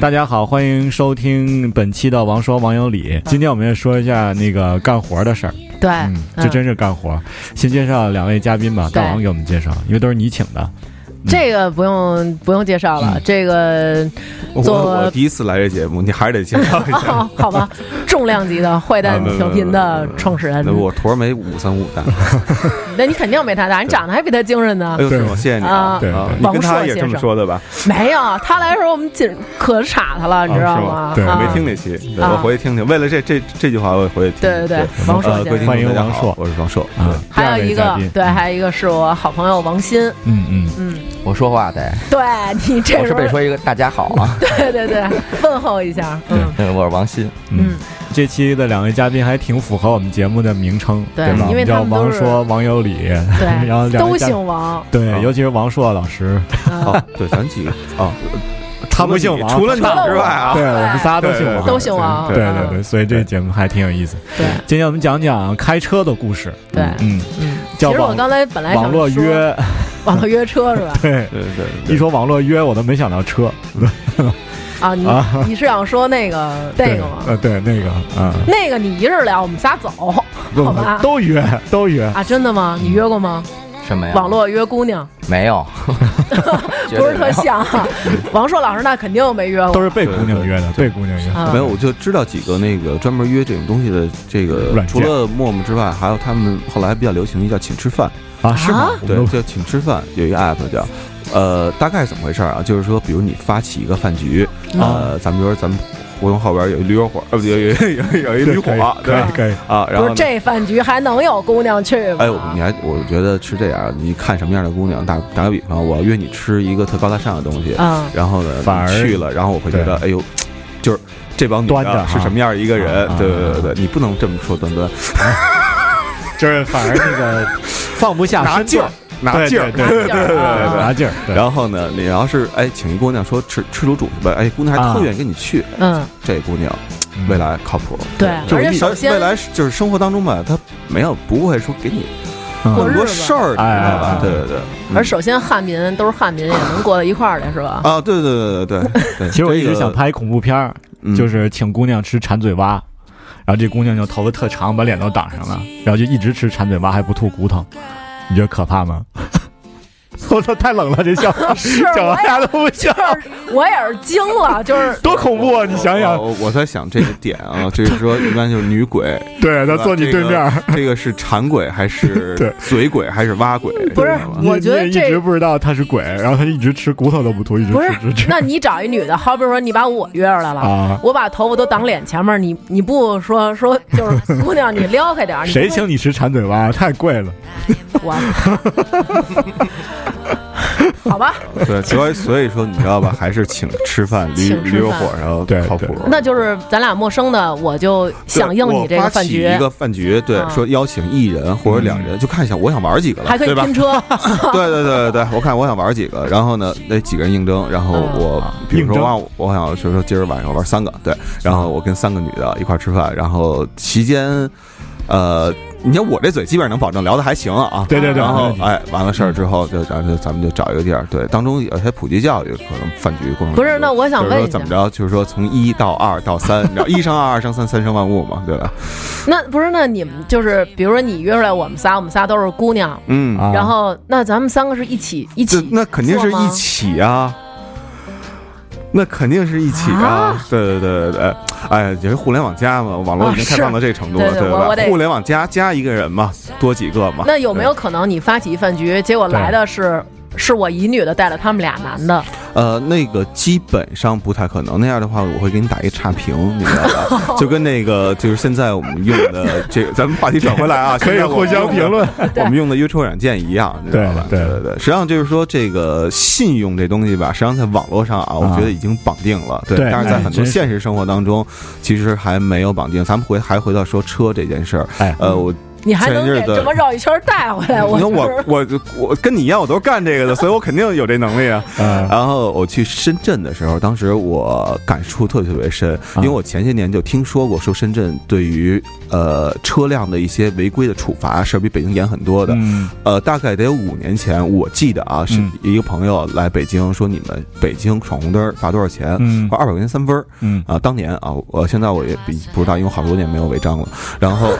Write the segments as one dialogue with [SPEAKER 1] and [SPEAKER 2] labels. [SPEAKER 1] 大家好，欢迎收听本期的《王说王有理》。今天我们要说一下那个干活的事儿，
[SPEAKER 2] 对，
[SPEAKER 1] 嗯，这真
[SPEAKER 2] 嗯
[SPEAKER 1] 是干活。先介绍两位嘉宾吧，
[SPEAKER 2] 对
[SPEAKER 1] 大王给我们介绍，因为都是你请的。
[SPEAKER 2] 这个不用不用介绍了，这个
[SPEAKER 3] 我
[SPEAKER 2] 做
[SPEAKER 3] 我第一次来这节目，你还 是得啊介绍一下。
[SPEAKER 2] 好好吧，重量级的坏蛋调频的创始人
[SPEAKER 3] 那，我坨儿没五三五大，
[SPEAKER 2] 那你肯定没他大，你长得还比他精神呢
[SPEAKER 3] 哎。呦，
[SPEAKER 1] 对
[SPEAKER 3] 是吗？谢谢你
[SPEAKER 2] 啊
[SPEAKER 1] 对
[SPEAKER 3] 啊
[SPEAKER 1] 对
[SPEAKER 3] 你跟
[SPEAKER 2] 王
[SPEAKER 3] 他
[SPEAKER 2] 朔
[SPEAKER 3] 也
[SPEAKER 2] 先
[SPEAKER 3] 这么
[SPEAKER 2] 生
[SPEAKER 3] 说的吧？
[SPEAKER 2] 没有，他来的时候我们紧可差他了，你知
[SPEAKER 3] 啊
[SPEAKER 2] 道
[SPEAKER 3] 是吗
[SPEAKER 2] 吗？
[SPEAKER 1] 对
[SPEAKER 2] 啊
[SPEAKER 3] 我没听那期，对
[SPEAKER 2] 啊
[SPEAKER 3] 我回去听听。为了这这这句话，我也回去听。
[SPEAKER 2] 对对对，王硕
[SPEAKER 3] 呃，各
[SPEAKER 2] 先
[SPEAKER 3] 位听
[SPEAKER 2] 生。
[SPEAKER 1] 欢迎
[SPEAKER 3] 众大家
[SPEAKER 1] 王
[SPEAKER 3] 好
[SPEAKER 1] 朔
[SPEAKER 3] 我是王朔。
[SPEAKER 1] 啊，第
[SPEAKER 2] 还
[SPEAKER 1] 二
[SPEAKER 2] 有
[SPEAKER 1] 位
[SPEAKER 2] 一
[SPEAKER 1] 嘉
[SPEAKER 2] 个
[SPEAKER 1] 宾，
[SPEAKER 2] 对，还有一个是我好朋友王鑫，
[SPEAKER 1] 嗯嗯，
[SPEAKER 2] 嗯，
[SPEAKER 4] 我说话 得，
[SPEAKER 2] 对你这
[SPEAKER 4] 我
[SPEAKER 2] 时
[SPEAKER 4] 是
[SPEAKER 2] 候
[SPEAKER 4] 被说一个大家好啊，
[SPEAKER 2] 对对对，问候一下，嗯
[SPEAKER 4] 嗯我是王鑫，
[SPEAKER 1] 嗯，这期的两位嘉宾还挺符合我们节目的名称，
[SPEAKER 2] 对
[SPEAKER 1] 吧？
[SPEAKER 2] 因为他
[SPEAKER 1] 叫
[SPEAKER 2] 们都
[SPEAKER 1] 王
[SPEAKER 2] 是
[SPEAKER 1] 说王有理， 然后
[SPEAKER 2] 对，
[SPEAKER 1] 两
[SPEAKER 2] 都
[SPEAKER 1] 位嘉
[SPEAKER 2] 姓王，
[SPEAKER 1] 对，尤其是王朔老师，
[SPEAKER 3] 好，对，咱几个啊，
[SPEAKER 1] 他不姓王，
[SPEAKER 3] 除了你除了你
[SPEAKER 2] 除了我
[SPEAKER 3] 之外啊，
[SPEAKER 1] 对我们仨都姓王，
[SPEAKER 2] 都姓王
[SPEAKER 1] 对对
[SPEAKER 2] 嗯
[SPEAKER 1] 对，所以这个节目还挺有意思。
[SPEAKER 2] 对
[SPEAKER 1] 今天我们讲讲开车的故事，
[SPEAKER 2] 对，
[SPEAKER 1] 嗯，
[SPEAKER 2] 嗯，
[SPEAKER 1] 叫
[SPEAKER 2] 其实我
[SPEAKER 1] 网
[SPEAKER 2] 刚才本来想
[SPEAKER 1] 网络
[SPEAKER 2] 说
[SPEAKER 1] 约，？
[SPEAKER 2] 网络约车是吧
[SPEAKER 1] 对，
[SPEAKER 3] 对对
[SPEAKER 1] 一
[SPEAKER 3] 对，
[SPEAKER 1] 说网络约，我都没想到车，
[SPEAKER 2] 啊，你
[SPEAKER 1] 啊
[SPEAKER 2] 你是想说那个那
[SPEAKER 1] 对
[SPEAKER 2] 个吗？
[SPEAKER 1] 呃，对，那个，啊，
[SPEAKER 2] 那个你一人聊，我们仨走
[SPEAKER 1] 不
[SPEAKER 2] 好
[SPEAKER 1] 不
[SPEAKER 2] 吧，
[SPEAKER 1] 都约，都约，
[SPEAKER 2] 啊？真的吗？你约过吗？
[SPEAKER 4] 什么呀？
[SPEAKER 2] 网络约姑娘
[SPEAKER 4] 没有，
[SPEAKER 2] 不
[SPEAKER 4] 绝对
[SPEAKER 2] 是特
[SPEAKER 4] 没有
[SPEAKER 2] 像，啊 王硕老师那肯定没约
[SPEAKER 1] 都
[SPEAKER 2] 过。
[SPEAKER 1] 是被姑娘约的，被姑娘约，
[SPEAKER 2] 啊
[SPEAKER 3] 没有，我就知道几个那个专门约这种东西的这个
[SPEAKER 1] 软件，
[SPEAKER 3] 除了陌陌之外，还有他们后来比较流行一叫请吃饭。
[SPEAKER 1] 啊，是吗？我们
[SPEAKER 3] 对
[SPEAKER 1] 都，
[SPEAKER 3] 叫请吃饭，有一个 app 叫，呃，大概怎么回事儿啊？就是说，比如你发起一个饭局，
[SPEAKER 1] 啊
[SPEAKER 3] 呃，咱们比如说咱们胡同后边有一驴友火，呃，不有有有有有一
[SPEAKER 1] 对
[SPEAKER 3] 驴
[SPEAKER 1] 可以
[SPEAKER 3] 火，对
[SPEAKER 1] 可以
[SPEAKER 3] 吧
[SPEAKER 1] 可以，
[SPEAKER 3] 啊，然
[SPEAKER 2] 不
[SPEAKER 3] 后
[SPEAKER 2] 是
[SPEAKER 3] 呢
[SPEAKER 2] 这饭局还能有姑娘去吗？
[SPEAKER 3] 哎，我你还我觉得是这样，你看什么样的姑娘，打打个比方，我约你吃一个特高大上的东西，
[SPEAKER 2] 嗯，
[SPEAKER 3] 然后呢，
[SPEAKER 1] 反而
[SPEAKER 3] 你去了，然后我会觉得，哎呦，就是这帮女
[SPEAKER 1] 端着哈
[SPEAKER 3] 的是什么样一个人
[SPEAKER 1] 啊啊？
[SPEAKER 3] 对对对对，你不能这么说端端，
[SPEAKER 1] 就是反而那个 放不下
[SPEAKER 3] 拿
[SPEAKER 1] 身
[SPEAKER 3] 劲儿
[SPEAKER 1] 段，，
[SPEAKER 3] 拿劲儿，
[SPEAKER 1] 对
[SPEAKER 2] 对
[SPEAKER 1] 对
[SPEAKER 2] 对对对
[SPEAKER 1] 拿劲儿，对
[SPEAKER 3] 然后呢，你要是哎请一姑娘说吃吃卤煮去吧，哎姑娘还
[SPEAKER 1] 啊
[SPEAKER 3] 特愿意跟你去，
[SPEAKER 2] 嗯，
[SPEAKER 3] 这姑娘
[SPEAKER 1] 嗯
[SPEAKER 3] 未来靠谱。
[SPEAKER 2] 对
[SPEAKER 3] 就
[SPEAKER 2] 而
[SPEAKER 3] 是
[SPEAKER 2] 且
[SPEAKER 3] 一
[SPEAKER 2] 首先
[SPEAKER 3] 未来是就是生活当中吧，她没有不会说给你
[SPEAKER 1] 嗯
[SPEAKER 2] 过
[SPEAKER 3] 很
[SPEAKER 2] 日
[SPEAKER 3] 多
[SPEAKER 2] 子
[SPEAKER 3] 事儿，你知
[SPEAKER 1] 哎哎
[SPEAKER 3] 道吧
[SPEAKER 1] 哎？
[SPEAKER 3] 对对对，嗯
[SPEAKER 2] 而首先汉民都是汉民，也能过到一块儿来是吧？
[SPEAKER 3] 啊，对对对对 对对。
[SPEAKER 1] 其实我一直想
[SPEAKER 3] 拍，
[SPEAKER 1] 拍恐怖片儿，
[SPEAKER 3] 嗯
[SPEAKER 1] 就是请姑娘吃馋嘴蛙，然后这姑娘就头发特长，把脸都挡上了，然后就一直吃馋嘴蛙还不吐骨头，你觉得可怕吗？我操，太冷了，这笑话
[SPEAKER 2] 是
[SPEAKER 1] 讲
[SPEAKER 2] 我
[SPEAKER 1] 完大家都不笑，
[SPEAKER 2] 也我也是惊了， 就是
[SPEAKER 1] 多恐怖啊！你想想，
[SPEAKER 3] 我哦我我在想这个点啊， 就是说一般就是女鬼，
[SPEAKER 1] 对，她
[SPEAKER 3] 对吧
[SPEAKER 1] 坐你对面儿，，
[SPEAKER 3] 这个这个是馋鬼还
[SPEAKER 1] 对
[SPEAKER 3] 是嘴鬼还是蛙鬼？
[SPEAKER 2] 不是
[SPEAKER 3] 知道吗
[SPEAKER 1] 你
[SPEAKER 2] 我觉得
[SPEAKER 1] 你也
[SPEAKER 2] 这
[SPEAKER 1] 一直不知道她是鬼，然后她一直吃骨头都不吐，一直
[SPEAKER 2] 不是
[SPEAKER 1] 吃吃吃
[SPEAKER 2] 那你找一女的，好比说你把我约上来了，
[SPEAKER 1] 啊
[SPEAKER 2] 我把头发都挡脸前面，你你不说说就是姑娘，你撩开点儿，你
[SPEAKER 1] 谁
[SPEAKER 2] 不能
[SPEAKER 1] 请你吃馋嘴蛙？太贵了，
[SPEAKER 2] 我？好吧，
[SPEAKER 3] 对，所以所以说你知道吧，还是请吃 饭驴
[SPEAKER 2] 请吃饭
[SPEAKER 3] 驴肉火烧
[SPEAKER 1] 对
[SPEAKER 3] 靠谱。
[SPEAKER 2] 那就是咱俩陌生的，我就响应你这
[SPEAKER 3] 个
[SPEAKER 2] 个饭局
[SPEAKER 3] 一，个饭局，对
[SPEAKER 2] 啊，
[SPEAKER 3] 说邀请一人或者两人，
[SPEAKER 1] 嗯
[SPEAKER 3] 就看一下我想玩几个了，
[SPEAKER 2] 还可以
[SPEAKER 3] 对吧？
[SPEAKER 2] 拼车，
[SPEAKER 3] 对对对对对，我看我想玩几个，然后呢，那几个人应征，然后
[SPEAKER 2] 嗯
[SPEAKER 3] 我比如
[SPEAKER 1] 应征
[SPEAKER 3] 说啊，我想就是说今儿晚上玩三个，对，然后我跟三个女的一块儿吃饭，然后期间，呃，你看我这嘴基本上能保证聊的还行啊。
[SPEAKER 1] 对对对，
[SPEAKER 3] 然后
[SPEAKER 1] 没问题
[SPEAKER 3] 哎，完了事儿之后，就然后咱们就找一个地儿，对，当中有些普及教育，可能饭局过程
[SPEAKER 2] 不是？那
[SPEAKER 3] 我
[SPEAKER 2] 我想问一
[SPEAKER 3] 怎
[SPEAKER 2] 下
[SPEAKER 3] 么，着，就是说从一到二到三，你知道一生二，二生三，三生万物嘛，对吧？
[SPEAKER 2] 那不是那你们就是比如说你约出来我们仨，我们仨都是姑娘，
[SPEAKER 3] 嗯，
[SPEAKER 1] 啊
[SPEAKER 2] 然后那咱们三个是一起一
[SPEAKER 3] 这
[SPEAKER 2] 起，
[SPEAKER 3] 那肯定是
[SPEAKER 2] 做吗
[SPEAKER 3] 一起啊，那肯定是一起啊
[SPEAKER 2] 啊！
[SPEAKER 3] 对对对对对，哎，也是互联网加嘛，网络已经
[SPEAKER 2] 啊
[SPEAKER 3] 开放到这程度了，
[SPEAKER 2] 是对对我我
[SPEAKER 3] 吧
[SPEAKER 2] 得？
[SPEAKER 3] 互联网加加一个人嘛，多几个嘛。
[SPEAKER 2] 那有没有可能你发起一饭局，结果来的是是我一女的带了他们俩男的？
[SPEAKER 3] 对？呃，那个基本上不太可能，那样的话我会给你打一差评，你知道 吧？就跟那个就是现在我们用的这个，咱们话题转回 来啊，
[SPEAKER 1] 可以
[SPEAKER 3] 现在我
[SPEAKER 1] 互
[SPEAKER 3] 们
[SPEAKER 1] 相
[SPEAKER 3] 用的
[SPEAKER 1] 评论。
[SPEAKER 3] 我们用的约车软件一样，你知道吧？
[SPEAKER 1] 对
[SPEAKER 3] 对
[SPEAKER 1] 对
[SPEAKER 3] 对，实际上就是说这个信用这东西吧，实际上在网络上啊，我觉得已经绑定了，对
[SPEAKER 1] 对。哎
[SPEAKER 3] 但是在很
[SPEAKER 1] 哎真
[SPEAKER 3] 多
[SPEAKER 1] 是
[SPEAKER 3] 现实生活当中，其实还没有绑定。咱们回还回到说车这件事儿，
[SPEAKER 1] 哎，
[SPEAKER 3] 呃，我
[SPEAKER 2] 你还能
[SPEAKER 3] 前日
[SPEAKER 2] 给
[SPEAKER 3] 子
[SPEAKER 2] 这么绕一圈带回哎来？我
[SPEAKER 3] 因为
[SPEAKER 2] 我
[SPEAKER 3] 我我我跟你一样，我都是干这个的，所以我肯定有这 能力啊。
[SPEAKER 1] 呃，
[SPEAKER 3] 然后我去深圳的时候，当时我感触特别特别深，
[SPEAKER 1] 啊
[SPEAKER 3] 因为我前些年就听说过，说深圳对于呃车辆的一些违规的处罚是比北京严很多的。
[SPEAKER 1] 嗯，
[SPEAKER 3] 呃，大概得有五年前，我记得啊，是
[SPEAKER 1] 嗯
[SPEAKER 3] 一个朋友来北京说你们北京闯红灯儿罚多少钱？
[SPEAKER 1] 嗯
[SPEAKER 3] 罚二百块钱三分儿
[SPEAKER 1] 嗯，
[SPEAKER 3] 啊！当年啊，我现在我也比不知道，因为我好多年没有违章了。然后，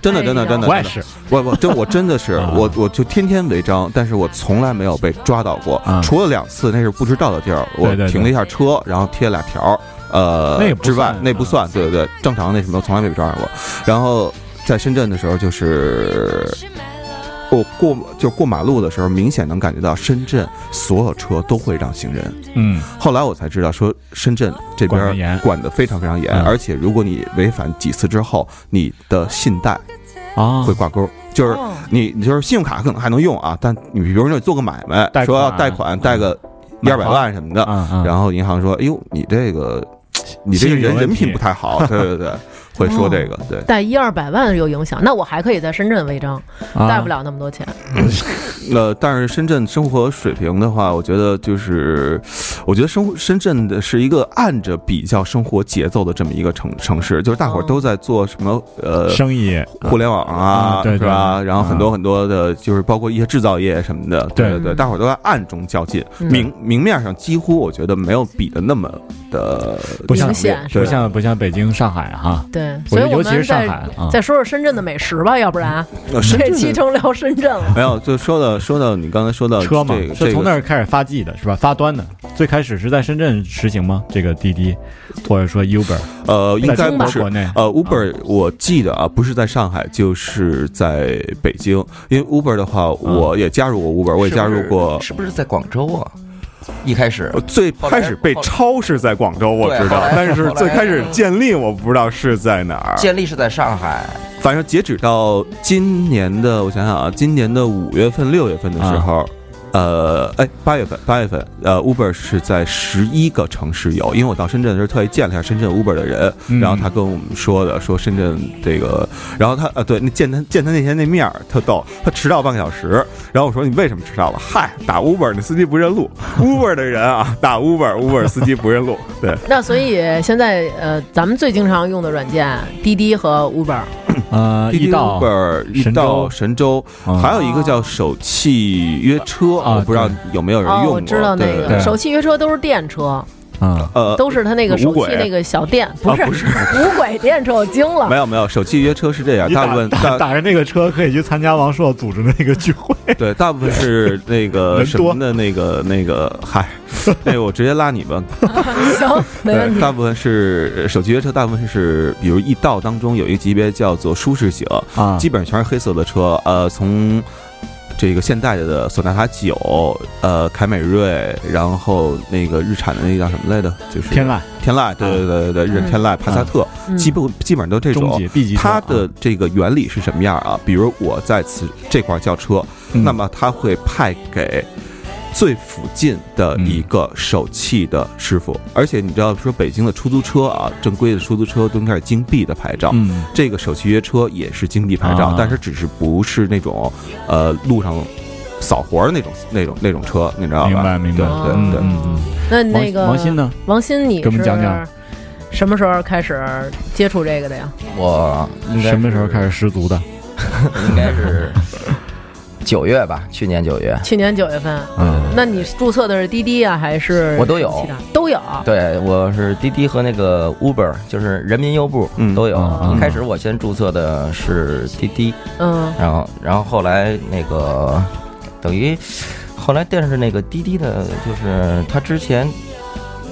[SPEAKER 3] 真的真的真的，
[SPEAKER 1] 我也是，
[SPEAKER 3] 我我真 我真的是
[SPEAKER 1] 啊
[SPEAKER 3] 我我就天天违章，但是我从来没有被抓到过
[SPEAKER 1] 啊，
[SPEAKER 3] 除了两次那是不知道的地儿，我
[SPEAKER 1] 对对对
[SPEAKER 3] 停了一下车，然后贴了俩条儿，呃
[SPEAKER 1] 那也，不
[SPEAKER 3] 之外
[SPEAKER 1] 算啊
[SPEAKER 3] 那不算，对对对，正常那什么从来没被抓到过。然后在深圳的时候，就是我过就过马路的时候，明显能感觉到深圳所有车都会让行人。
[SPEAKER 1] 嗯，
[SPEAKER 3] 后来我才知道，说深圳这
[SPEAKER 1] 管得严
[SPEAKER 3] 边管得非常非常严，
[SPEAKER 1] 嗯
[SPEAKER 3] 而且如果你违反几次之后，你的信贷
[SPEAKER 1] 啊
[SPEAKER 3] 会挂钩，就是
[SPEAKER 2] 哦
[SPEAKER 3] 你你就是信用卡可能还能用啊，但你比如说你做个买卖，
[SPEAKER 1] 贷款嗯
[SPEAKER 3] 说要贷款贷个一二百万什么的，
[SPEAKER 1] 啊啊，
[SPEAKER 3] 然后银行说，哎呦，你这个你这个
[SPEAKER 1] 信用
[SPEAKER 3] 人
[SPEAKER 1] 有问
[SPEAKER 3] 人
[SPEAKER 1] 题
[SPEAKER 3] 品不 太好，对对对，会说这个，对，
[SPEAKER 2] 带一二百万有影响，那我还可以在深圳违章，
[SPEAKER 1] 啊
[SPEAKER 2] 带不了那么多钱。
[SPEAKER 3] 呃，但是深圳生活水平的话，我觉得就是，我觉得生深圳的是一个按着比较生活节奏的这么一个城城市，就是大伙儿
[SPEAKER 2] 哦
[SPEAKER 3] 都在做什么呃
[SPEAKER 1] 生意，
[SPEAKER 3] 互联网啊，
[SPEAKER 1] 嗯对
[SPEAKER 3] 是吧？
[SPEAKER 1] 对
[SPEAKER 3] 然后很多很多的，就是包括一些制造业什么的，
[SPEAKER 1] 对
[SPEAKER 3] 对对，
[SPEAKER 2] 嗯
[SPEAKER 3] 大伙儿都在暗中较劲，
[SPEAKER 2] 嗯
[SPEAKER 3] 明明面上几乎我觉得没有比的那么的
[SPEAKER 1] 不像
[SPEAKER 2] 明显是
[SPEAKER 1] 不
[SPEAKER 2] 吧
[SPEAKER 1] 像不像北京、上海哈，
[SPEAKER 2] 对，
[SPEAKER 1] 我
[SPEAKER 2] 所以
[SPEAKER 1] 觉得
[SPEAKER 2] 我
[SPEAKER 1] 尤其是
[SPEAKER 2] 们
[SPEAKER 1] 上
[SPEAKER 2] 再
[SPEAKER 1] 海啊，
[SPEAKER 2] 再说说深圳的美食吧，要不然啊
[SPEAKER 3] 呃深
[SPEAKER 2] 这期
[SPEAKER 3] 圳
[SPEAKER 2] 成
[SPEAKER 3] 的。
[SPEAKER 2] 聊深圳了。
[SPEAKER 3] 没有，就说到说到你刚才说到
[SPEAKER 1] 车嘛
[SPEAKER 3] 呃这个，
[SPEAKER 1] 是
[SPEAKER 3] 这
[SPEAKER 1] 从
[SPEAKER 3] 个
[SPEAKER 1] 那儿开始发迹的，是吧？发端的，最开始是在深圳实行吗？这个滴滴或者说 Uber，
[SPEAKER 3] 呃，应
[SPEAKER 1] 在
[SPEAKER 3] 该
[SPEAKER 1] 中
[SPEAKER 3] 不
[SPEAKER 1] 国
[SPEAKER 3] 是
[SPEAKER 1] 国内
[SPEAKER 3] 呃，Uber 我记得啊，不是在上海，就是在北京。因为 Uber 的话，
[SPEAKER 1] 嗯
[SPEAKER 3] 我也加入过 Uber，我也加入过。
[SPEAKER 4] 是不是在广州啊？一开始
[SPEAKER 5] 呃最开始被抄是在广州，我知
[SPEAKER 4] 后
[SPEAKER 5] 道
[SPEAKER 4] 来，
[SPEAKER 5] 但是
[SPEAKER 4] 后来
[SPEAKER 5] 最开
[SPEAKER 1] 嗯
[SPEAKER 5] 始建立我不知道是在哪儿。
[SPEAKER 4] 建立是在上海，
[SPEAKER 3] 反正截止到今年的，我想想啊，今年的五月份、六月份的时候，呃，哎，八月份，八月份，呃，Uber 是在十一个城市有，因为我到深圳的时候特意见了一下深圳 Uber 的人，
[SPEAKER 1] 嗯
[SPEAKER 3] 然后他跟我们说的，说深圳这个，然后他呃，对，那见他见他那天那面儿特逗，他迟到半个小时，然后我说你为什么迟到了？嗨，打 Uber 那司机不认路，Uber 的人啊，打 Uber，Uber 司机不认路，对，
[SPEAKER 2] 那所以现在呃，咱们最经常用的软件滴滴和 Uber，
[SPEAKER 1] 呃，
[SPEAKER 3] 滴
[SPEAKER 1] 易
[SPEAKER 3] 滴
[SPEAKER 1] 到
[SPEAKER 3] Uber 一
[SPEAKER 1] 神
[SPEAKER 3] 到
[SPEAKER 1] 州
[SPEAKER 3] 神州，
[SPEAKER 1] 嗯
[SPEAKER 3] 还有一个叫手气约车，
[SPEAKER 1] 啊
[SPEAKER 3] 我不知道有没有人用
[SPEAKER 2] 哦，
[SPEAKER 3] 过。
[SPEAKER 2] 我知道那
[SPEAKER 3] 对
[SPEAKER 2] 个
[SPEAKER 1] 对
[SPEAKER 2] 手气约车都是电车，
[SPEAKER 1] 啊，
[SPEAKER 3] 呃，
[SPEAKER 2] 都是它那个手
[SPEAKER 5] 无
[SPEAKER 2] 气
[SPEAKER 5] 轨
[SPEAKER 2] 那个小电，不是
[SPEAKER 3] 啊 不是
[SPEAKER 2] 无轨电车，我惊
[SPEAKER 3] 没
[SPEAKER 2] 了。
[SPEAKER 3] 有没有，手气约车是这样，
[SPEAKER 1] 你
[SPEAKER 3] 大
[SPEAKER 1] 打
[SPEAKER 3] 部分
[SPEAKER 1] 打
[SPEAKER 3] 大
[SPEAKER 1] 打着那个车可以去参加王朔组织的那个聚 会，
[SPEAKER 3] 对大部分是那 个
[SPEAKER 1] 人
[SPEAKER 3] 什
[SPEAKER 1] 多
[SPEAKER 3] 么的那个那个， 嗨，那个我直接拉你吧。
[SPEAKER 2] 行，没问
[SPEAKER 3] 对，
[SPEAKER 2] 题。
[SPEAKER 3] 大部分是呃手机约车，大部分是比如易道当中有一个级别叫做舒适型，
[SPEAKER 1] 啊
[SPEAKER 3] 基本上全是黑色的车，呃，从这个现代的索纳塔九，呃，凯美瑞，然后那个日产的那叫什么来着？就是
[SPEAKER 1] 天籁、嗯
[SPEAKER 3] 天籁，对对对对对，日产天籁、帕萨特，
[SPEAKER 2] 嗯
[SPEAKER 3] 基本基本上都这
[SPEAKER 1] 中
[SPEAKER 3] 种
[SPEAKER 1] 级、。B 级车，
[SPEAKER 3] 它的这个原理是什么样啊？比如我在此这块叫车，
[SPEAKER 1] 嗯
[SPEAKER 3] 那么它会派给最附近的一个
[SPEAKER 1] 嗯
[SPEAKER 3] 手气的师傅，而且你知道说北京的出租车啊，正规的出租车都应该是京 B 的牌照，
[SPEAKER 1] 嗯
[SPEAKER 3] 这个手续约车也是经济牌照，
[SPEAKER 1] 啊
[SPEAKER 3] 但是只是不是那种呃路上扫活儿的那种那种那种车，你知道吧？
[SPEAKER 1] 明白明白
[SPEAKER 3] 对
[SPEAKER 1] 嗯
[SPEAKER 3] 对对。
[SPEAKER 1] 嗯嗯，
[SPEAKER 2] 那
[SPEAKER 1] 王
[SPEAKER 2] 那个
[SPEAKER 1] 王鑫呢？
[SPEAKER 2] 王鑫，你
[SPEAKER 1] 给我们
[SPEAKER 2] 是
[SPEAKER 1] 讲讲
[SPEAKER 2] 什么时候开始接触这个的呀？
[SPEAKER 4] 我应该
[SPEAKER 1] 什么时候开
[SPEAKER 4] 始？
[SPEAKER 1] 始十足的？
[SPEAKER 4] 应该 是九月吧，去年九月。
[SPEAKER 2] 去年九月份。
[SPEAKER 1] 嗯
[SPEAKER 2] 那你注册的是滴滴啊，还是
[SPEAKER 4] 我都有
[SPEAKER 2] 其他都有。
[SPEAKER 4] 对，我是滴滴和那个 Uber，就是人民优步
[SPEAKER 3] 嗯
[SPEAKER 4] 都有。
[SPEAKER 1] 嗯
[SPEAKER 4] 一开始我先注册的是滴滴，
[SPEAKER 2] 嗯，
[SPEAKER 4] 然后然后后来那个等于后来但是那个滴滴的，就是它之前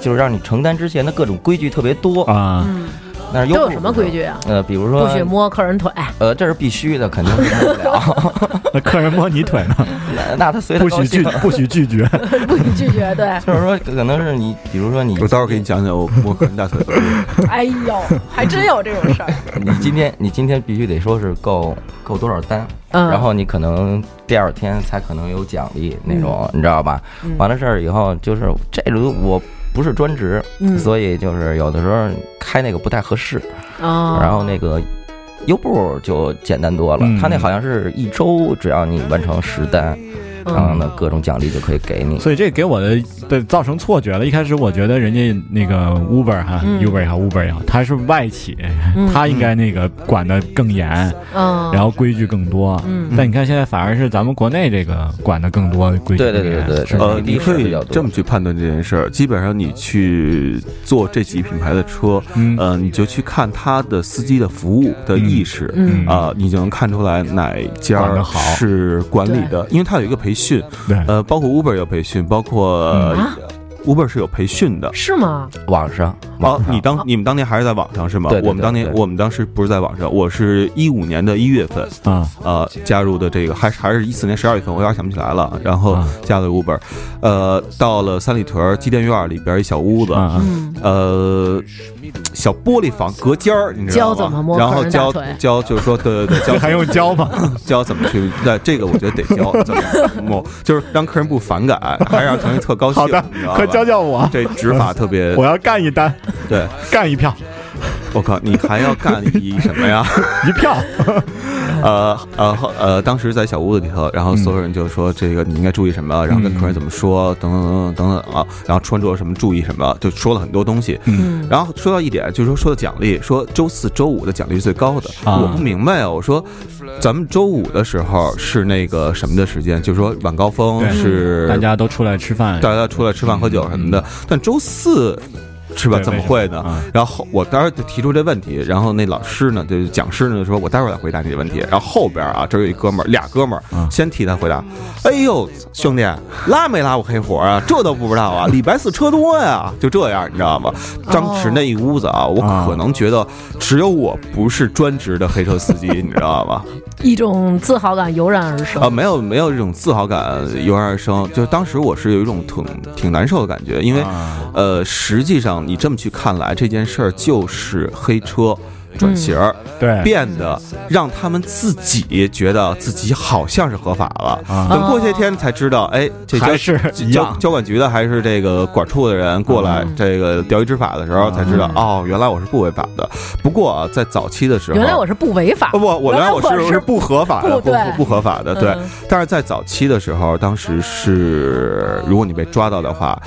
[SPEAKER 4] 就是让你承担之前的各种规矩特别多。
[SPEAKER 1] 啊，
[SPEAKER 2] 嗯，
[SPEAKER 4] 但是
[SPEAKER 2] 都
[SPEAKER 4] 优步
[SPEAKER 2] 有什么规矩啊？
[SPEAKER 4] 不是？呃，比如
[SPEAKER 2] 不
[SPEAKER 4] 说
[SPEAKER 2] 许摸客人腿。
[SPEAKER 4] 呃，这是必须的，肯定是摸不了。
[SPEAKER 1] 那客人摸你腿呢？
[SPEAKER 4] 那那他随他
[SPEAKER 1] 不
[SPEAKER 4] 高
[SPEAKER 1] 许
[SPEAKER 4] 兴
[SPEAKER 1] 拒， 不许拒绝。
[SPEAKER 2] 不许拒绝，对，
[SPEAKER 4] 就是说可能是你，比如说你，
[SPEAKER 3] 我待会儿给你讲讲我我个人大腿 的故事。
[SPEAKER 2] 哎呦，还真有这种事儿，
[SPEAKER 4] 你今天你今天必须得说是够够多少单，
[SPEAKER 2] 嗯
[SPEAKER 4] 然后你可能第二天才可能有奖励那种，
[SPEAKER 2] 嗯
[SPEAKER 4] 你知道吧？完了事儿以后，就是这种我不是专职，
[SPEAKER 2] 嗯
[SPEAKER 4] 所以就是有的时候开那个不太合适，
[SPEAKER 2] 啊，
[SPEAKER 4] 然后那个。优步就简单多了
[SPEAKER 1] 嗯，
[SPEAKER 4] 他那好像是一周，只要你完成十单，
[SPEAKER 2] 嗯
[SPEAKER 4] 然后呢各种奖励就可以给你。
[SPEAKER 1] 所以这给我的的造成错觉了。一开始我觉得人家那个 Uber 哈、
[SPEAKER 2] 嗯
[SPEAKER 1] u b e r 也好，Uber 也好，它是外企，
[SPEAKER 2] 嗯
[SPEAKER 1] 它应该那个管得更严，
[SPEAKER 2] 嗯，
[SPEAKER 1] 然后规矩更多。
[SPEAKER 2] 嗯
[SPEAKER 1] 但你看现在反而是咱们国内这个管得更多，规矩
[SPEAKER 4] 对对
[SPEAKER 1] 更严
[SPEAKER 4] 对对对
[SPEAKER 1] 是吧
[SPEAKER 3] 呃，
[SPEAKER 4] 比例
[SPEAKER 3] 你可
[SPEAKER 4] 是比
[SPEAKER 3] 以
[SPEAKER 4] 较多
[SPEAKER 3] 这么去判断这件事儿。基本上你去做这几品牌的车，
[SPEAKER 1] 嗯
[SPEAKER 3] 呃，你就去看他的司机的服务的意识。
[SPEAKER 2] 嗯
[SPEAKER 3] 啊、你就能看出来哪家
[SPEAKER 1] 管得
[SPEAKER 3] 儿
[SPEAKER 1] 好
[SPEAKER 3] 是管理的，因为它有一个培训，
[SPEAKER 1] 对，
[SPEAKER 3] 呃，包括 Uber 有培训，包括、呃
[SPEAKER 1] 嗯
[SPEAKER 2] 啊
[SPEAKER 3] Uber 是有培训的。
[SPEAKER 2] 是吗？
[SPEAKER 4] 网上，
[SPEAKER 1] 哦
[SPEAKER 3] 啊
[SPEAKER 4] 网，上
[SPEAKER 3] 你当你们当年还是在网上是吗？
[SPEAKER 4] 对对对
[SPEAKER 3] 我们当年
[SPEAKER 4] 对
[SPEAKER 3] 我们当时不是在网上，我是一五年的一月份，
[SPEAKER 1] 啊，
[SPEAKER 3] 呃加入的这个，还是还是一四年十二月份，我有点想不起来了。然后
[SPEAKER 1] 啊
[SPEAKER 3] 加了 Uber，呃，到了三里屯儿机电院里边一小屋子，
[SPEAKER 1] 啊啊
[SPEAKER 2] 嗯
[SPEAKER 3] 呃，小玻璃房隔间儿，你知道
[SPEAKER 2] 教怎么
[SPEAKER 3] 吗？
[SPEAKER 2] 摸
[SPEAKER 3] 然后
[SPEAKER 2] 客人大
[SPEAKER 3] 教
[SPEAKER 2] 腿
[SPEAKER 3] 教就是说，对对对，教
[SPEAKER 1] 这还用教 吗？
[SPEAKER 3] 教怎么去，那这个我觉得得教怎么摸，就是让客人不反感，还让客人特高兴。
[SPEAKER 1] 好的
[SPEAKER 3] 你知道吧
[SPEAKER 1] 快教教我，
[SPEAKER 3] 这执法特别
[SPEAKER 1] 我要干一单，
[SPEAKER 3] 对。
[SPEAKER 1] 干一票，
[SPEAKER 3] 我靠，你还要干一什么 呀？
[SPEAKER 1] 一票。
[SPEAKER 3] 呃呃后呃，当时在小屋子里头，然后所有人就说这个你应该注意什么，然后跟客人怎么说，等等等等等等啊，然后穿着什么注意什么，就说了很多东西。
[SPEAKER 2] 嗯
[SPEAKER 3] 然后说到一点，就是说说到奖励，说周四周五的奖励是最高的。
[SPEAKER 1] 啊
[SPEAKER 3] 我不明白啊，我说咱们周五的时候是那个什么的时间，就是说晚高峰
[SPEAKER 1] 对
[SPEAKER 3] 是
[SPEAKER 1] 大家都出来吃饭，
[SPEAKER 3] 哎大家出来吃饭喝酒什么的，但周四是吧？
[SPEAKER 1] 嗯对
[SPEAKER 3] 怎么会呢？
[SPEAKER 1] 为什么啊
[SPEAKER 3] 然后我当时就提出这问题，然后那老师呢，就是讲师呢就说，我待会儿再回答你这问题。然后后边啊，这儿有一哥们儿，俩哥们儿、
[SPEAKER 1] 嗯
[SPEAKER 3] 先替他回答。哎呦，兄弟，拉没拉我黑活啊？这都不知道啊？礼拜四车多呀，就这样，你知道吗？当时那一屋子啊，我
[SPEAKER 1] 啊
[SPEAKER 3] 可能觉得只有我不是专职的黑车司机，你知道吗？
[SPEAKER 2] 一种自豪感油然而生
[SPEAKER 3] 啊，没有没有这种自豪感油然而生，就是当时我是有一种挺挺难受的感觉，因为、
[SPEAKER 1] 啊
[SPEAKER 3] 呃，实际上你这么去看来，这件事儿就是黑车。
[SPEAKER 2] 嗯
[SPEAKER 3] 转型儿、
[SPEAKER 1] 对
[SPEAKER 3] 变得让他们自己觉得自己好像是合法了，
[SPEAKER 1] 啊
[SPEAKER 3] 等过些天才知道，哎，这交
[SPEAKER 1] 还是一
[SPEAKER 3] 交
[SPEAKER 1] 样
[SPEAKER 3] 交管局的还是这个管处的人过来
[SPEAKER 2] 嗯
[SPEAKER 3] 这个调一执法的时候才知道，哦，原来我是不违法的。不过啊，在早期的时候，
[SPEAKER 2] 原来我是不违法
[SPEAKER 3] 啊，不，我
[SPEAKER 2] 原来
[SPEAKER 3] 来我
[SPEAKER 2] 我
[SPEAKER 3] 是
[SPEAKER 2] 是
[SPEAKER 3] 不合法的，
[SPEAKER 2] 不
[SPEAKER 3] 不
[SPEAKER 2] 对
[SPEAKER 3] 不不合法的，对
[SPEAKER 2] 嗯。
[SPEAKER 3] 但是在早期的时候，当时是如果你被抓到的话，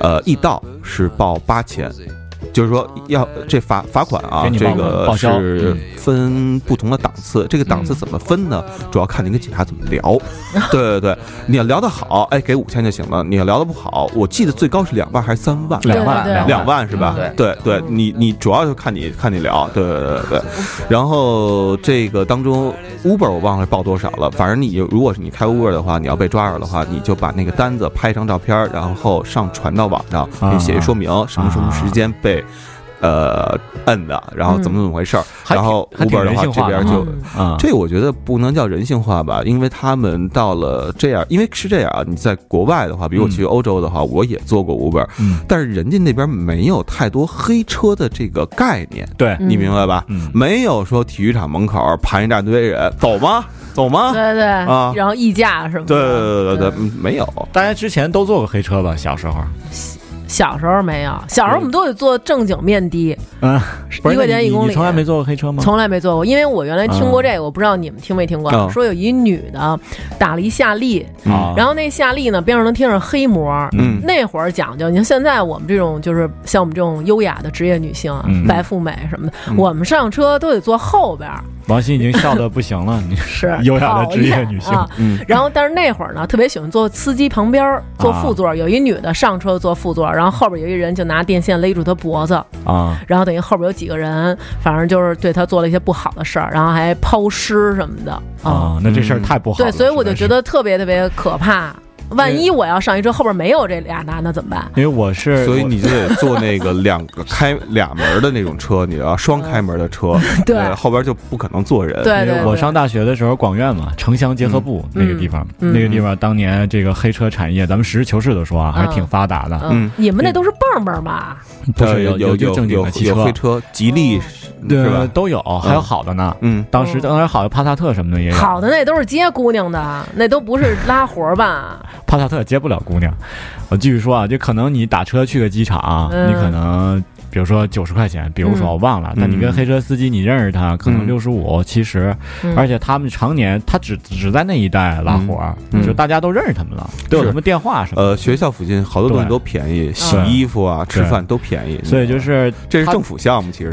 [SPEAKER 3] 呃，易到是报八千。就是说，要这罚罚款啊
[SPEAKER 1] 给，你
[SPEAKER 3] 这
[SPEAKER 1] 报
[SPEAKER 3] 个
[SPEAKER 1] 报销
[SPEAKER 3] 是分不同的档次，这个档次怎么分呢？主要看你跟警察怎么 聊。对对对，你要聊得好，哎，给五千就行了；你要聊得不好，我记得最高是两万还是三万？
[SPEAKER 1] 两
[SPEAKER 2] 对对
[SPEAKER 1] 万
[SPEAKER 2] 对
[SPEAKER 3] 两万是吧？
[SPEAKER 4] 嗯
[SPEAKER 3] 对对，你你主要就看你看你聊，对对对对。然后这个当中，Uber 我忘了报多少了，反正你如果是你开 Uber 的话，你要被抓着的话，你就把那个单子拍一张照片，然后上传到网上，
[SPEAKER 1] 啊
[SPEAKER 3] 你写一说明，什么什么时间被。呃，摁的，然后怎么怎么回事儿，
[SPEAKER 1] 还挺
[SPEAKER 3] 然后
[SPEAKER 1] 还挺
[SPEAKER 3] Uber 的
[SPEAKER 1] 人
[SPEAKER 3] 话
[SPEAKER 1] 性
[SPEAKER 3] 这
[SPEAKER 1] 化的
[SPEAKER 3] 边就
[SPEAKER 2] 嗯
[SPEAKER 1] 啊，
[SPEAKER 3] 这我觉得不能叫人性化吧，因为他们到了这样，因为是这样啊，你在国外的话，比如我去欧洲的话，我也做过 Uber，
[SPEAKER 1] 嗯
[SPEAKER 3] 但是人家那边没有太多黑车的这个概念，
[SPEAKER 1] 对
[SPEAKER 2] 嗯
[SPEAKER 3] 你明白吧？
[SPEAKER 1] 嗯
[SPEAKER 3] 没有说体育场门口盘一大堆人，走吗？走吗？
[SPEAKER 2] 对对，
[SPEAKER 3] 啊
[SPEAKER 2] 然后溢价什么
[SPEAKER 3] 对
[SPEAKER 2] 的，
[SPEAKER 3] 对对对对，没有。
[SPEAKER 1] 大家之前都坐过黑车吧？小时候，
[SPEAKER 2] 小时候没有，小时候我们都得坐正经面的，
[SPEAKER 1] 嗯，不是
[SPEAKER 2] 一块钱
[SPEAKER 1] 你
[SPEAKER 2] 一公里
[SPEAKER 1] 你从来没坐过黑车吗？
[SPEAKER 2] 从来没坐过，因为我原来听过这个，我不知道你们听没听过
[SPEAKER 3] 嗯，
[SPEAKER 2] 说有一女的打了一夏利，
[SPEAKER 1] 啊，
[SPEAKER 2] 然后那夏利呢边上能贴上黑膜。
[SPEAKER 3] 嗯，
[SPEAKER 2] 那会儿讲究，你看现在我们这种就是像我们这种优雅的职业女性啊，
[SPEAKER 1] 嗯
[SPEAKER 2] 白富美什么的，我们上车都得坐后边儿，
[SPEAKER 1] 王鑫已经笑的不行 了，你
[SPEAKER 2] 是
[SPEAKER 1] 优雅的职业女性
[SPEAKER 2] 讨厌啊
[SPEAKER 3] 嗯
[SPEAKER 2] 然后，但是那会儿呢，特别喜欢坐司机旁边儿坐
[SPEAKER 1] 啊
[SPEAKER 2] 副座儿，有一女的上车坐副座儿，然后后边有一人就拿电线勒住她脖子，
[SPEAKER 1] 啊，
[SPEAKER 2] 然后等于后边有几个人，反正就是对她做了一些不好的事儿，然后还抛尸什么的啊。
[SPEAKER 1] 啊，那这事儿太不好了。
[SPEAKER 2] 对，所以我就
[SPEAKER 1] 实在
[SPEAKER 2] 觉
[SPEAKER 1] 是
[SPEAKER 2] 得特别特别可怕。万一我要上一车，后边没有这俩男的怎么 办？
[SPEAKER 1] 因为我是，
[SPEAKER 3] 所以你就得坐那个两个开俩门的那种车，你要双开门的车，
[SPEAKER 2] 对
[SPEAKER 3] 呃后边就不可能坐人。
[SPEAKER 2] 对
[SPEAKER 1] 因
[SPEAKER 2] 对
[SPEAKER 1] 为
[SPEAKER 2] 对，
[SPEAKER 1] 我上大学的时候，广院嘛，城乡结合部那个地方，
[SPEAKER 2] 嗯
[SPEAKER 1] 那个地方当年这个黑车产业，咱们实事求是的说啊，还是挺发达的。
[SPEAKER 2] 嗯
[SPEAKER 3] 嗯，
[SPEAKER 2] 你们那都是蹦蹦吧？
[SPEAKER 1] 不
[SPEAKER 3] 呃
[SPEAKER 1] 是
[SPEAKER 3] 有
[SPEAKER 1] 有
[SPEAKER 3] 有
[SPEAKER 1] 正经
[SPEAKER 3] 有
[SPEAKER 1] 的汽
[SPEAKER 3] 有黑车，吉利是
[SPEAKER 1] 对
[SPEAKER 3] 吧？
[SPEAKER 1] 都有，还有好的呢。
[SPEAKER 3] 嗯，
[SPEAKER 1] 当时
[SPEAKER 2] 哦
[SPEAKER 1] 当然好的帕萨特什么的也有，
[SPEAKER 2] 好的那都是接姑娘的，那都不是拉活儿吧？
[SPEAKER 1] 帕萨特接不了姑娘。我继续说啊，就可能你打车去个机场，
[SPEAKER 2] 嗯
[SPEAKER 1] 你可能比如说九十块钱，比如说
[SPEAKER 2] 嗯
[SPEAKER 1] 我忘了，但你跟黑车司机你认识他，可能
[SPEAKER 3] 嗯
[SPEAKER 1] 六十五、七十，
[SPEAKER 2] 嗯
[SPEAKER 1] 而且他们常年他只只在那一带拉活儿，
[SPEAKER 3] 嗯
[SPEAKER 1] 就大家都认识他们了，都有
[SPEAKER 3] 是
[SPEAKER 1] 什么电话什么的。
[SPEAKER 3] 呃，学校附近好多东西都便宜，洗衣服啊、吃饭都便宜，
[SPEAKER 1] 所以就是
[SPEAKER 3] 这是
[SPEAKER 1] 他
[SPEAKER 3] 政府项目，其实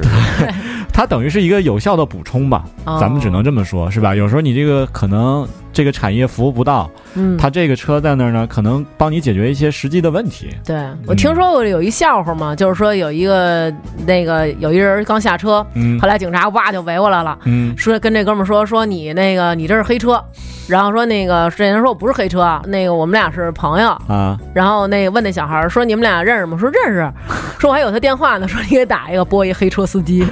[SPEAKER 1] 它等于是一个有效的补充吧，
[SPEAKER 2] 哦
[SPEAKER 1] 咱们只能这么说，是吧？有时候你这个可能这个产业服务不到，
[SPEAKER 2] 嗯，
[SPEAKER 1] 它这个车在那儿呢，可能帮你解决一些实际的问题。
[SPEAKER 2] 对我听说过有一笑话嘛，就是说有一个那个有一人刚下车，
[SPEAKER 1] 嗯
[SPEAKER 2] 后来警察哇就围过来了。
[SPEAKER 1] 嗯，
[SPEAKER 2] 说跟这哥们儿说说你那个你这是黑车，然后说那个这人说我不是黑车，啊那个我们俩是朋友，
[SPEAKER 1] 啊，
[SPEAKER 2] 然后那个问那小孩儿说你们俩认识吗？说认识，说我还有他电话呢，说你给打一个拨一黑车司机，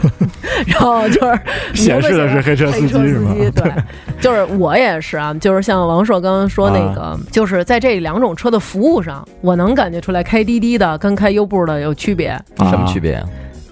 [SPEAKER 2] 然后就是
[SPEAKER 1] 显示的是黑车司机是吗
[SPEAKER 2] 黑车司机对，就是我也是啊，就是像王硕刚刚说那个，
[SPEAKER 1] 啊
[SPEAKER 2] 就是在这两种车的服务上，我能感觉出来开滴滴的跟开优步的有区别。
[SPEAKER 1] 啊
[SPEAKER 4] 什么区？别啊？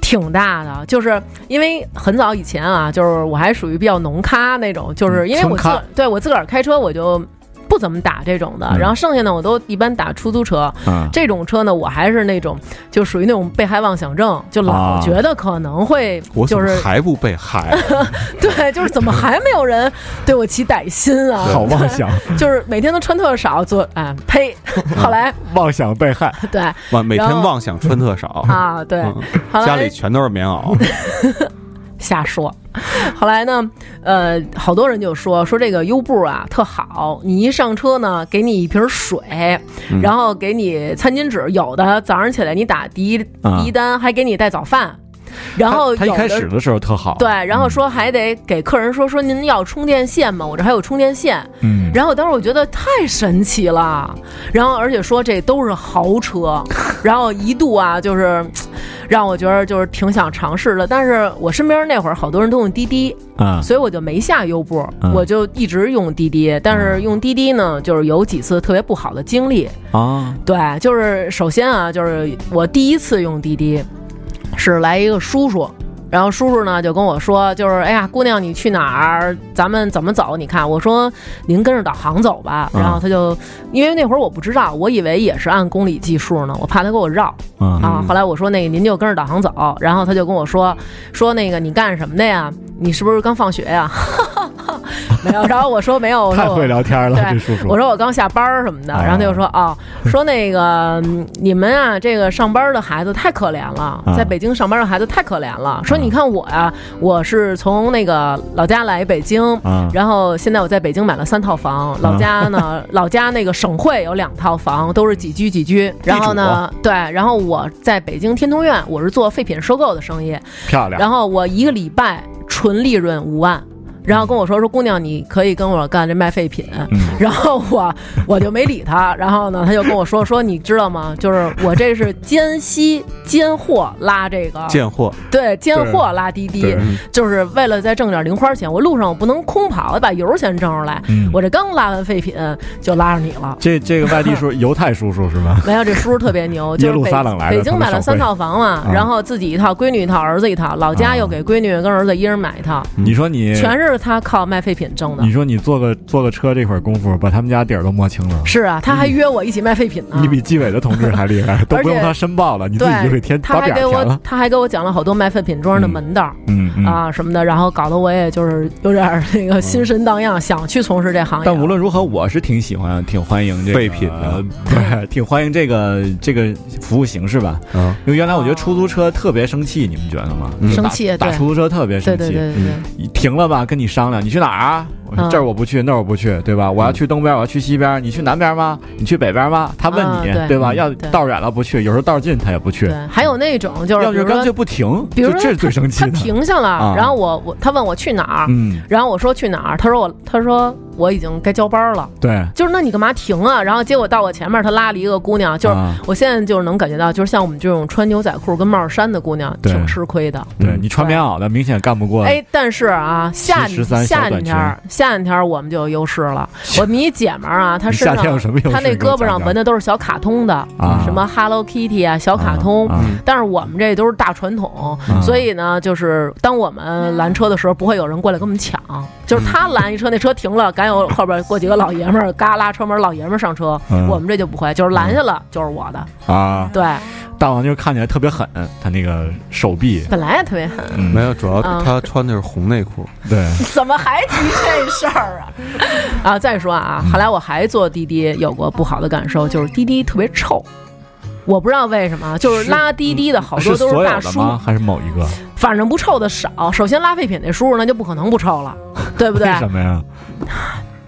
[SPEAKER 2] 挺大的，就是因为很早以前啊，就是我还属于比较农咖那种，就是因为我
[SPEAKER 1] 村
[SPEAKER 2] 自
[SPEAKER 1] 嗯咖
[SPEAKER 2] 个儿对我自个儿开车我就不怎么打这种的，
[SPEAKER 1] 嗯
[SPEAKER 2] 然后剩下呢我都一般打出租车，
[SPEAKER 1] 啊，
[SPEAKER 2] 这种车呢我还是那种就属于那种被害妄想症，就
[SPEAKER 1] 啊
[SPEAKER 2] 老觉得可能会
[SPEAKER 3] 我怎
[SPEAKER 2] 就
[SPEAKER 3] 么
[SPEAKER 2] 是、
[SPEAKER 3] 还不被害？啊
[SPEAKER 2] 对，就是怎么还没有人对我起歹心啊？
[SPEAKER 1] 好 妄想，
[SPEAKER 2] 就是每天都穿特少，做哎呸，
[SPEAKER 1] 嗯
[SPEAKER 2] 后来
[SPEAKER 1] 妄想被害。
[SPEAKER 2] 对
[SPEAKER 3] 哇，每天
[SPEAKER 2] 然后
[SPEAKER 3] 妄想穿特少，
[SPEAKER 2] 啊对，
[SPEAKER 3] 嗯
[SPEAKER 2] 后来
[SPEAKER 3] 家里全都是棉袄，
[SPEAKER 2] 瞎说。后来呢，呃，好多人就说说这个优步啊特好，你一上车呢，给你一瓶水，
[SPEAKER 1] 嗯
[SPEAKER 2] 然后给你餐巾纸，有的早上起来你打第一、
[SPEAKER 1] 啊
[SPEAKER 2] 第一单还给你带早饭， 然后
[SPEAKER 1] 他他一
[SPEAKER 2] 有
[SPEAKER 1] 开
[SPEAKER 2] 的
[SPEAKER 1] 始的时候特好，
[SPEAKER 2] 对，，然后说还得给客人说说您要充电线吗？我这还有充电线。
[SPEAKER 1] 嗯，
[SPEAKER 2] 然后当时我觉得太神奇了，然后而且说这都是豪车，然后一度啊就是让我觉得就是挺想尝试的，但是我身边那会儿好多人都用滴滴，
[SPEAKER 1] 啊，
[SPEAKER 2] 所以我就没下优步，
[SPEAKER 1] 嗯
[SPEAKER 2] 我就一直用滴滴，但是用滴滴呢，就是有几次特别不好的经历，
[SPEAKER 1] 啊，
[SPEAKER 2] 对，就是首先啊，就是我第一次用滴滴，是来一个叔叔，然后叔叔呢就跟我说，就是哎呀，姑娘你去哪儿？咱们怎么走？你看，我说您跟着导航走吧。
[SPEAKER 1] 嗯
[SPEAKER 2] 然后他就，因为那会儿我不知道，我以为也是按公里计数呢，我怕他给我绕
[SPEAKER 1] 啊，
[SPEAKER 2] 啊。后来我说那个您就跟着导航走，然后他就跟我说说那个你干什么的呀？你是不是刚放学呀？ 没有。然后我说没有，我说
[SPEAKER 1] 太
[SPEAKER 2] 我
[SPEAKER 1] 会聊天了，
[SPEAKER 2] 对
[SPEAKER 1] 这叔叔。
[SPEAKER 2] 我说我刚下班儿什么的，
[SPEAKER 1] 啊
[SPEAKER 2] 然后他就说哦，说那个嗯你们啊，这个上班的孩子太可怜了
[SPEAKER 1] 啊，
[SPEAKER 2] 在北京上班的孩子太可怜了。说
[SPEAKER 1] 啊
[SPEAKER 2] 你看我呀、我是从那个老家来北京。
[SPEAKER 1] 啊，
[SPEAKER 2] 然后现在我在北京买了三套房，老家 呢，老家那个省会有两套房，都是几居几居。
[SPEAKER 1] 啊
[SPEAKER 2] 然后呢，对，然后我在北京天通苑，我是做废品收购的生意，
[SPEAKER 1] 漂亮，
[SPEAKER 2] 然后我一个礼拜纯利润五万，然后跟我说说姑娘，你可以跟我干这卖废品。
[SPEAKER 1] 嗯
[SPEAKER 2] 然后我我就没理他，然后呢，他就跟我说说你知道吗？就是我这是奸西奸货拉这个，
[SPEAKER 3] 贱货。
[SPEAKER 2] 对，奸货拉滴滴
[SPEAKER 1] 对，
[SPEAKER 2] 就是为了再挣点零花钱。我路上我不能空跑，我把油钱挣出来。
[SPEAKER 1] 嗯
[SPEAKER 2] 我这刚拉完废品就拉上你了。
[SPEAKER 1] 这这个外 地叔犹太叔叔是吧？
[SPEAKER 2] 没有，这叔叔特别 牛，就
[SPEAKER 1] 耶
[SPEAKER 2] 是
[SPEAKER 1] 路
[SPEAKER 2] 北
[SPEAKER 1] 撒冷来的
[SPEAKER 2] 北京买了三套房嘛
[SPEAKER 1] 啊，
[SPEAKER 2] 然后自己一套，闺女一套，儿子一套，老
[SPEAKER 1] 啊
[SPEAKER 2] 家又给闺女跟儿子一人买一套，
[SPEAKER 1] 你说你
[SPEAKER 2] 全是他靠卖废品挣的
[SPEAKER 1] 你。说你坐个坐个车这会儿功夫，把他们家底儿都摸清了。
[SPEAKER 2] 是啊，他还约我一起卖废品呢。
[SPEAKER 1] 你比纪委的同志还厉害，都不用他申报了，你自己就给
[SPEAKER 2] 对
[SPEAKER 1] 填，把
[SPEAKER 2] 他还
[SPEAKER 1] 表
[SPEAKER 2] 给
[SPEAKER 1] 填
[SPEAKER 2] 我
[SPEAKER 1] 了，。
[SPEAKER 2] 他还给我讲了好多卖废品庄的
[SPEAKER 1] 嗯
[SPEAKER 2] 门道、
[SPEAKER 1] 嗯嗯。
[SPEAKER 2] 啊什么的，然后搞得我也就是有点儿那个心神荡漾，想去从事这行业。
[SPEAKER 1] 但无论如何，我是挺喜欢、挺欢迎这个
[SPEAKER 3] 废品的，
[SPEAKER 1] 对， 挺欢迎这个这个服务形式吧。
[SPEAKER 3] 嗯，
[SPEAKER 1] 因为原来我觉得出租车特别生气，你们觉得吗？
[SPEAKER 3] 嗯
[SPEAKER 1] 就打
[SPEAKER 2] 生气对
[SPEAKER 1] 打出租车特别
[SPEAKER 2] 对
[SPEAKER 1] 生
[SPEAKER 2] 对
[SPEAKER 1] 气。嗯
[SPEAKER 2] 对对对，
[SPEAKER 1] 你停了吧，跟你商量，你去哪儿啊？我说
[SPEAKER 2] 嗯
[SPEAKER 1] 这儿我不去，那儿我不去，对吧？
[SPEAKER 3] 嗯
[SPEAKER 1] 我要去东边，我要去西边，你去南边吗？你去北边吗？他问
[SPEAKER 2] 啊
[SPEAKER 1] 你，
[SPEAKER 2] 对
[SPEAKER 1] 吧？
[SPEAKER 2] 嗯
[SPEAKER 1] 要
[SPEAKER 2] 对
[SPEAKER 1] 道远了不去，有时候道近他也不去
[SPEAKER 2] 对，还有那种就是
[SPEAKER 1] 要
[SPEAKER 2] 比
[SPEAKER 1] 是
[SPEAKER 2] 如
[SPEAKER 1] 干脆
[SPEAKER 2] 说，
[SPEAKER 1] 不停，
[SPEAKER 2] 比如
[SPEAKER 1] 就
[SPEAKER 2] 说
[SPEAKER 1] 这是最生气
[SPEAKER 2] 他
[SPEAKER 1] 的。
[SPEAKER 2] 停下了，
[SPEAKER 1] 啊
[SPEAKER 2] 然后我我他问我去哪儿，
[SPEAKER 1] 嗯
[SPEAKER 2] 然后我说去哪儿，他说我他说我已经该交班了。
[SPEAKER 1] 对，
[SPEAKER 2] 就是那你干嘛停啊？然后结果到我前面，他拉了一个姑娘，就是
[SPEAKER 1] 啊
[SPEAKER 2] 我现在就是能感觉到，就是像我们这种穿牛仔裤跟帽衫的姑娘
[SPEAKER 1] 对
[SPEAKER 2] 挺吃亏的。
[SPEAKER 1] 对你穿棉袄的明显干不
[SPEAKER 2] 嗯
[SPEAKER 1] 过。
[SPEAKER 2] 哎，但是啊，夏
[SPEAKER 1] 七十三小
[SPEAKER 2] 夏
[SPEAKER 1] 短裙
[SPEAKER 2] 天儿夏天儿我们就有优势了。我们一姐们儿啊，她身
[SPEAKER 1] 夏天
[SPEAKER 2] 上
[SPEAKER 1] 有什么优势
[SPEAKER 2] 她那胳膊上纹的都是小卡通的，
[SPEAKER 1] 啊
[SPEAKER 2] 什么 Hello Kitty 啊，小
[SPEAKER 1] 啊
[SPEAKER 2] 卡通。
[SPEAKER 1] 啊
[SPEAKER 2] 但是我们这都是大传统，
[SPEAKER 1] 啊
[SPEAKER 2] 所以呢，就是当我们拦车的时候，不会有人过来跟我们抢。就是
[SPEAKER 1] 嗯
[SPEAKER 2] 他拦一车，那车停了，赶有后边过几个老爷们儿，嘎拉车门，老爷们儿上车。
[SPEAKER 1] 嗯
[SPEAKER 2] 我们这就不会，就是拦下了就是我的。
[SPEAKER 1] 啊！
[SPEAKER 2] 对，
[SPEAKER 1] 大王就是看起来特别狠，他那个手臂，
[SPEAKER 2] 本来也特别狠，
[SPEAKER 1] 嗯
[SPEAKER 3] 没有，主要
[SPEAKER 2] 嗯
[SPEAKER 3] 他穿的是红内裤，
[SPEAKER 1] 对，
[SPEAKER 2] 怎么还提这事儿啊？ 啊，再说啊，后来我还坐滴滴有过不好的感受，就是滴滴特别臭。我不知道为什么，就是拉滴滴的好多
[SPEAKER 1] 嗯是
[SPEAKER 2] 都
[SPEAKER 1] 所
[SPEAKER 2] 大
[SPEAKER 1] 有的
[SPEAKER 2] 叔，
[SPEAKER 1] 吗？还是某一个？
[SPEAKER 2] 反正不臭的少。首先拉废品那叔叔那就不可能不臭了，对不对
[SPEAKER 1] 为？什 么呀？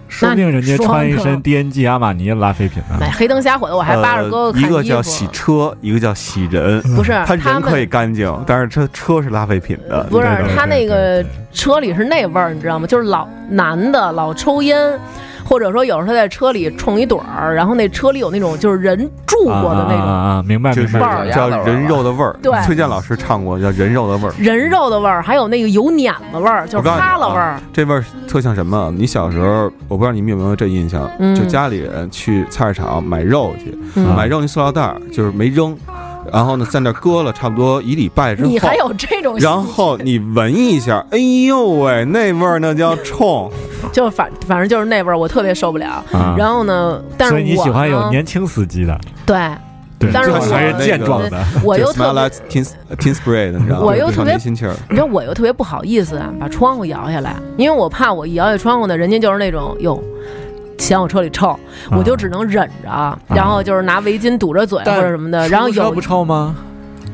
[SPEAKER 1] 说不定人家穿一
[SPEAKER 2] 说呢
[SPEAKER 1] 身 DNG 阿玛尼拉菲品呢
[SPEAKER 2] 哎，。黑灯瞎火的，我还扒着哥哥
[SPEAKER 3] 呃
[SPEAKER 2] 看衣
[SPEAKER 3] 一
[SPEAKER 2] 服。
[SPEAKER 3] 个叫洗车，一个叫洗人。
[SPEAKER 2] 不是
[SPEAKER 3] 他
[SPEAKER 2] 他
[SPEAKER 3] 人可以
[SPEAKER 2] 们
[SPEAKER 3] 干净，但是他车是拉废品的。
[SPEAKER 2] 不是
[SPEAKER 1] 对对对
[SPEAKER 2] 他那
[SPEAKER 1] 对
[SPEAKER 2] 个
[SPEAKER 1] 对
[SPEAKER 2] 车里是那味儿，你知道吗？就是老男的老抽烟，或者说有时候他在车里冲一盹儿，然后那车里有那种就是人住过的那
[SPEAKER 1] 啊啊
[SPEAKER 2] 种
[SPEAKER 1] 啊啊！明白
[SPEAKER 3] 就
[SPEAKER 1] 明
[SPEAKER 3] 是
[SPEAKER 1] 白
[SPEAKER 2] 味。儿
[SPEAKER 3] 叫人肉的味儿。
[SPEAKER 2] 对
[SPEAKER 3] 崔健老师唱过叫人肉的味儿。
[SPEAKER 2] 人肉的味儿，还有那个油碾子味儿，就
[SPEAKER 3] 我
[SPEAKER 2] 是
[SPEAKER 3] 告诉你
[SPEAKER 2] 哈喇味儿
[SPEAKER 3] 啊。，这味儿特像什么？你小时候，我不知道你们有没有这印象，
[SPEAKER 2] 嗯
[SPEAKER 3] 就家里人去菜市场买肉去，
[SPEAKER 2] 嗯
[SPEAKER 3] 买肉那塑料袋儿就是没扔，然后呢在那儿搁了差不多一礼拜之后
[SPEAKER 2] 你，还有这种习惯，
[SPEAKER 3] 然后你闻一下，哎呦喂，那味儿那叫冲，
[SPEAKER 2] 就反反正就是那味儿，我特别受不了。
[SPEAKER 1] 啊
[SPEAKER 2] 然后呢，但是
[SPEAKER 1] 所以你
[SPEAKER 2] 我
[SPEAKER 1] 喜欢有
[SPEAKER 2] 呢
[SPEAKER 1] 年轻司机的，
[SPEAKER 2] 对，
[SPEAKER 1] 对，
[SPEAKER 2] 但是
[SPEAKER 1] 最好
[SPEAKER 2] 我
[SPEAKER 1] 还是健壮的。
[SPEAKER 2] 我
[SPEAKER 3] 就
[SPEAKER 2] 又特
[SPEAKER 3] smell
[SPEAKER 2] 别
[SPEAKER 3] like teen teen spray 的，你知道吗？
[SPEAKER 2] 我又特别
[SPEAKER 3] 新气儿。
[SPEAKER 2] 你知道我又特别不好意思啊，把窗户摇下来，因为我怕我一摇下窗户呢，人家就是那种哟，嫌我车里
[SPEAKER 1] 啊
[SPEAKER 2] 臭，我就只能忍着，然后就是拿围巾堵着嘴或者什么的，然后
[SPEAKER 1] 啊出租车
[SPEAKER 2] 有
[SPEAKER 1] 不臭吗？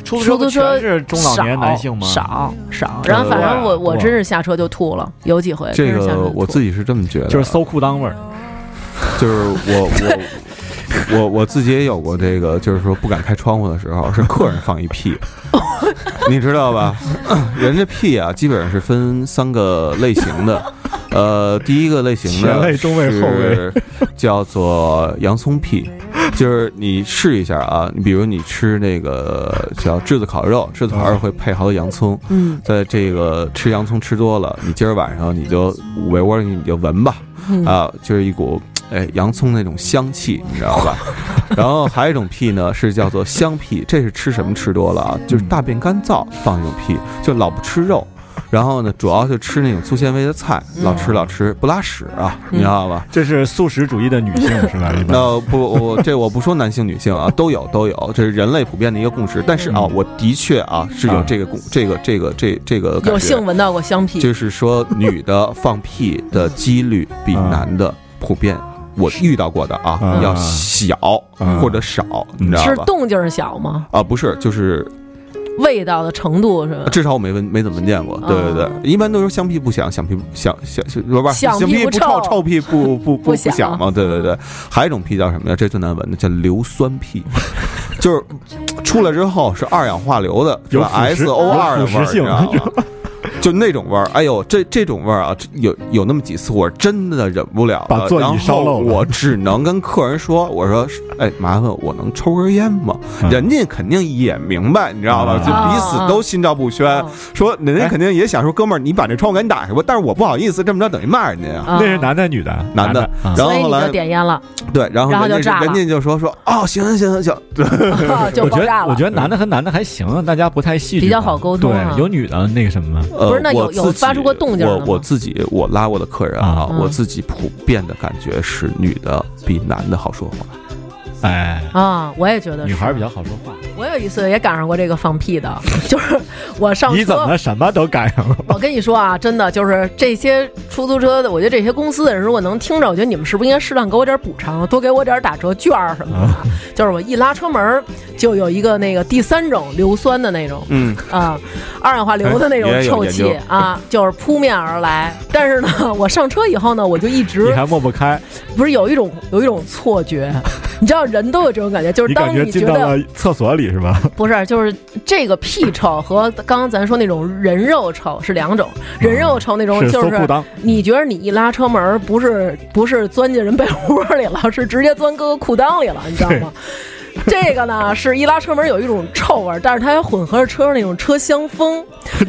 [SPEAKER 1] 出
[SPEAKER 2] 出租
[SPEAKER 1] 不
[SPEAKER 2] 车
[SPEAKER 1] 全是中老年男性吗？
[SPEAKER 2] 少少，然后反
[SPEAKER 1] 对啊
[SPEAKER 2] 正我我
[SPEAKER 1] 对
[SPEAKER 2] 真是下车就吐了，有几回
[SPEAKER 3] 这
[SPEAKER 2] 真是下车
[SPEAKER 3] 个
[SPEAKER 2] 就
[SPEAKER 3] 我
[SPEAKER 2] 吐
[SPEAKER 3] 自己是这么觉得，
[SPEAKER 1] 就是馊裤裆味儿。
[SPEAKER 3] 就是我我我我自己也有过这个，就是说不敢开窗户的时候，是客人放一屁，你知道吧？ 人这屁啊，基本上是分三个类型的。呃，第一个类型
[SPEAKER 1] 前
[SPEAKER 3] 呢
[SPEAKER 1] 卫中卫后卫
[SPEAKER 3] 是叫做洋葱屁，就是你试一下啊，你比如你吃那个叫炙子烤肉，炙子烤肉会配好多洋葱，
[SPEAKER 2] 嗯
[SPEAKER 3] 在这个吃洋葱吃多了，你今儿晚上你就捂被窝里你就闻吧，
[SPEAKER 2] 嗯
[SPEAKER 3] 啊，就是一股哎洋葱那种香气，你知道吧？ 然后还有一种屁呢，是叫做香屁，这是吃什么吃多了啊？就是
[SPEAKER 2] 嗯
[SPEAKER 3] 大便干燥放一种屁，就老不吃肉。然后呢，主要就吃那种粗纤维的菜，老吃
[SPEAKER 2] 嗯
[SPEAKER 3] 老吃不拉屎啊，你知道吧？
[SPEAKER 1] 这是素食主义的女 性是吧？一般
[SPEAKER 3] 那不，我这我不说男性女性啊，都有都有，这是人类普遍的一个共识。但是啊，
[SPEAKER 1] 嗯
[SPEAKER 3] 我的确啊是有
[SPEAKER 1] 啊
[SPEAKER 3] 这个共这个这个这这个
[SPEAKER 2] 嗯
[SPEAKER 3] 感
[SPEAKER 2] 有
[SPEAKER 3] 觉
[SPEAKER 2] 幸，闻到过香屁，
[SPEAKER 3] 就是说女的放屁的几率比
[SPEAKER 1] 啊
[SPEAKER 3] 男的普遍。我遇到过的啊，
[SPEAKER 1] 啊
[SPEAKER 3] 要小
[SPEAKER 1] 啊
[SPEAKER 3] 或者少，你知
[SPEAKER 2] 是
[SPEAKER 3] 道吧？
[SPEAKER 2] 动静小吗？
[SPEAKER 3] 啊，不是，就是
[SPEAKER 2] 味道的程度是吧？
[SPEAKER 3] 至少我没闻，没怎么闻见过。
[SPEAKER 2] 啊
[SPEAKER 3] 对对对，一般都说香屁不响，响屁响响响，不是不是
[SPEAKER 2] 响屁
[SPEAKER 3] 嗯响屁
[SPEAKER 2] 不
[SPEAKER 3] 不
[SPEAKER 2] 臭
[SPEAKER 3] 臭，臭屁 不
[SPEAKER 2] 不
[SPEAKER 3] 不不
[SPEAKER 2] 响
[SPEAKER 3] 响嗯嘛。对对对，还有一种屁叫什么呀？这最难闻的叫硫酸屁， 就是出来之后是二氧化硫的，是吧
[SPEAKER 1] 有腐蚀
[SPEAKER 3] ？SO 二的
[SPEAKER 1] 有
[SPEAKER 3] 味
[SPEAKER 1] 腐蚀
[SPEAKER 3] 儿，你知
[SPEAKER 1] 性
[SPEAKER 3] 道吗？就那种味儿，哎呦，这这种味儿啊，这有有那么几次我真的忍不了了，
[SPEAKER 1] 把座椅
[SPEAKER 3] 然后
[SPEAKER 1] 烧漏了
[SPEAKER 3] 我只能跟客人说，我说，哎，麻烦我能抽根烟吗？
[SPEAKER 1] 嗯
[SPEAKER 3] 人家肯定也明白，你知道吧？
[SPEAKER 1] 啊
[SPEAKER 3] 就彼此都心照不宣，
[SPEAKER 1] 呃
[SPEAKER 2] 啊
[SPEAKER 3] 说人家肯定也想说，哥们儿，你把这窗户赶紧打开吧。但是我不好意思这么着，等于骂人家呀。
[SPEAKER 2] 啊
[SPEAKER 1] 那是男的女的？
[SPEAKER 3] 男的
[SPEAKER 1] 的。啊
[SPEAKER 3] 然后
[SPEAKER 2] 所以你
[SPEAKER 3] 后来
[SPEAKER 2] 就点烟了，
[SPEAKER 3] 对，然后
[SPEAKER 2] 然后就
[SPEAKER 3] 人
[SPEAKER 2] 炸
[SPEAKER 3] 家
[SPEAKER 2] 了
[SPEAKER 3] 人家就说说哦，行行行行，对，
[SPEAKER 2] 就
[SPEAKER 1] 我觉
[SPEAKER 2] 爆炸了。
[SPEAKER 1] 得我觉得男的和男的还行，大家不太戏剧化，
[SPEAKER 2] 比较好沟通啊
[SPEAKER 1] 对，有女的那个什么，
[SPEAKER 3] 呃
[SPEAKER 2] 不是那有
[SPEAKER 3] 我自己
[SPEAKER 2] 有发出过动静儿
[SPEAKER 3] 我
[SPEAKER 2] 的吗
[SPEAKER 3] 我自己我拉我的客人啊
[SPEAKER 1] 啊，
[SPEAKER 2] 嗯
[SPEAKER 3] 我自己普遍的感觉是女的比男的好说话。
[SPEAKER 1] 哎，
[SPEAKER 2] 啊，我也觉得
[SPEAKER 1] 女
[SPEAKER 2] 是
[SPEAKER 1] 孩比较好说话。
[SPEAKER 2] 我有一次也赶上过这个放屁的， 就是我上车，
[SPEAKER 1] 你怎么什么都赶上了？
[SPEAKER 2] 我跟你说啊，真的就是这些出租车的，我觉得这些公司的人如果能听着，我觉得你们是不是应该适当给我点补偿，多给我点打折券儿什么的。就是我一拉车门儿，就有一个那个第三种硫酸的那种
[SPEAKER 3] 嗯，
[SPEAKER 2] 啊、二氧化硫的那种
[SPEAKER 3] 哎也有
[SPEAKER 2] 臭气
[SPEAKER 3] 研究
[SPEAKER 2] 啊，就是扑面而来。但是呢，我上车以后呢，我就一直
[SPEAKER 1] 你还抹不开，
[SPEAKER 2] 不是有一种有一种错觉，你知道人都有这种感觉，就是
[SPEAKER 1] 你感
[SPEAKER 2] 当
[SPEAKER 1] 觉
[SPEAKER 2] 你
[SPEAKER 1] 进
[SPEAKER 2] 觉
[SPEAKER 1] 到
[SPEAKER 2] 得
[SPEAKER 1] 了厕所里是吧？
[SPEAKER 2] 不是，就是这个屁臭和刚刚咱说那种人肉臭是两种。人肉臭那种
[SPEAKER 1] 是
[SPEAKER 2] 就
[SPEAKER 1] 搜裤
[SPEAKER 2] 是
[SPEAKER 1] 裆，
[SPEAKER 2] 你觉得你一拉车门儿，不是不是钻进人被窝里了，是直接钻哥哥裤裆里了，你知道吗？这个呢，是一拉车门有一种臭味儿，但是它还混合着车上那种车厢风，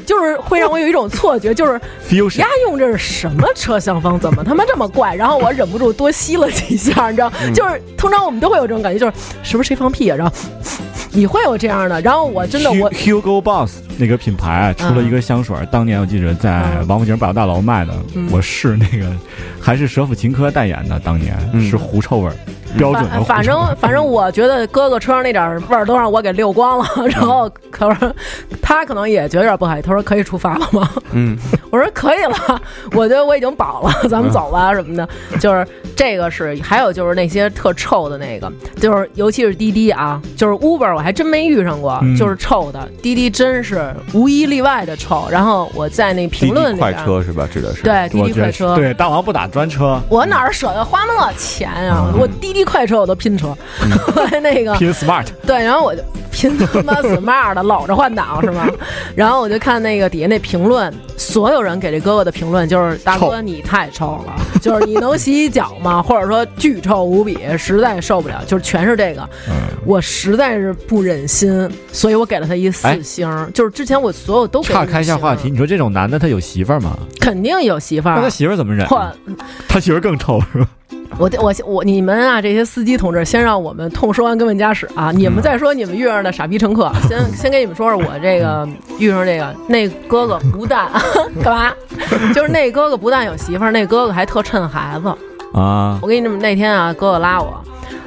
[SPEAKER 2] 就是会让我有一种错觉，就是
[SPEAKER 1] fusion
[SPEAKER 2] 呀，用这是什么车厢风？怎么他妈这么怪？然后我忍不住多吸了几下，你知道，就是通常我们都会有这种感觉，就是是不是谁放屁啊？然后 你会有这样的，然后我真的我
[SPEAKER 1] Hu- Hugo Boss 那个品牌出了一个香水儿，当年我记着在
[SPEAKER 2] 嗯
[SPEAKER 1] 王府井百货大楼卖的，
[SPEAKER 2] 嗯
[SPEAKER 1] 我试那个还是舍甫琴科代言的，当年、
[SPEAKER 3] 嗯
[SPEAKER 1] 是狐臭味儿，标准的狐臭味
[SPEAKER 2] 反反
[SPEAKER 1] 儿
[SPEAKER 2] 正反正我觉得哥哥车上那点儿味儿都让我给溜光了，
[SPEAKER 1] 嗯
[SPEAKER 2] 然后可是他可能也觉得有点不好意思，他说可以出发了吗？
[SPEAKER 3] 嗯，
[SPEAKER 2] 我说可以了，我觉得我已经饱了，
[SPEAKER 1] 嗯
[SPEAKER 2] 咱们走吧什么的。就是这个是，还有就是那些特臭的那个，就是尤其是滴滴啊，就是 Uber 我还真没遇上过，
[SPEAKER 1] 嗯
[SPEAKER 2] 就是臭的滴滴真是无一例外的臭。然后我在那
[SPEAKER 3] 滴
[SPEAKER 2] 评论
[SPEAKER 3] 滴
[SPEAKER 2] 里边
[SPEAKER 3] 快
[SPEAKER 2] 儿，
[SPEAKER 3] 车是吧？指的是，
[SPEAKER 2] 对滴
[SPEAKER 1] 我
[SPEAKER 2] 滴
[SPEAKER 1] 觉得
[SPEAKER 2] 快
[SPEAKER 1] 是
[SPEAKER 2] 车，
[SPEAKER 1] 对大王不打专车，
[SPEAKER 2] 我哪儿舍得花那么多钱啊？
[SPEAKER 1] 嗯
[SPEAKER 2] 我滴滴快车我都拼车， 那个
[SPEAKER 1] 拼 smart，
[SPEAKER 2] 对，然后我就拼他妈 smart 的，搂着换挡是吗？然后我就看那个底下那评论，所有人给这哥哥的评论就是：大哥
[SPEAKER 1] 臭
[SPEAKER 2] 你太臭了，就是你能洗洗脚吗？或者说巨臭无比，实在受不了，就是全是这个，我实在是不忍心，所以我给了他一
[SPEAKER 1] 哎
[SPEAKER 2] 四星儿。就是之前我所有都给
[SPEAKER 1] 岔
[SPEAKER 2] 了
[SPEAKER 1] 开一下
[SPEAKER 2] 星
[SPEAKER 1] 话
[SPEAKER 2] 儿
[SPEAKER 1] 题，，你说这种男的他有媳妇儿吗？
[SPEAKER 2] 肯定有媳妇
[SPEAKER 1] 那他
[SPEAKER 2] 儿。
[SPEAKER 1] 媳妇儿怎么忍？
[SPEAKER 2] 嚯，
[SPEAKER 1] 他媳妇儿更臭是吧？
[SPEAKER 2] 我我我你们啊，这些司机同志，先让我们痛说完根本家史啊！
[SPEAKER 1] 嗯
[SPEAKER 2] 你们再说你们遇上的傻逼乘客，先先给你们说说我这
[SPEAKER 1] 嗯
[SPEAKER 2] 个遇上这个那哥哥不但 干嘛，就是那哥哥不但有媳妇儿，那哥哥还特趁孩子。
[SPEAKER 1] 啊，
[SPEAKER 2] 我跟你们那天啊，哥哥拉我，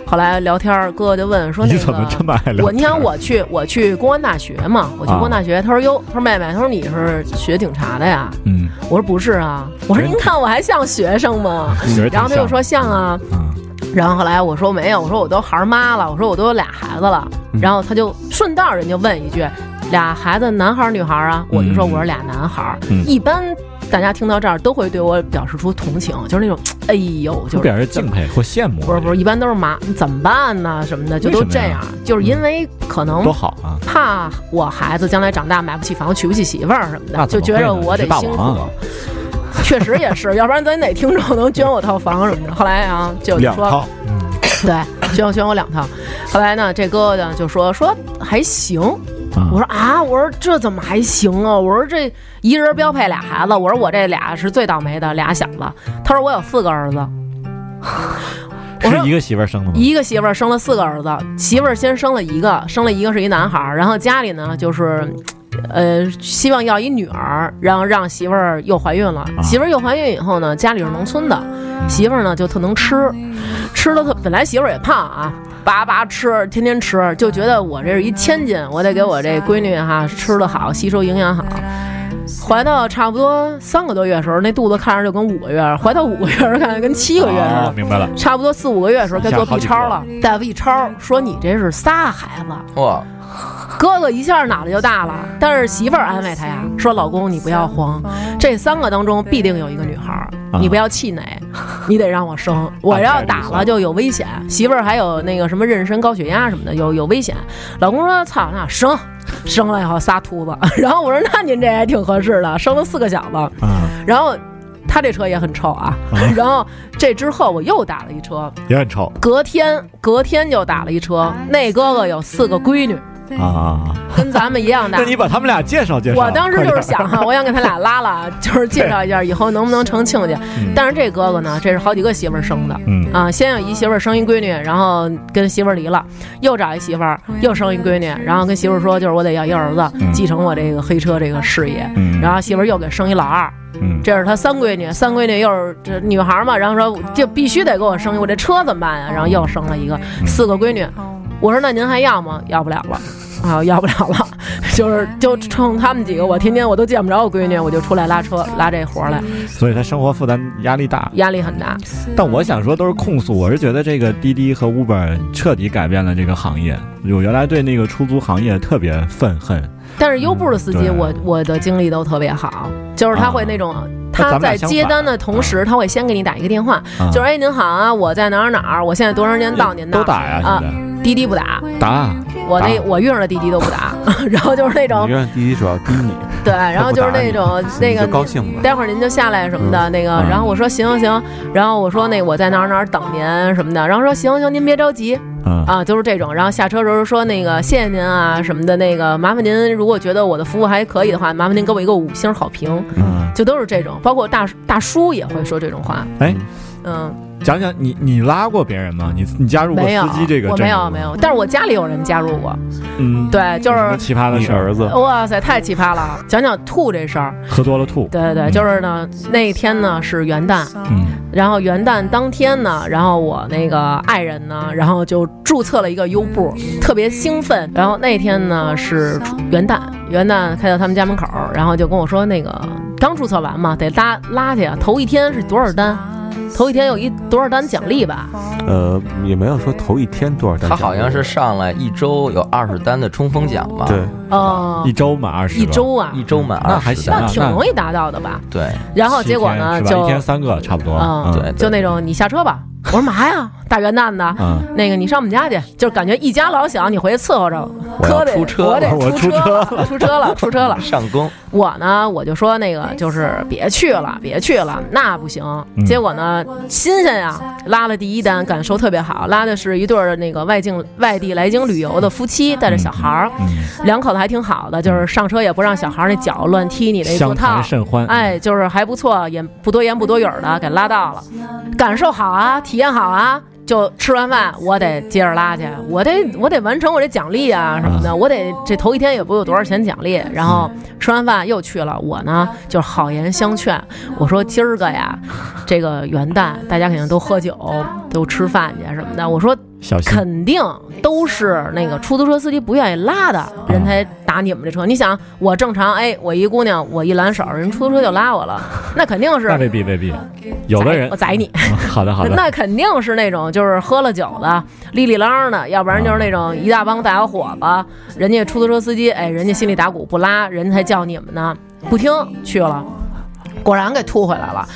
[SPEAKER 2] 后来聊天儿，哥哥就问说那
[SPEAKER 1] 你
[SPEAKER 2] 个
[SPEAKER 1] 怎么这么爱聊？啊
[SPEAKER 2] 我你想，我去我去公安大学嘛，我去公安大学，他说哟，他说妹妹，他说你是学警察的呀？
[SPEAKER 1] 嗯，
[SPEAKER 2] 我说不是啊，我说您看我还像学生吗？
[SPEAKER 1] 觉得挺
[SPEAKER 2] 然后他就
[SPEAKER 1] 像
[SPEAKER 2] 说像啊，
[SPEAKER 1] 嗯
[SPEAKER 2] 然后后来我说没有，我说我都孩儿妈了，我说我都有俩孩子了。
[SPEAKER 1] 嗯
[SPEAKER 2] 然后他就顺道人家问一句，俩孩子男孩儿女孩儿啊？我就说
[SPEAKER 1] 嗯
[SPEAKER 2] 我是俩男孩儿。
[SPEAKER 1] 嗯
[SPEAKER 2] 一般大家听到这儿都会对我表示出同情，就是那种哎呦，
[SPEAKER 1] 就
[SPEAKER 2] 就
[SPEAKER 1] 表示
[SPEAKER 2] 是
[SPEAKER 1] 敬佩或羡慕，
[SPEAKER 2] 不是不是，一般都是妈你怎么办呢什么的，就
[SPEAKER 1] 为什
[SPEAKER 2] 都
[SPEAKER 1] 么
[SPEAKER 2] 这
[SPEAKER 1] 呀
[SPEAKER 2] 样，就是因为可能
[SPEAKER 1] 多好啊！
[SPEAKER 2] 怕我孩子将来长大买不起房、娶不起媳妇儿什么
[SPEAKER 1] 那
[SPEAKER 2] 的，
[SPEAKER 1] 怎
[SPEAKER 2] 就
[SPEAKER 1] 么
[SPEAKER 2] 觉
[SPEAKER 1] 会
[SPEAKER 2] 着
[SPEAKER 1] 呢
[SPEAKER 2] 我
[SPEAKER 1] 你
[SPEAKER 2] 得
[SPEAKER 1] 是大
[SPEAKER 2] 辛苦
[SPEAKER 1] 王啊。
[SPEAKER 2] 确实也是，要不然咱哪听众能捐我套房什么的？后来啊，就
[SPEAKER 3] 两
[SPEAKER 2] 说
[SPEAKER 3] 套，
[SPEAKER 2] 对，选我选我两套。后来呢，这哥哥呢就说说还行。
[SPEAKER 1] 啊
[SPEAKER 2] 我说啊，我说这怎么还行啊？我说这一人标配俩孩子，我说我这俩是最倒霉的俩小子。他说我有四个儿子，我说
[SPEAKER 1] 是一个媳妇儿生的吗？
[SPEAKER 2] 一个媳妇儿生了四个儿子，媳妇儿先生了一个，生了一个是一男孩儿，然后家里呢就是。呃，希望要一女儿，然后让媳妇儿又怀孕了。媳妇儿又怀孕以后呢，家里是农村的，媳妇儿呢就特能吃，吃的特本来媳妇儿也胖啊，叭叭吃，天天吃，就觉得我这是一千斤，我得给我这闺女哈吃的好，吸收营养好。怀到差不多三个多月的时候，那肚子看着就跟五个月似的；怀到五个月的时候，看着跟七个月似的。
[SPEAKER 1] 哦明白了，
[SPEAKER 2] 差不多四五个月的时候该做 B 超
[SPEAKER 1] 吓
[SPEAKER 2] 了，大夫一超说你这是仨孩子，
[SPEAKER 4] 哇，
[SPEAKER 2] 哥哥一下脑袋就大了。但是媳妇儿安慰他呀，说老公你不要慌，这三个当中必定有一个女孩儿，你不要气馁，你得让我生，我要打了就有危险。媳妇儿还有那个什么妊娠高血压什么的，有有危险。老公说操，那生。生了以后仨秃子， 然后我说那您这也挺合适的，生了四个小子，
[SPEAKER 1] 嗯，
[SPEAKER 2] 然后他这车也很臭啊，然后这之后我又打了一车，
[SPEAKER 1] 也很臭
[SPEAKER 2] 隔天隔天就打了一车，那哥哥有四个闺女，
[SPEAKER 1] 啊啊！啊
[SPEAKER 2] 跟咱们一样大
[SPEAKER 1] 那。你把他们俩介绍介绍。
[SPEAKER 2] 我当时就是想
[SPEAKER 1] 快点
[SPEAKER 2] 哈，
[SPEAKER 1] 儿，
[SPEAKER 2] 我想给他俩拉拉，就是介绍一下以后能不能成亲家。但是这哥哥呢，这是好几个媳妇儿生的。
[SPEAKER 1] 嗯
[SPEAKER 2] 啊，先有一媳妇儿生一闺女，然后跟媳妇儿离了，又找一媳妇儿，又生一闺女，然后跟媳妇儿说，就是我得要一儿子，继承我这个黑车这个事业。
[SPEAKER 1] 嗯
[SPEAKER 2] 然后媳妇儿又给生一老二，
[SPEAKER 1] 嗯
[SPEAKER 2] 这是他三闺女，三闺女又是这女孩嘛，然后说就必须得给我生一，我这车怎么办呀？然后又生了一个，
[SPEAKER 1] 嗯
[SPEAKER 2] 四个闺女。我说那您还要吗？要不了了。啊，要不了了， 就是就冲他们几个，我天天我都见不着我闺女，我就出来拉车拉这活儿来，
[SPEAKER 1] 所以他生活负担压力大。
[SPEAKER 2] 压力很大。
[SPEAKER 1] 但我想说都是控诉，我是觉得这个滴滴和 Uber 彻底改变了这个行业。我原来对那个出租行业特别愤恨，
[SPEAKER 2] 但是优步的司机，
[SPEAKER 1] 嗯对啊
[SPEAKER 2] 我我的经历都特别好，就是他会那种，
[SPEAKER 1] 咱
[SPEAKER 2] 他
[SPEAKER 1] 们俩
[SPEAKER 2] 在
[SPEAKER 1] 相
[SPEAKER 2] 接
[SPEAKER 1] 反
[SPEAKER 2] 单的同时，他会先给你打一个电话，
[SPEAKER 1] 啊
[SPEAKER 2] 就是哎，您好啊，我在哪儿哪儿哪儿，我现在多长时间到您那
[SPEAKER 1] 都
[SPEAKER 2] 儿？
[SPEAKER 1] 打呀，
[SPEAKER 2] 啊
[SPEAKER 1] 现在
[SPEAKER 2] 滴滴不打，
[SPEAKER 1] 打
[SPEAKER 2] 我那
[SPEAKER 1] 打
[SPEAKER 2] 我遇上的滴滴都不 打，然后就是那种
[SPEAKER 3] 你让滴滴主要滴你，
[SPEAKER 2] 对，然后就是那种那
[SPEAKER 3] 你
[SPEAKER 2] 个
[SPEAKER 3] 就高兴呗。
[SPEAKER 2] 待会儿您就下来什么的，那个，
[SPEAKER 1] 嗯
[SPEAKER 2] 然后我说行行行，然后我说那我在哪儿哪儿等您什么的，然后说行行，您别着急
[SPEAKER 1] 嗯
[SPEAKER 2] 啊，就是这种，然后下车时候说那个谢谢您啊什么的，那个麻烦您如果觉得我的服务还可以的话，麻烦您给我一个五星好评，
[SPEAKER 1] 嗯，
[SPEAKER 2] 就都是这种，包括大大叔也会说这种话，
[SPEAKER 1] 哎，
[SPEAKER 2] 嗯，
[SPEAKER 1] 讲讲你你拉过别人吗？你你加入过
[SPEAKER 2] 没有
[SPEAKER 1] 司机这个？
[SPEAKER 2] 我没有没，有，但是我家里有人加入过，
[SPEAKER 1] 嗯，
[SPEAKER 2] 对，就
[SPEAKER 1] 有什么
[SPEAKER 2] 是。
[SPEAKER 1] 奇葩的
[SPEAKER 3] 你
[SPEAKER 1] 事儿
[SPEAKER 3] 儿子
[SPEAKER 2] 哇塞，太奇葩了！讲讲吐这事儿，
[SPEAKER 1] 喝多了吐，
[SPEAKER 2] 对对对，就是呢，那天呢是元旦，
[SPEAKER 1] 嗯
[SPEAKER 2] 然后元旦当天呢，然后我那个爱人呢，然后就注册了一个优步，特别兴奋。然后那天呢是初元旦，元旦开到他们家门口，然后就跟我说那个刚注册完嘛，得拉拉去啊。头一天是多少单？头一天有一多少单奖励吧？
[SPEAKER 3] 呃，也没有说头一天多少单。
[SPEAKER 4] 他好像是上来一周有二十单的冲锋奖吧？
[SPEAKER 3] 对，
[SPEAKER 2] 哦、
[SPEAKER 1] 一周嘛二十，
[SPEAKER 2] 一周啊，
[SPEAKER 4] 一周满
[SPEAKER 1] 那
[SPEAKER 4] 二
[SPEAKER 1] 还
[SPEAKER 4] 十
[SPEAKER 1] 行
[SPEAKER 4] 单
[SPEAKER 2] 那
[SPEAKER 1] 啊。
[SPEAKER 2] 挺容易达到的吧？
[SPEAKER 4] 对，
[SPEAKER 2] 然后结果呢
[SPEAKER 1] 七天是吧
[SPEAKER 2] 就
[SPEAKER 1] 一天啊三个差不多，
[SPEAKER 2] 嗯
[SPEAKER 4] 对
[SPEAKER 2] 就那种你下车吧，我说嘛呀，大元旦的。
[SPEAKER 1] 嗯，
[SPEAKER 2] 那个你上我们家去，就是感觉一家老小，你回去伺候着，
[SPEAKER 4] 我要
[SPEAKER 2] 磕得
[SPEAKER 4] 出车
[SPEAKER 2] 我得
[SPEAKER 4] 了
[SPEAKER 1] 我
[SPEAKER 2] 出
[SPEAKER 1] 出
[SPEAKER 2] 车了，出车了，出 车了。
[SPEAKER 4] 上工
[SPEAKER 2] 我呢，我就说那个就是别去了，别去了，那不行。
[SPEAKER 1] 嗯
[SPEAKER 2] 结果呢，新鲜呀，拉了第一单，感受特别好，拉的是一对儿那个外境外地来京旅游的夫妻，带着小孩儿，
[SPEAKER 1] 嗯
[SPEAKER 2] 两口子还挺好的，就是上车也不让小孩儿那脚乱踢你那座
[SPEAKER 1] 相
[SPEAKER 2] 套
[SPEAKER 1] 谈。甚欢，
[SPEAKER 2] 哎，就是还不错，也不多言不多语儿的给拉到了，感受好啊，体验好啊，就吃完饭我得接着拉去，我得我得完成我这奖励啊什么的，我得这头一天也不有多少钱奖励，然后吃完饭又去了，我呢就是好言相劝，我说今儿个呀，这个元旦大家肯定都喝酒都吃饭去什么的，我说
[SPEAKER 1] 小心，
[SPEAKER 2] 肯定都是那个出租车司机不愿意拉的人才打你们这车。你想，我正常，哎，我一姑娘，我一拦手，人出租车就拉我 了，那肯定是哎
[SPEAKER 1] 那未必未必，有的人
[SPEAKER 2] 我 宰你，
[SPEAKER 1] 嗯好的好的，
[SPEAKER 2] 那肯定是那种就是喝了酒的，哩哩啷啷的，要不然就是那种一大帮大小伙子，人家出租车司机，哎，人家心里打鼓不拉，人才叫你们呢，不听去了，果然给吐回来了。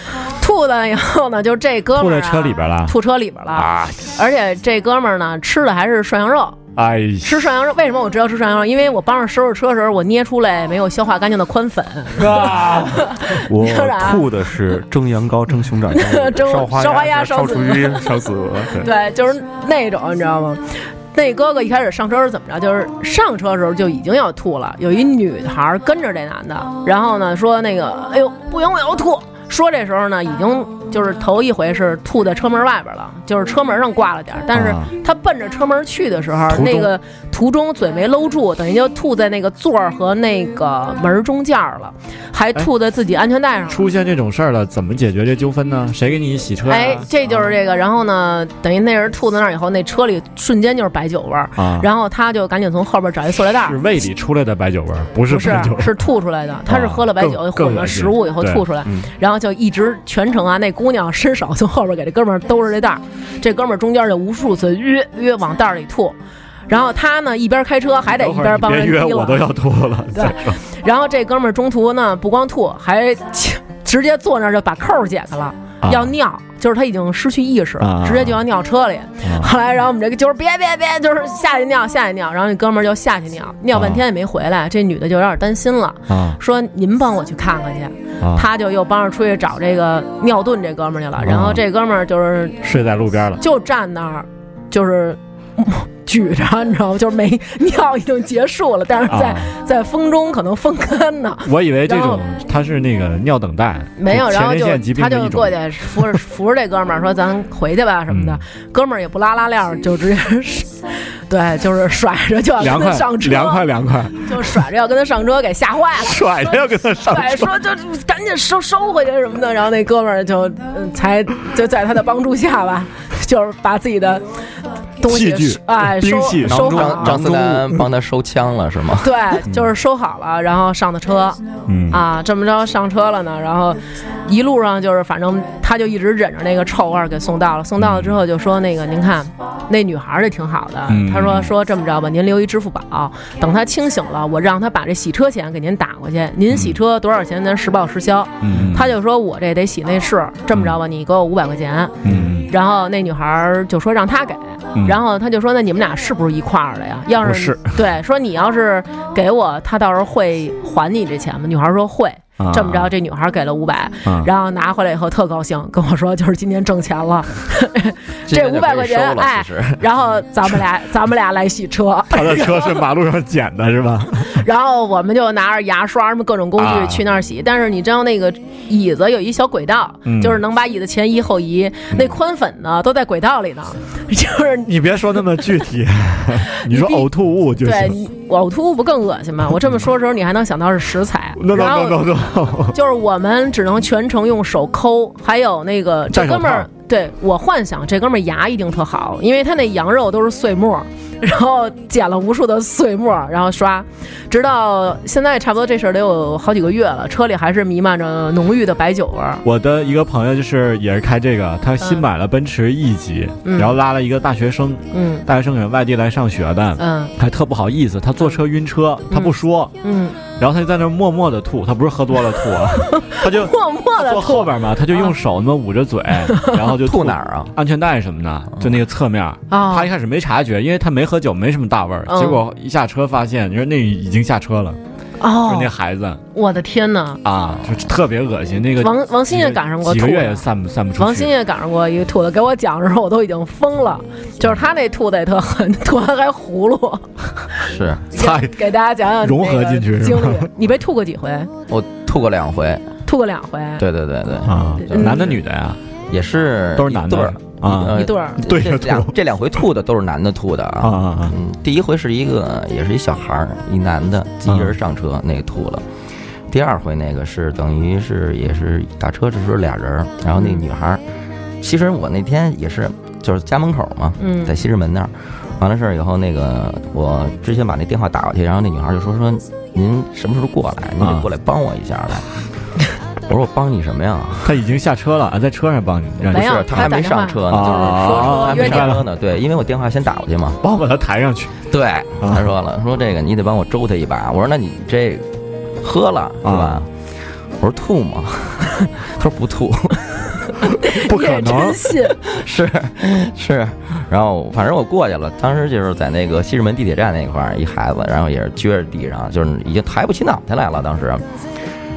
[SPEAKER 2] 吐了以后呢，就这哥
[SPEAKER 1] 吐
[SPEAKER 2] 们儿、
[SPEAKER 1] 在
[SPEAKER 2] 啊、
[SPEAKER 1] 车里边了，
[SPEAKER 2] 吐车里边了，
[SPEAKER 1] 啊，
[SPEAKER 2] 而且这哥们儿呢吃的还是涮羊肉，
[SPEAKER 1] 哎，
[SPEAKER 2] 吃涮羊肉，为什么我知道吃涮羊肉？因为我帮着收拾车的时候，我捏出来没有消化干净的宽粉，
[SPEAKER 1] 啊，
[SPEAKER 3] 我
[SPEAKER 2] 你说啥
[SPEAKER 3] 吐的是 蒸羊羔、蒸 熊掌、
[SPEAKER 2] 蒸
[SPEAKER 3] 嗯烧
[SPEAKER 2] 烧花
[SPEAKER 3] 花
[SPEAKER 2] 鸭烧
[SPEAKER 3] 烧
[SPEAKER 2] 子
[SPEAKER 3] 雏鸡、烧子鹅。对
[SPEAKER 2] 对，就是那种，你知道吗？那哥哥一开始上车是怎么着？就是上车的时候就已经要吐了，有一女孩儿跟着这男的，然后呢说那个，哎呦，不行，我要吐。说这时候呢，已经就是头一回是吐在车门外边了，就是车门上挂了点儿，但是
[SPEAKER 1] 啊
[SPEAKER 2] 他奔着车门去的时候，
[SPEAKER 1] 途中
[SPEAKER 2] 那个途中嘴没搂住，等于就吐在那个座儿和那个门儿中间儿了，还吐在自己安全带上了。
[SPEAKER 1] 哎出现这种事儿了，怎么解决这纠纷呢？谁给你洗车呀？啊
[SPEAKER 2] 哎，这就是这个。然后呢，等于那人吐在那儿以后，那车里瞬间就是白酒味儿。
[SPEAKER 1] 啊，
[SPEAKER 2] 然后他就赶紧从后边找一塑料袋儿
[SPEAKER 1] 是，胃里出来的白酒味儿，不是
[SPEAKER 2] 不是
[SPEAKER 1] 白酒味儿
[SPEAKER 2] 是吐出来的，他是喝了白酒混
[SPEAKER 1] 更更
[SPEAKER 2] 了
[SPEAKER 1] 恶心
[SPEAKER 2] 食物以后
[SPEAKER 1] 对
[SPEAKER 2] 吐出来
[SPEAKER 3] 嗯，
[SPEAKER 2] 然后就一直全程啊，那姑娘伸手从后边给这哥们儿兜着这袋儿，这哥们儿中间就无数次约约往袋儿里吐，然后他呢一边开车还得
[SPEAKER 1] 等
[SPEAKER 2] 一
[SPEAKER 1] 会儿
[SPEAKER 2] 边
[SPEAKER 1] 你
[SPEAKER 2] 帮人
[SPEAKER 1] 别
[SPEAKER 2] 提
[SPEAKER 1] 约我都
[SPEAKER 2] 了，
[SPEAKER 1] 要吐了。
[SPEAKER 2] 对然后这哥们儿中途呢不光吐，还直接坐那儿就把扣儿解开了。
[SPEAKER 1] 啊
[SPEAKER 2] 要尿，就是他已经失去意识，
[SPEAKER 1] 啊
[SPEAKER 2] 直接就要尿车里。后来，然后我们这个就是别别别，就是下去尿，下去尿。然后那哥们儿就下去尿，尿半天也没回来，这女的就有点担心了，
[SPEAKER 1] 啊
[SPEAKER 2] 说您帮我去看看去。
[SPEAKER 1] 啊
[SPEAKER 2] 他就又帮着出去找这个尿遁这哥们儿去了。然后这哥们儿就是
[SPEAKER 1] 睡在路边了，
[SPEAKER 2] 就站那儿，就是。 举着，你知道吗？就是没尿已经结束了，但是在、
[SPEAKER 1] 啊
[SPEAKER 2] 在风中可能风干 呢，
[SPEAKER 1] 我以为这
[SPEAKER 2] 然后
[SPEAKER 1] 种他是那个尿等待，
[SPEAKER 2] 没有，
[SPEAKER 1] 就
[SPEAKER 2] 然后
[SPEAKER 1] 前列
[SPEAKER 2] 就
[SPEAKER 1] 腺疾病
[SPEAKER 2] 他
[SPEAKER 1] 的
[SPEAKER 2] 就
[SPEAKER 1] 一种
[SPEAKER 2] 过去扶着扶着这哥们儿说：“咱回去吧什么的。
[SPEAKER 1] 嗯
[SPEAKER 2] 哥们儿也不拉拉链儿，就直接是，对，就是甩着就要
[SPEAKER 1] 凉
[SPEAKER 2] 跟他
[SPEAKER 1] 快
[SPEAKER 2] 上车，
[SPEAKER 1] 凉快凉快，
[SPEAKER 2] 就甩着要跟他上车，给吓坏了。
[SPEAKER 1] 甩着要跟他上
[SPEAKER 2] 对，
[SPEAKER 1] 车。
[SPEAKER 2] 说就赶紧收收回去什么的，然后那哥们儿就、嗯才就在他的帮助下吧， 就是把自己的东西
[SPEAKER 1] 器具
[SPEAKER 2] 哎收
[SPEAKER 1] 兵器
[SPEAKER 2] 收好
[SPEAKER 4] 张
[SPEAKER 2] 了，
[SPEAKER 4] 张思丹帮他收枪了是吗？
[SPEAKER 2] 对，就是收好了，然后上的车，啊
[SPEAKER 1] 嗯
[SPEAKER 2] 啊，这么着上车了呢，然后一路上就是反正他就一直忍着那个臭味儿给送到了，送到了之后就说那个您看，那女孩儿也挺好的，
[SPEAKER 1] 嗯
[SPEAKER 2] 他说说这么着吧，您留一支付宝，等她清醒了，我让她把这洗车钱给您打过去，您洗车多少钱咱实报实销。
[SPEAKER 1] 嗯，
[SPEAKER 2] 他就说我这得洗内饰，这么着吧，你给我五百块钱。
[SPEAKER 1] 嗯，
[SPEAKER 2] 然后那女孩儿就说让他给，
[SPEAKER 1] 嗯
[SPEAKER 2] 然后他就说那你们俩是不是一块儿的呀？要
[SPEAKER 1] 不
[SPEAKER 2] 是
[SPEAKER 1] 是
[SPEAKER 2] 对，说你要是给我，他到时候会还你这钱吗？女孩儿说会。
[SPEAKER 1] 啊
[SPEAKER 2] 这么着，这女孩儿给了五百、
[SPEAKER 1] 啊
[SPEAKER 2] 然后拿回来以后特高兴，跟我说就是今天挣钱 了， 这
[SPEAKER 4] 就
[SPEAKER 2] 500
[SPEAKER 4] 可以
[SPEAKER 2] 块钱
[SPEAKER 4] 收了
[SPEAKER 2] 哎
[SPEAKER 4] 其实
[SPEAKER 2] 然后咱们俩咱们俩来洗 车，
[SPEAKER 1] 他的车是马路上捡的，是吧？
[SPEAKER 2] 然后我们就拿着牙刷什么各种工
[SPEAKER 1] 啊
[SPEAKER 2] 具去那儿洗，但是你知道那个椅子有一小轨道，
[SPEAKER 1] 嗯
[SPEAKER 2] 就是能把椅子前移后移，那宽粉呢都在轨道里呢，就是。
[SPEAKER 1] 你别说那么具 体，你说呕吐物就
[SPEAKER 2] 对
[SPEAKER 1] 行。
[SPEAKER 2] 你呕吐物不更恶 心吗？我这么说的时候，你还能想到是食材
[SPEAKER 1] no，
[SPEAKER 2] 然
[SPEAKER 1] no
[SPEAKER 2] 后
[SPEAKER 1] no no no，
[SPEAKER 2] 就是我们只能全程用手抠，还有那个这
[SPEAKER 1] 戴手
[SPEAKER 2] 哥们儿
[SPEAKER 1] 套，
[SPEAKER 2] 对我幻想这哥们儿牙一定特好，因为他那羊肉都是碎末儿， 然后捡了无数的碎末儿，然后刷，直到现在差不多这事儿得有好几个月了，车里还是弥漫着浓郁的白酒味儿。
[SPEAKER 1] 我的一个朋友就是也是开这个，他新买了奔驰 E 级，
[SPEAKER 2] 嗯
[SPEAKER 1] 然后拉了一个大学生，
[SPEAKER 2] 嗯
[SPEAKER 1] 大学生也是外地来上学的，
[SPEAKER 2] 嗯
[SPEAKER 1] 还特不好意思，他坐车晕车，他不说，
[SPEAKER 2] 嗯，
[SPEAKER 1] 然后他就在那儿默默的吐，他不是喝多了 吐啊，他就
[SPEAKER 2] 默默啊的
[SPEAKER 1] 坐后边嘛，他就用手那么捂着嘴，然后就
[SPEAKER 4] 吐哪儿啊？
[SPEAKER 1] 安全带什么的，就那个侧面，
[SPEAKER 2] 啊
[SPEAKER 1] 他一开始没察觉，因为他没喝酒，没什么大味儿。
[SPEAKER 2] 嗯
[SPEAKER 1] 结果一下车发现，你说那已经下车了，就
[SPEAKER 2] 哦
[SPEAKER 1] 是那，孩子
[SPEAKER 2] 我的天哪！
[SPEAKER 1] 啊，就是特别恶心。那个
[SPEAKER 2] 王王鑫
[SPEAKER 1] 几
[SPEAKER 2] 也
[SPEAKER 1] 个
[SPEAKER 2] 赶上过
[SPEAKER 1] 几
[SPEAKER 2] 吐
[SPEAKER 1] 个月
[SPEAKER 2] 了
[SPEAKER 1] 也。散不散不出去。
[SPEAKER 2] 王鑫也赶上过一个吐的，给我讲的时候我都已经疯了，就是他那吐的也特狠， 吐完还葫芦。
[SPEAKER 4] 是
[SPEAKER 1] 菜
[SPEAKER 2] 给大家讲讲
[SPEAKER 1] 融合进去是
[SPEAKER 2] 经
[SPEAKER 1] 吧
[SPEAKER 2] 历。你被吐过几回？
[SPEAKER 4] 我吐过两回，
[SPEAKER 2] 吐过两回，
[SPEAKER 4] 对对对对，
[SPEAKER 1] 啊，
[SPEAKER 2] 嗯
[SPEAKER 1] 男的女的呀，
[SPEAKER 4] 也是
[SPEAKER 1] 都是男
[SPEAKER 4] 一对儿
[SPEAKER 1] 的啊
[SPEAKER 4] 呃
[SPEAKER 2] 一对儿
[SPEAKER 1] 对着
[SPEAKER 4] 这
[SPEAKER 1] 吐
[SPEAKER 4] 两这两回吐的都是男的吐的
[SPEAKER 1] 啊
[SPEAKER 4] 啊。
[SPEAKER 1] 啊啊！
[SPEAKER 4] 嗯，第一回是一个也是一小孩儿，一男的自己一人上
[SPEAKER 1] 嗯
[SPEAKER 4] 车，那个吐了。第二回那个是等于是也是打车的时候俩人儿，然后那女孩儿，其实我那天也是就是家门口嘛，
[SPEAKER 2] 嗯
[SPEAKER 4] 在西直门那儿，完了事儿以后，那个我之前把那电话打过去，然后那女孩就说说您什么时候过来，您
[SPEAKER 1] 啊
[SPEAKER 4] 得过来帮我一下来。我说我帮你什么呀？
[SPEAKER 1] 他已经下车了，啊，在车上帮你，让你
[SPEAKER 2] 没有
[SPEAKER 4] 是他还
[SPEAKER 2] 他打
[SPEAKER 4] 没
[SPEAKER 2] 电话
[SPEAKER 4] 上车呢，
[SPEAKER 2] 我
[SPEAKER 1] 啊
[SPEAKER 4] 还
[SPEAKER 1] 啊，
[SPEAKER 2] 约
[SPEAKER 4] 没
[SPEAKER 2] 定
[SPEAKER 4] 上车呢。对，因为我电话先打过去嘛。
[SPEAKER 1] 帮我把他抬上 去
[SPEAKER 4] 对，他说了，说这个你得帮我周他一把。我说那你这喝了是吧
[SPEAKER 1] 啊？
[SPEAKER 4] 我说吐吗？ 他说不吐，
[SPEAKER 1] 不
[SPEAKER 2] 你
[SPEAKER 1] 可
[SPEAKER 2] 也
[SPEAKER 1] 能
[SPEAKER 2] 真，信，
[SPEAKER 4] 是是。然后反正我过去了，当时就是在那个西直门地铁站那块儿，一孩子，然后也是撅着地上，就是已经抬不起脑袋来了。当时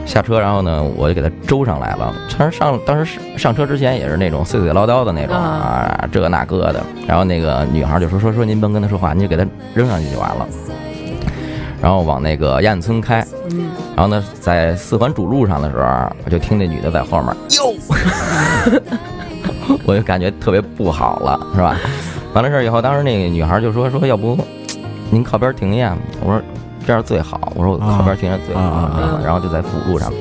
[SPEAKER 4] 下车，然后呢，我就给他周上来了。当时上当时上车之前也是那种碎碎唠叨的那种
[SPEAKER 2] 啊
[SPEAKER 4] 啊，这个那个的。然后那个女孩就说说说您甭跟他说话，您就给他扔上去就完了。然后往那个燕子村开，
[SPEAKER 2] 嗯，
[SPEAKER 4] 然后呢，在四环主路上的时候，我就听那女的在后面哟，我就感觉特别不好了，是吧？ 完了事儿以后，当时那个女孩就说说要不您靠边停一下，我说这样最好，我说我靠边停着最好，
[SPEAKER 1] 啊啊
[SPEAKER 2] 啊
[SPEAKER 4] 然后就在辅路上。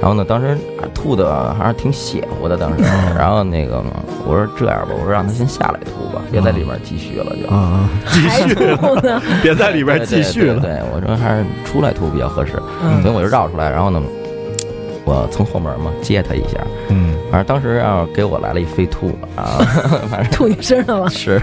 [SPEAKER 4] 然后呢，当时吐的啊还是挺血乎的，当时。
[SPEAKER 1] 嗯
[SPEAKER 4] 然后那个我说这样吧，我说让他先下来吐
[SPEAKER 1] 嗯
[SPEAKER 4] 吧，别在里边继续了就。
[SPEAKER 1] 啊啊，继
[SPEAKER 2] 还
[SPEAKER 1] 续
[SPEAKER 2] 吐 呢，
[SPEAKER 1] 别在里边
[SPEAKER 4] 对
[SPEAKER 1] 继续
[SPEAKER 4] 对
[SPEAKER 1] 了，
[SPEAKER 4] 对对我说还是出来吐比较合适，
[SPEAKER 2] 嗯
[SPEAKER 4] 所以我就绕出来，然后呢，我从后门嘛接他一下，
[SPEAKER 1] 嗯，
[SPEAKER 4] 反正当时啊给我来了一飞吐啊，反正
[SPEAKER 2] 吐你身上了。
[SPEAKER 4] 是，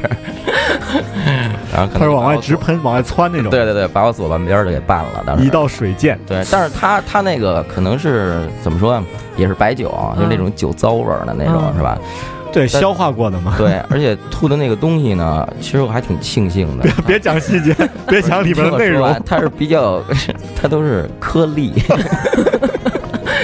[SPEAKER 4] 然后可能
[SPEAKER 1] 他是往
[SPEAKER 4] 把我
[SPEAKER 1] 外直
[SPEAKER 4] 左，
[SPEAKER 1] 喷，往外窜那种，
[SPEAKER 4] 对对对，把我左半边儿的给绊了，当时
[SPEAKER 1] 一道水溅，
[SPEAKER 4] 对，但是他他那个可能是怎么说啊，也是白酒啊，就那种酒糟味儿的那种
[SPEAKER 2] 嗯
[SPEAKER 4] 是吧？
[SPEAKER 1] 对，
[SPEAKER 4] 但
[SPEAKER 1] 消化过的嘛。
[SPEAKER 4] 对，而且吐的那个东西呢，其实我还挺庆幸的，啊
[SPEAKER 1] 别讲细 节，别讲里边的内
[SPEAKER 4] 听我说
[SPEAKER 1] 容
[SPEAKER 4] 完，它是比较， 它都是颗粒，
[SPEAKER 2] 哦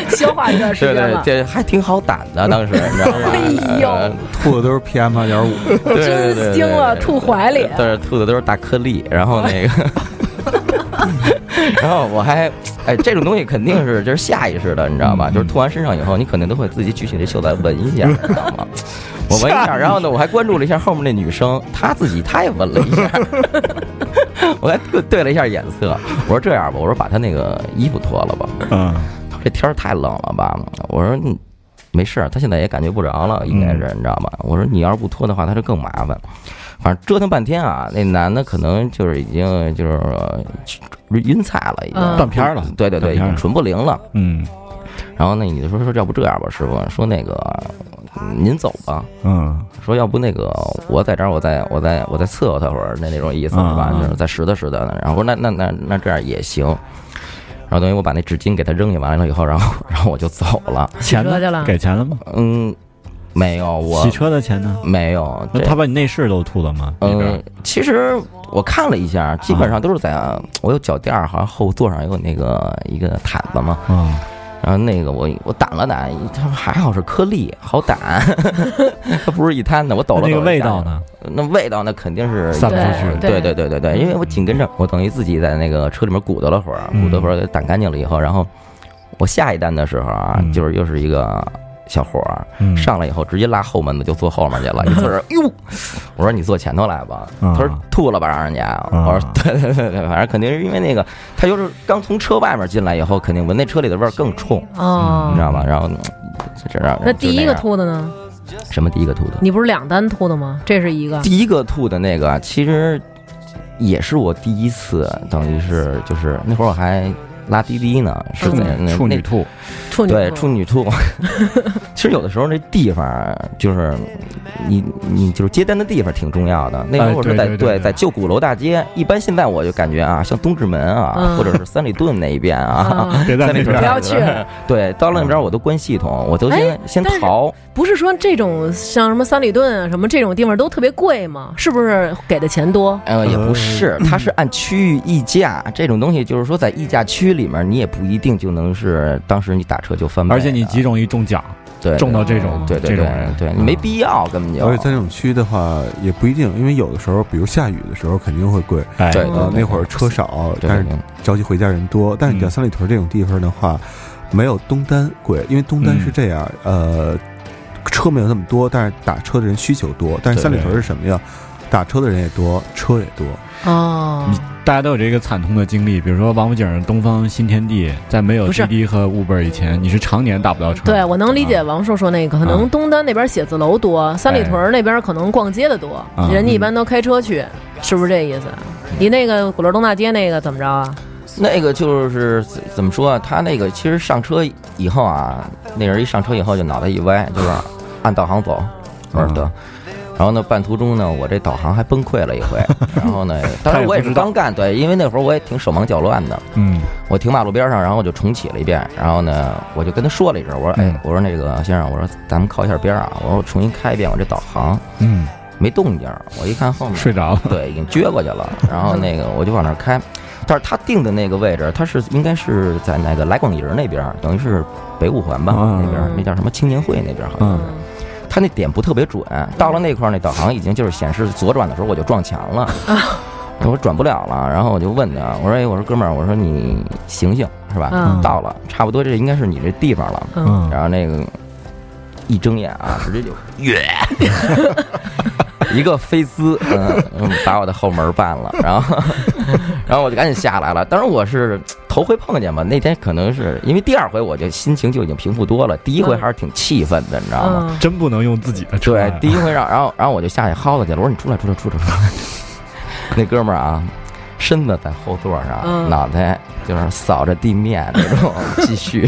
[SPEAKER 2] 消化一段时
[SPEAKER 4] 对
[SPEAKER 2] 间
[SPEAKER 4] 对
[SPEAKER 2] 了，
[SPEAKER 4] 这还挺好胆的，当时你知道吗？
[SPEAKER 2] 哎呦
[SPEAKER 4] 呃
[SPEAKER 3] 吐的都是 PM 二点五，
[SPEAKER 4] 对对对对
[SPEAKER 2] 真惊了，吐怀里。
[SPEAKER 4] 但是吐的都是大颗粒，然后那个。然后我还，哎，这种东西肯定是这是下意识的，你知道吧？就是吐完身上以后，你肯定都会自己举起这袖子闻一下，你知道吗？我闻一下，然后呢，我还关注了一下后面那女生，她自己她也闻了一下， 我还对对了一下眼色，我说这样吧，我说把她那个衣服脱了吧，
[SPEAKER 1] 嗯，
[SPEAKER 4] 他说这天儿太冷了吧？我说嗯没事儿，他现在也感觉不着了，应该是
[SPEAKER 1] 嗯
[SPEAKER 4] 你知道吧？我说你要是不脱的话，他就更麻烦。反正折腾半天啊，那男的可能就是已经就是呃晕菜了，已经
[SPEAKER 2] 嗯
[SPEAKER 1] 断片儿了
[SPEAKER 4] 对对对，
[SPEAKER 1] 断
[SPEAKER 4] 已
[SPEAKER 1] 片儿了
[SPEAKER 4] 经纯不灵了。
[SPEAKER 1] 嗯，
[SPEAKER 4] 然后那你就说说要不这样吧，师傅，说那个您走吧，
[SPEAKER 1] 嗯
[SPEAKER 4] 说要不那个我在这儿，我再我再我再伺候他会儿，那那种意思是吧？
[SPEAKER 1] 嗯
[SPEAKER 4] 就是再拾掇拾掇的。然后我说那那那那这样也行。然后等于我把那纸巾给他扔下完了以后，然后然后我就走了。
[SPEAKER 1] 钱
[SPEAKER 2] 车去
[SPEAKER 1] 呢？
[SPEAKER 2] 了
[SPEAKER 1] 给钱了吗？
[SPEAKER 4] 嗯，没有我
[SPEAKER 1] 洗车的钱呢？
[SPEAKER 4] 没有
[SPEAKER 1] 那
[SPEAKER 4] 这
[SPEAKER 1] 他把你内饰都吐了吗？里边嗯
[SPEAKER 4] 嗯，其实我看了一下，基本上都是在、我有脚垫儿，好像后座上有那个一个毯子嘛。
[SPEAKER 1] 啊，
[SPEAKER 4] 然后那个我我掸了掸，他说还好是颗粒，好掸， 它不是一摊的。我抖了抖
[SPEAKER 1] 那
[SPEAKER 4] 一下
[SPEAKER 1] 个味道？呢？
[SPEAKER 4] 那味道那肯定是
[SPEAKER 1] 散不出
[SPEAKER 2] 去
[SPEAKER 4] 对
[SPEAKER 2] 对
[SPEAKER 4] 对对对对，因为我紧跟着，我等于自己在那个车里面鼓捣了会儿，啊
[SPEAKER 1] 嗯
[SPEAKER 4] 鼓捣会儿给掸干净了以后，然后我下一单的时候啊
[SPEAKER 1] 嗯，
[SPEAKER 4] 就是又是一个小伙儿。
[SPEAKER 1] 嗯
[SPEAKER 4] 上来以后直接拉后门的就坐后面去了，一坐 着，哟，我说你坐前头来吧，
[SPEAKER 1] 啊
[SPEAKER 4] 他说吐了吧让人家，我说对对对对，反正肯定是因为那个，他就是刚从车外面进来以后，肯定闻那车里的味儿更冲，
[SPEAKER 2] 哦
[SPEAKER 4] 你知，道吗？然后嗯这这让
[SPEAKER 2] 那第一个
[SPEAKER 4] 就是那样
[SPEAKER 2] 吐的呢？
[SPEAKER 4] 什么第一个吐的？
[SPEAKER 2] 你不是两单吐的吗？这是一个。
[SPEAKER 4] 第一个吐的那个其实也是我第一次，等于是就是那会儿我还拉滴滴呢，是
[SPEAKER 1] 处
[SPEAKER 4] 在
[SPEAKER 1] 女
[SPEAKER 4] 那
[SPEAKER 1] 处
[SPEAKER 4] 那
[SPEAKER 1] 女兔，
[SPEAKER 2] 嗯处女
[SPEAKER 4] 对，
[SPEAKER 2] 吐
[SPEAKER 4] 处女吐。 其实有的时候那地方啊就是你你就是接单的地方挺重要的。那
[SPEAKER 1] 哎
[SPEAKER 4] 时候我是
[SPEAKER 1] 对
[SPEAKER 4] 在
[SPEAKER 1] 对对对
[SPEAKER 4] 在旧鼓楼大街，一般现在我就感觉啊，像东直门啊
[SPEAKER 2] 嗯，
[SPEAKER 4] 或者是三里屯那一边啊。
[SPEAKER 2] 嗯
[SPEAKER 1] 别在
[SPEAKER 4] 三里
[SPEAKER 1] 那
[SPEAKER 2] 不
[SPEAKER 1] 边
[SPEAKER 4] 屯
[SPEAKER 1] 儿
[SPEAKER 2] 要去了。
[SPEAKER 4] 对，到了那边我都关系统，我都
[SPEAKER 2] 哎
[SPEAKER 4] 先先
[SPEAKER 2] 但是
[SPEAKER 4] 逃。
[SPEAKER 2] 不是说这种像什么三里屯啊什么这种地方都特别贵吗？是不是给的钱多？
[SPEAKER 4] 呃，也不是，
[SPEAKER 1] 嗯
[SPEAKER 4] 它是按区域议价这种东西，就是说在议价区里面，你也不一定就能是当时你打车就翻倍的。
[SPEAKER 1] 而且你极容易中奖，
[SPEAKER 4] 对
[SPEAKER 1] 中到这种
[SPEAKER 4] 对对
[SPEAKER 1] 这种
[SPEAKER 4] 对
[SPEAKER 1] 人，嗯
[SPEAKER 4] 对，你没必要根本就。
[SPEAKER 3] 而且在这种区的话也不一定，因为有的时候，比如下雨的时候肯定会贵，
[SPEAKER 1] 哎
[SPEAKER 4] 对
[SPEAKER 3] 呃，那会儿车少，
[SPEAKER 4] 对
[SPEAKER 3] 但是
[SPEAKER 4] 对对
[SPEAKER 3] 着急回家人多。但是
[SPEAKER 1] 嗯
[SPEAKER 3] 你在三里屯这种地方的话，没有东单贵，因为东单
[SPEAKER 1] 嗯
[SPEAKER 3] 是这样，呃，车没有那么多，但是打车的人需求多。但是
[SPEAKER 1] 对
[SPEAKER 3] 三里屯
[SPEAKER 1] 对
[SPEAKER 3] 是什么呀？打车的人也多，车也多。
[SPEAKER 2] 哦，
[SPEAKER 1] 你大家都有这个惨痛的经历，比如说王府井东方新天地，在没有
[SPEAKER 2] 不是
[SPEAKER 1] 滴滴和 Uber 以前，你是常年打不到车。
[SPEAKER 2] 对，我能理解王硕说那个，可能东单那边写字楼多，三里屯那边可能逛街的多，
[SPEAKER 1] 啊
[SPEAKER 2] 人家一般都开车去，是不是这意思？你那个鼓楼东大街那个怎么着啊？
[SPEAKER 4] 那个就是怎怎么说啊？他那个其实上车以后啊，那人一上车以后就脑袋一歪，就是按导航走。我说得。
[SPEAKER 1] 嗯
[SPEAKER 4] 然后呢，半途中呢，我这导航还崩溃了一 回。然后呢，当时我也是刚干，对，因为那会儿我也挺手忙脚乱的。
[SPEAKER 1] 嗯，
[SPEAKER 4] 我停马路边上，然后我就重启了一遍。然后呢，我就跟他说了一声，我说：“
[SPEAKER 1] 嗯
[SPEAKER 4] 哎，我说那个先生，我说咱们靠一下边儿啊，我说我重新开一遍我这导航，
[SPEAKER 1] 嗯，
[SPEAKER 4] 没动静儿。我一看后面
[SPEAKER 1] 睡着了。
[SPEAKER 4] 对，已经撅过去了。然后那个我就往那儿开，但是他定的那个位置，他是应该是在那个来广营那边儿，等于是北五环吧、
[SPEAKER 1] 嗯
[SPEAKER 4] 那边儿，那叫什么青年会那边儿好像。
[SPEAKER 2] 啊
[SPEAKER 1] 嗯
[SPEAKER 4] 他那点不特别准，到了那块儿那导航已经就是显示左转的时候我就撞墙了，我转不了了。然后我就问他，我说：“哎，我说哥们儿，我说你醒醒是吧？
[SPEAKER 2] 嗯
[SPEAKER 4] 到了，差不多这应该是你这地方了。”
[SPEAKER 2] 嗯，
[SPEAKER 4] 然后那个一睁眼啊， 直接就越一个飞丝，嗯，嗯把我的后门绊了，然后然后我就赶紧下来了。当然我是头回碰见嘛，那天可能是因为第二回我就心情就已经平复多了，第一回还是挺气愤的，你知道吗？
[SPEAKER 2] 嗯，
[SPEAKER 1] 真不能用自己的车呀。啊
[SPEAKER 4] 对，第一回让然后然后我就下去薅他去了，我说你出来出来出来出来， 那哥们儿啊。身子在后座上，
[SPEAKER 2] 嗯
[SPEAKER 4] 脑袋就是扫着地面那种，继续。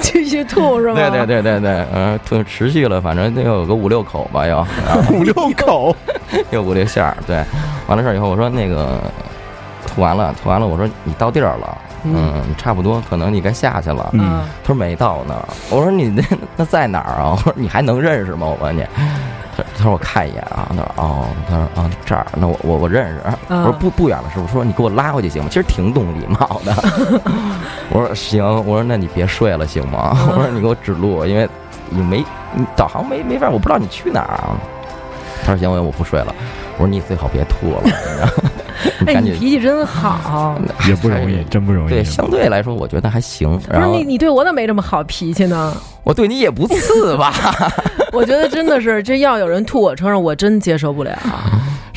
[SPEAKER 2] 继续吐 是吗？
[SPEAKER 4] 对对对对对，呃，就持续了，反正得有个五六口吧，要
[SPEAKER 1] 五六口，
[SPEAKER 4] 有五六下儿。对，完了事儿以后，我说那个吐完了，吐完了，我说你到地儿了，嗯，差不多，可能你该下去了。
[SPEAKER 1] 嗯，
[SPEAKER 4] 他说没到呢，我说你那那在哪儿啊？ 我说你还能认识吗？我问你。他他说我看一眼啊，他说哦，他说啊这儿，那我我我认识。
[SPEAKER 2] 嗯
[SPEAKER 4] 我说不不远了，师傅。说你给我拉回去行吗？其实挺懂礼貌的。 我说行，我说那你别睡了行吗？
[SPEAKER 2] 嗯
[SPEAKER 4] 我说你给我指路，因为你没你导航没没法，我不知道你去哪儿啊。他说行，我我不睡了。我说你最好别吐了，你知道吗 你
[SPEAKER 2] 哎，
[SPEAKER 4] 赶
[SPEAKER 2] 你
[SPEAKER 4] 紧。
[SPEAKER 2] 脾气真好。
[SPEAKER 1] 也不容易，真不容易。
[SPEAKER 4] 对，相对来说我觉得还行。
[SPEAKER 2] 不
[SPEAKER 4] 然
[SPEAKER 2] 是
[SPEAKER 4] 后
[SPEAKER 2] 你，你对我怎么没这么好脾气呢？
[SPEAKER 4] 我对你也不次吧？
[SPEAKER 2] 我觉得真的是，这要有人吐我车上，我真接受不了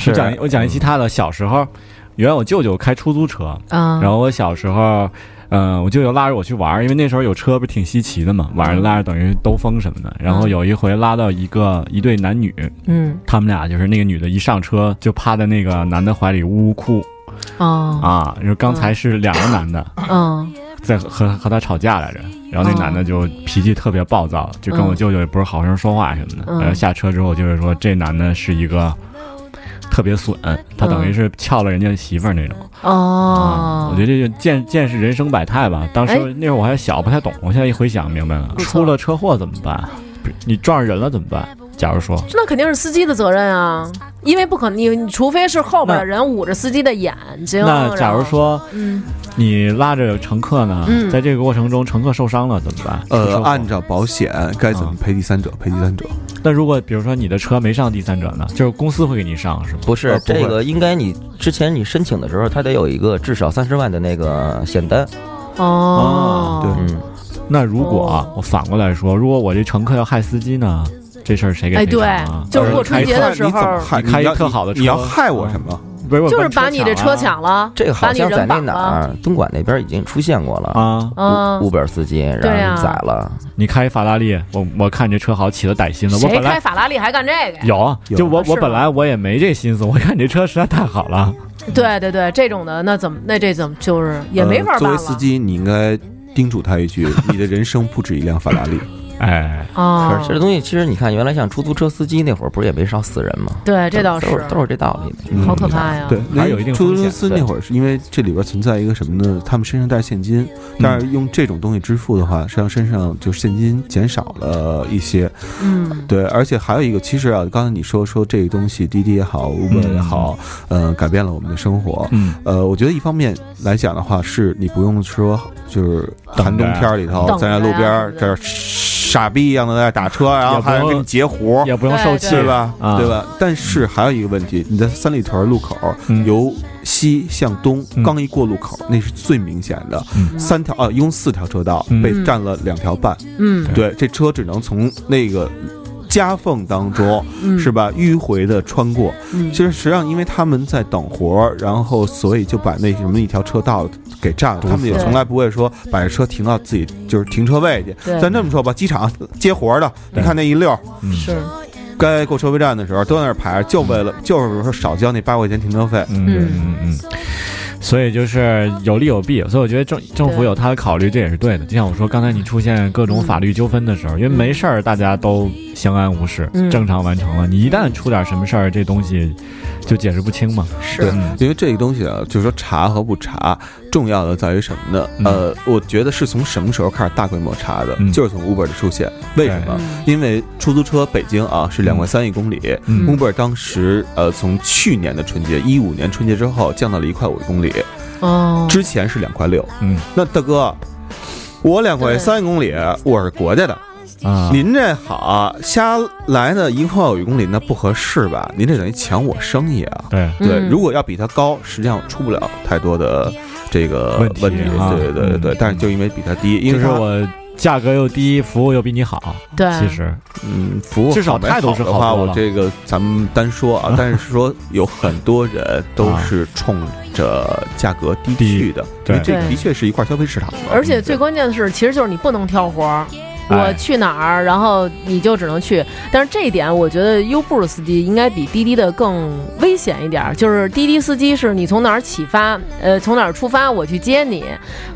[SPEAKER 1] 我讲一我讲一其他的，小时候，原来我舅舅开出租车，
[SPEAKER 2] 啊。
[SPEAKER 1] 然后我小时候，嗯，我舅舅拉着我去玩儿，因为那时候有车不是挺稀奇的嘛，晚上拉着等于兜风什么的。然后有一回拉到一个一对男女，
[SPEAKER 2] 嗯
[SPEAKER 1] 他们俩就是那个女的一上车就趴在那个男的怀里呜呜哭
[SPEAKER 2] 哦
[SPEAKER 1] 啊啊，就是刚才是两个男的
[SPEAKER 2] 嗯
[SPEAKER 1] 在和和他吵架来着，然后那男的就脾气特别暴躁，就跟我舅舅也不是好声说话什么的。
[SPEAKER 2] 哦嗯
[SPEAKER 1] 然后下车之后就是说，这男的是一个特别损，他等于是撬了人家媳妇儿那种。啊
[SPEAKER 2] 哦，
[SPEAKER 1] 我觉得这就见见识人生百态吧。当时
[SPEAKER 2] 哎
[SPEAKER 1] 那会儿我还小，不太懂。我现在一回想明白了，
[SPEAKER 2] 不错
[SPEAKER 1] 出了车祸怎么办？不是你撞上人了怎么办？假如说，
[SPEAKER 2] 那肯定是司机的责任啊，因为不可你你除非是后边的人捂着司机的眼睛。
[SPEAKER 1] 那假如
[SPEAKER 2] 然后，
[SPEAKER 1] 说
[SPEAKER 2] 嗯，
[SPEAKER 1] 你拉着乘客呢，
[SPEAKER 2] 嗯
[SPEAKER 1] 在这个过程中乘客受伤了怎么办？出车
[SPEAKER 3] 呃，
[SPEAKER 1] 祸
[SPEAKER 3] 按照保险该
[SPEAKER 4] 嗯
[SPEAKER 3] 怎么赔第三者？赔第三者，
[SPEAKER 1] 那如果比如说你的车没上第三者呢，就是公司会给你上是吗？
[SPEAKER 4] 哦不
[SPEAKER 1] 呃
[SPEAKER 4] 是
[SPEAKER 1] 不会
[SPEAKER 4] 这个，应该你之前你申请的时候，他得有一个至少三十万的那个险单。
[SPEAKER 1] 啊
[SPEAKER 2] 哦，
[SPEAKER 3] 对
[SPEAKER 4] 嗯，
[SPEAKER 1] 那如果、啊
[SPEAKER 2] 哦
[SPEAKER 1] 我反过来说，如果我这乘客要害司机呢，这事儿谁给
[SPEAKER 2] 哎，
[SPEAKER 1] 赔偿
[SPEAKER 2] 对
[SPEAKER 1] 啊？，
[SPEAKER 2] 就是过
[SPEAKER 1] 我
[SPEAKER 2] 春
[SPEAKER 1] 开
[SPEAKER 2] 节
[SPEAKER 1] 车
[SPEAKER 2] 的时
[SPEAKER 3] 你怎么
[SPEAKER 2] 候，
[SPEAKER 3] 害？
[SPEAKER 1] 你开一
[SPEAKER 3] 要
[SPEAKER 1] 特好的车嗯
[SPEAKER 3] 你要害我什么？
[SPEAKER 1] 不是我啊
[SPEAKER 2] 就是
[SPEAKER 1] 把
[SPEAKER 2] 把
[SPEAKER 1] 你
[SPEAKER 2] 你这车抢了，
[SPEAKER 4] 这个
[SPEAKER 2] 把
[SPEAKER 4] 好
[SPEAKER 2] 你
[SPEAKER 4] 像在
[SPEAKER 2] 人
[SPEAKER 4] 那
[SPEAKER 2] 绑
[SPEAKER 4] 哪
[SPEAKER 2] 了，
[SPEAKER 4] 儿，东莞那边已经出现过了。
[SPEAKER 1] 啊！
[SPEAKER 2] 嗯
[SPEAKER 4] 乌，本司机让
[SPEAKER 2] 对
[SPEAKER 4] 人
[SPEAKER 2] 啊
[SPEAKER 4] 宰了，
[SPEAKER 1] 你开法拉利，我我看你这车好，起了歹心了。我
[SPEAKER 2] 谁
[SPEAKER 1] 本
[SPEAKER 2] 开
[SPEAKER 1] 来
[SPEAKER 2] 法拉利还干这个呀？
[SPEAKER 1] 有啊，
[SPEAKER 3] 有
[SPEAKER 1] 就我
[SPEAKER 2] 是吗
[SPEAKER 1] 我本来我也没这心思，我看你这车实在太好了，
[SPEAKER 2] 对对对，这种的那怎么那这怎么就是也没法
[SPEAKER 3] 呃作
[SPEAKER 2] 办
[SPEAKER 3] 为
[SPEAKER 2] 了
[SPEAKER 3] 司机，你应该叮嘱他一句：你的人生不止一辆法拉 利。
[SPEAKER 1] 哎，
[SPEAKER 2] 啊
[SPEAKER 4] 可是？这东西其实你看，原来像出租车司机那会儿，不是也没少死人吗？
[SPEAKER 2] 对，这倒是嗯
[SPEAKER 4] 都，都是这道理的。
[SPEAKER 2] 好可怕呀！
[SPEAKER 3] 对，
[SPEAKER 1] 还是有一定
[SPEAKER 3] 出
[SPEAKER 1] 风
[SPEAKER 3] 租
[SPEAKER 1] 险
[SPEAKER 3] 公司
[SPEAKER 4] 对
[SPEAKER 3] 那会儿是因为这里边存在一个什么呢？他们身上带现金，
[SPEAKER 1] 嗯
[SPEAKER 3] 但是用这种东西支付的话，实际上身上就现金减少了一些。
[SPEAKER 2] 嗯，
[SPEAKER 3] 对，而且还有一个，其实啊，刚才你说说这个东西，滴滴也好，Uber 也好，嗯、呃，改变了我们的生活。
[SPEAKER 1] 嗯，
[SPEAKER 3] 呃，我觉得一方面来讲的话，是你不用说，就是寒冬天儿里头，
[SPEAKER 2] 等着
[SPEAKER 3] 站在
[SPEAKER 2] 呀
[SPEAKER 3] 路边儿
[SPEAKER 2] 对
[SPEAKER 3] 这儿傻逼一样的在那打车，然后
[SPEAKER 1] 也不
[SPEAKER 3] 还有人给
[SPEAKER 1] 用
[SPEAKER 3] 你截胡，
[SPEAKER 1] 也不用
[SPEAKER 2] 对
[SPEAKER 1] 受
[SPEAKER 2] 对
[SPEAKER 1] 气
[SPEAKER 3] 对吧？
[SPEAKER 1] 啊
[SPEAKER 3] 对吧？但是还有一个问题，你在三里屯路口
[SPEAKER 1] 嗯
[SPEAKER 3] 由西向东
[SPEAKER 1] 嗯，
[SPEAKER 3] 刚一过路口，那是最明显的
[SPEAKER 1] 嗯。
[SPEAKER 3] 三条啊，一共四条车道
[SPEAKER 1] 嗯
[SPEAKER 3] 被占了两条半，
[SPEAKER 2] 嗯
[SPEAKER 3] 对，这车只能从那个。夹缝当 中
[SPEAKER 2] 嗯，
[SPEAKER 3] 是吧？迂回的穿过，
[SPEAKER 2] 嗯
[SPEAKER 3] 其实实际上因为他们在等活儿，然后所以就把那什么一条车道给占了。
[SPEAKER 1] 堵死
[SPEAKER 3] 他们也
[SPEAKER 2] 了
[SPEAKER 3] 从来不会说把车停到自己就是停车位去。
[SPEAKER 2] 对
[SPEAKER 3] 咱这么说吧，机场接活儿的，你
[SPEAKER 1] 对
[SPEAKER 3] 看那一溜儿
[SPEAKER 1] 嗯
[SPEAKER 2] 是，
[SPEAKER 3] 该过收费站的时候都在那儿排，就为了就是说少交那八块钱停车费。
[SPEAKER 1] 嗯嗯嗯，所以就是有利有弊，所以我觉得政政府有他的考虑，这也是对的。就像我说，刚才你出现各种法律纠纷的时候，因为没事儿大家都相安无事，
[SPEAKER 2] 嗯
[SPEAKER 1] 正常完成了。你一旦出点什么事儿，这东西就解释不清嘛。
[SPEAKER 3] 对
[SPEAKER 2] 是，
[SPEAKER 1] 嗯
[SPEAKER 3] 因为这个东西啊，就是说查和不查，重要的在于什么呢？
[SPEAKER 1] 嗯
[SPEAKER 3] 呃，我觉得是从什么时候开始大规模查的？
[SPEAKER 1] 嗯
[SPEAKER 3] 就是从 Uber 的出现。为什么？
[SPEAKER 2] 嗯
[SPEAKER 3] 因为出租车北京啊是两块三一公里、
[SPEAKER 1] 嗯
[SPEAKER 3] u b e r 当时呃从去年的春节，一五年春节之后降到了一块五一公里，
[SPEAKER 2] 哦，
[SPEAKER 3] 之前是两块六。
[SPEAKER 1] 嗯
[SPEAKER 3] 那大哥，我两块
[SPEAKER 2] 对
[SPEAKER 3] 三一公里，我是国家的，
[SPEAKER 1] 啊，
[SPEAKER 3] 嗯您这好，瞎来呢一块有一公里，那不合适吧？您这等于抢我生意啊！
[SPEAKER 1] 对，
[SPEAKER 3] 对，
[SPEAKER 2] 嗯
[SPEAKER 3] 如果要比它高，实际上出不了太多的这个
[SPEAKER 1] 嗯问
[SPEAKER 3] 问
[SPEAKER 1] 题
[SPEAKER 3] 题。
[SPEAKER 1] 啊
[SPEAKER 3] 对对对对对，
[SPEAKER 1] 嗯
[SPEAKER 3] 但是就因为比它低，因
[SPEAKER 1] 就是
[SPEAKER 3] 为它
[SPEAKER 1] 我价格又低，服务又比你好，
[SPEAKER 2] 对，
[SPEAKER 1] 其实
[SPEAKER 3] 嗯，服务
[SPEAKER 1] 至少
[SPEAKER 3] 好没
[SPEAKER 1] 态度是
[SPEAKER 3] 好的
[SPEAKER 1] 好
[SPEAKER 3] 话，
[SPEAKER 1] 多
[SPEAKER 3] 我
[SPEAKER 1] 了
[SPEAKER 3] 这个咱们单说 啊，但是说有很多人都是冲着价格低
[SPEAKER 1] 啊低
[SPEAKER 3] 去的，因
[SPEAKER 1] 对
[SPEAKER 3] 为这个
[SPEAKER 2] 对
[SPEAKER 3] 的确是一块消费市场嘛。嗯
[SPEAKER 2] 而且最关键的是，其实就是你不能挑活儿。
[SPEAKER 1] 哎
[SPEAKER 2] 我去哪儿，然后你就只能去。但是这一点，我觉得优步的司机应该比滴滴的更危险一点儿。就是滴滴司机是你从哪儿起发，呃，从哪儿出发，我去接你，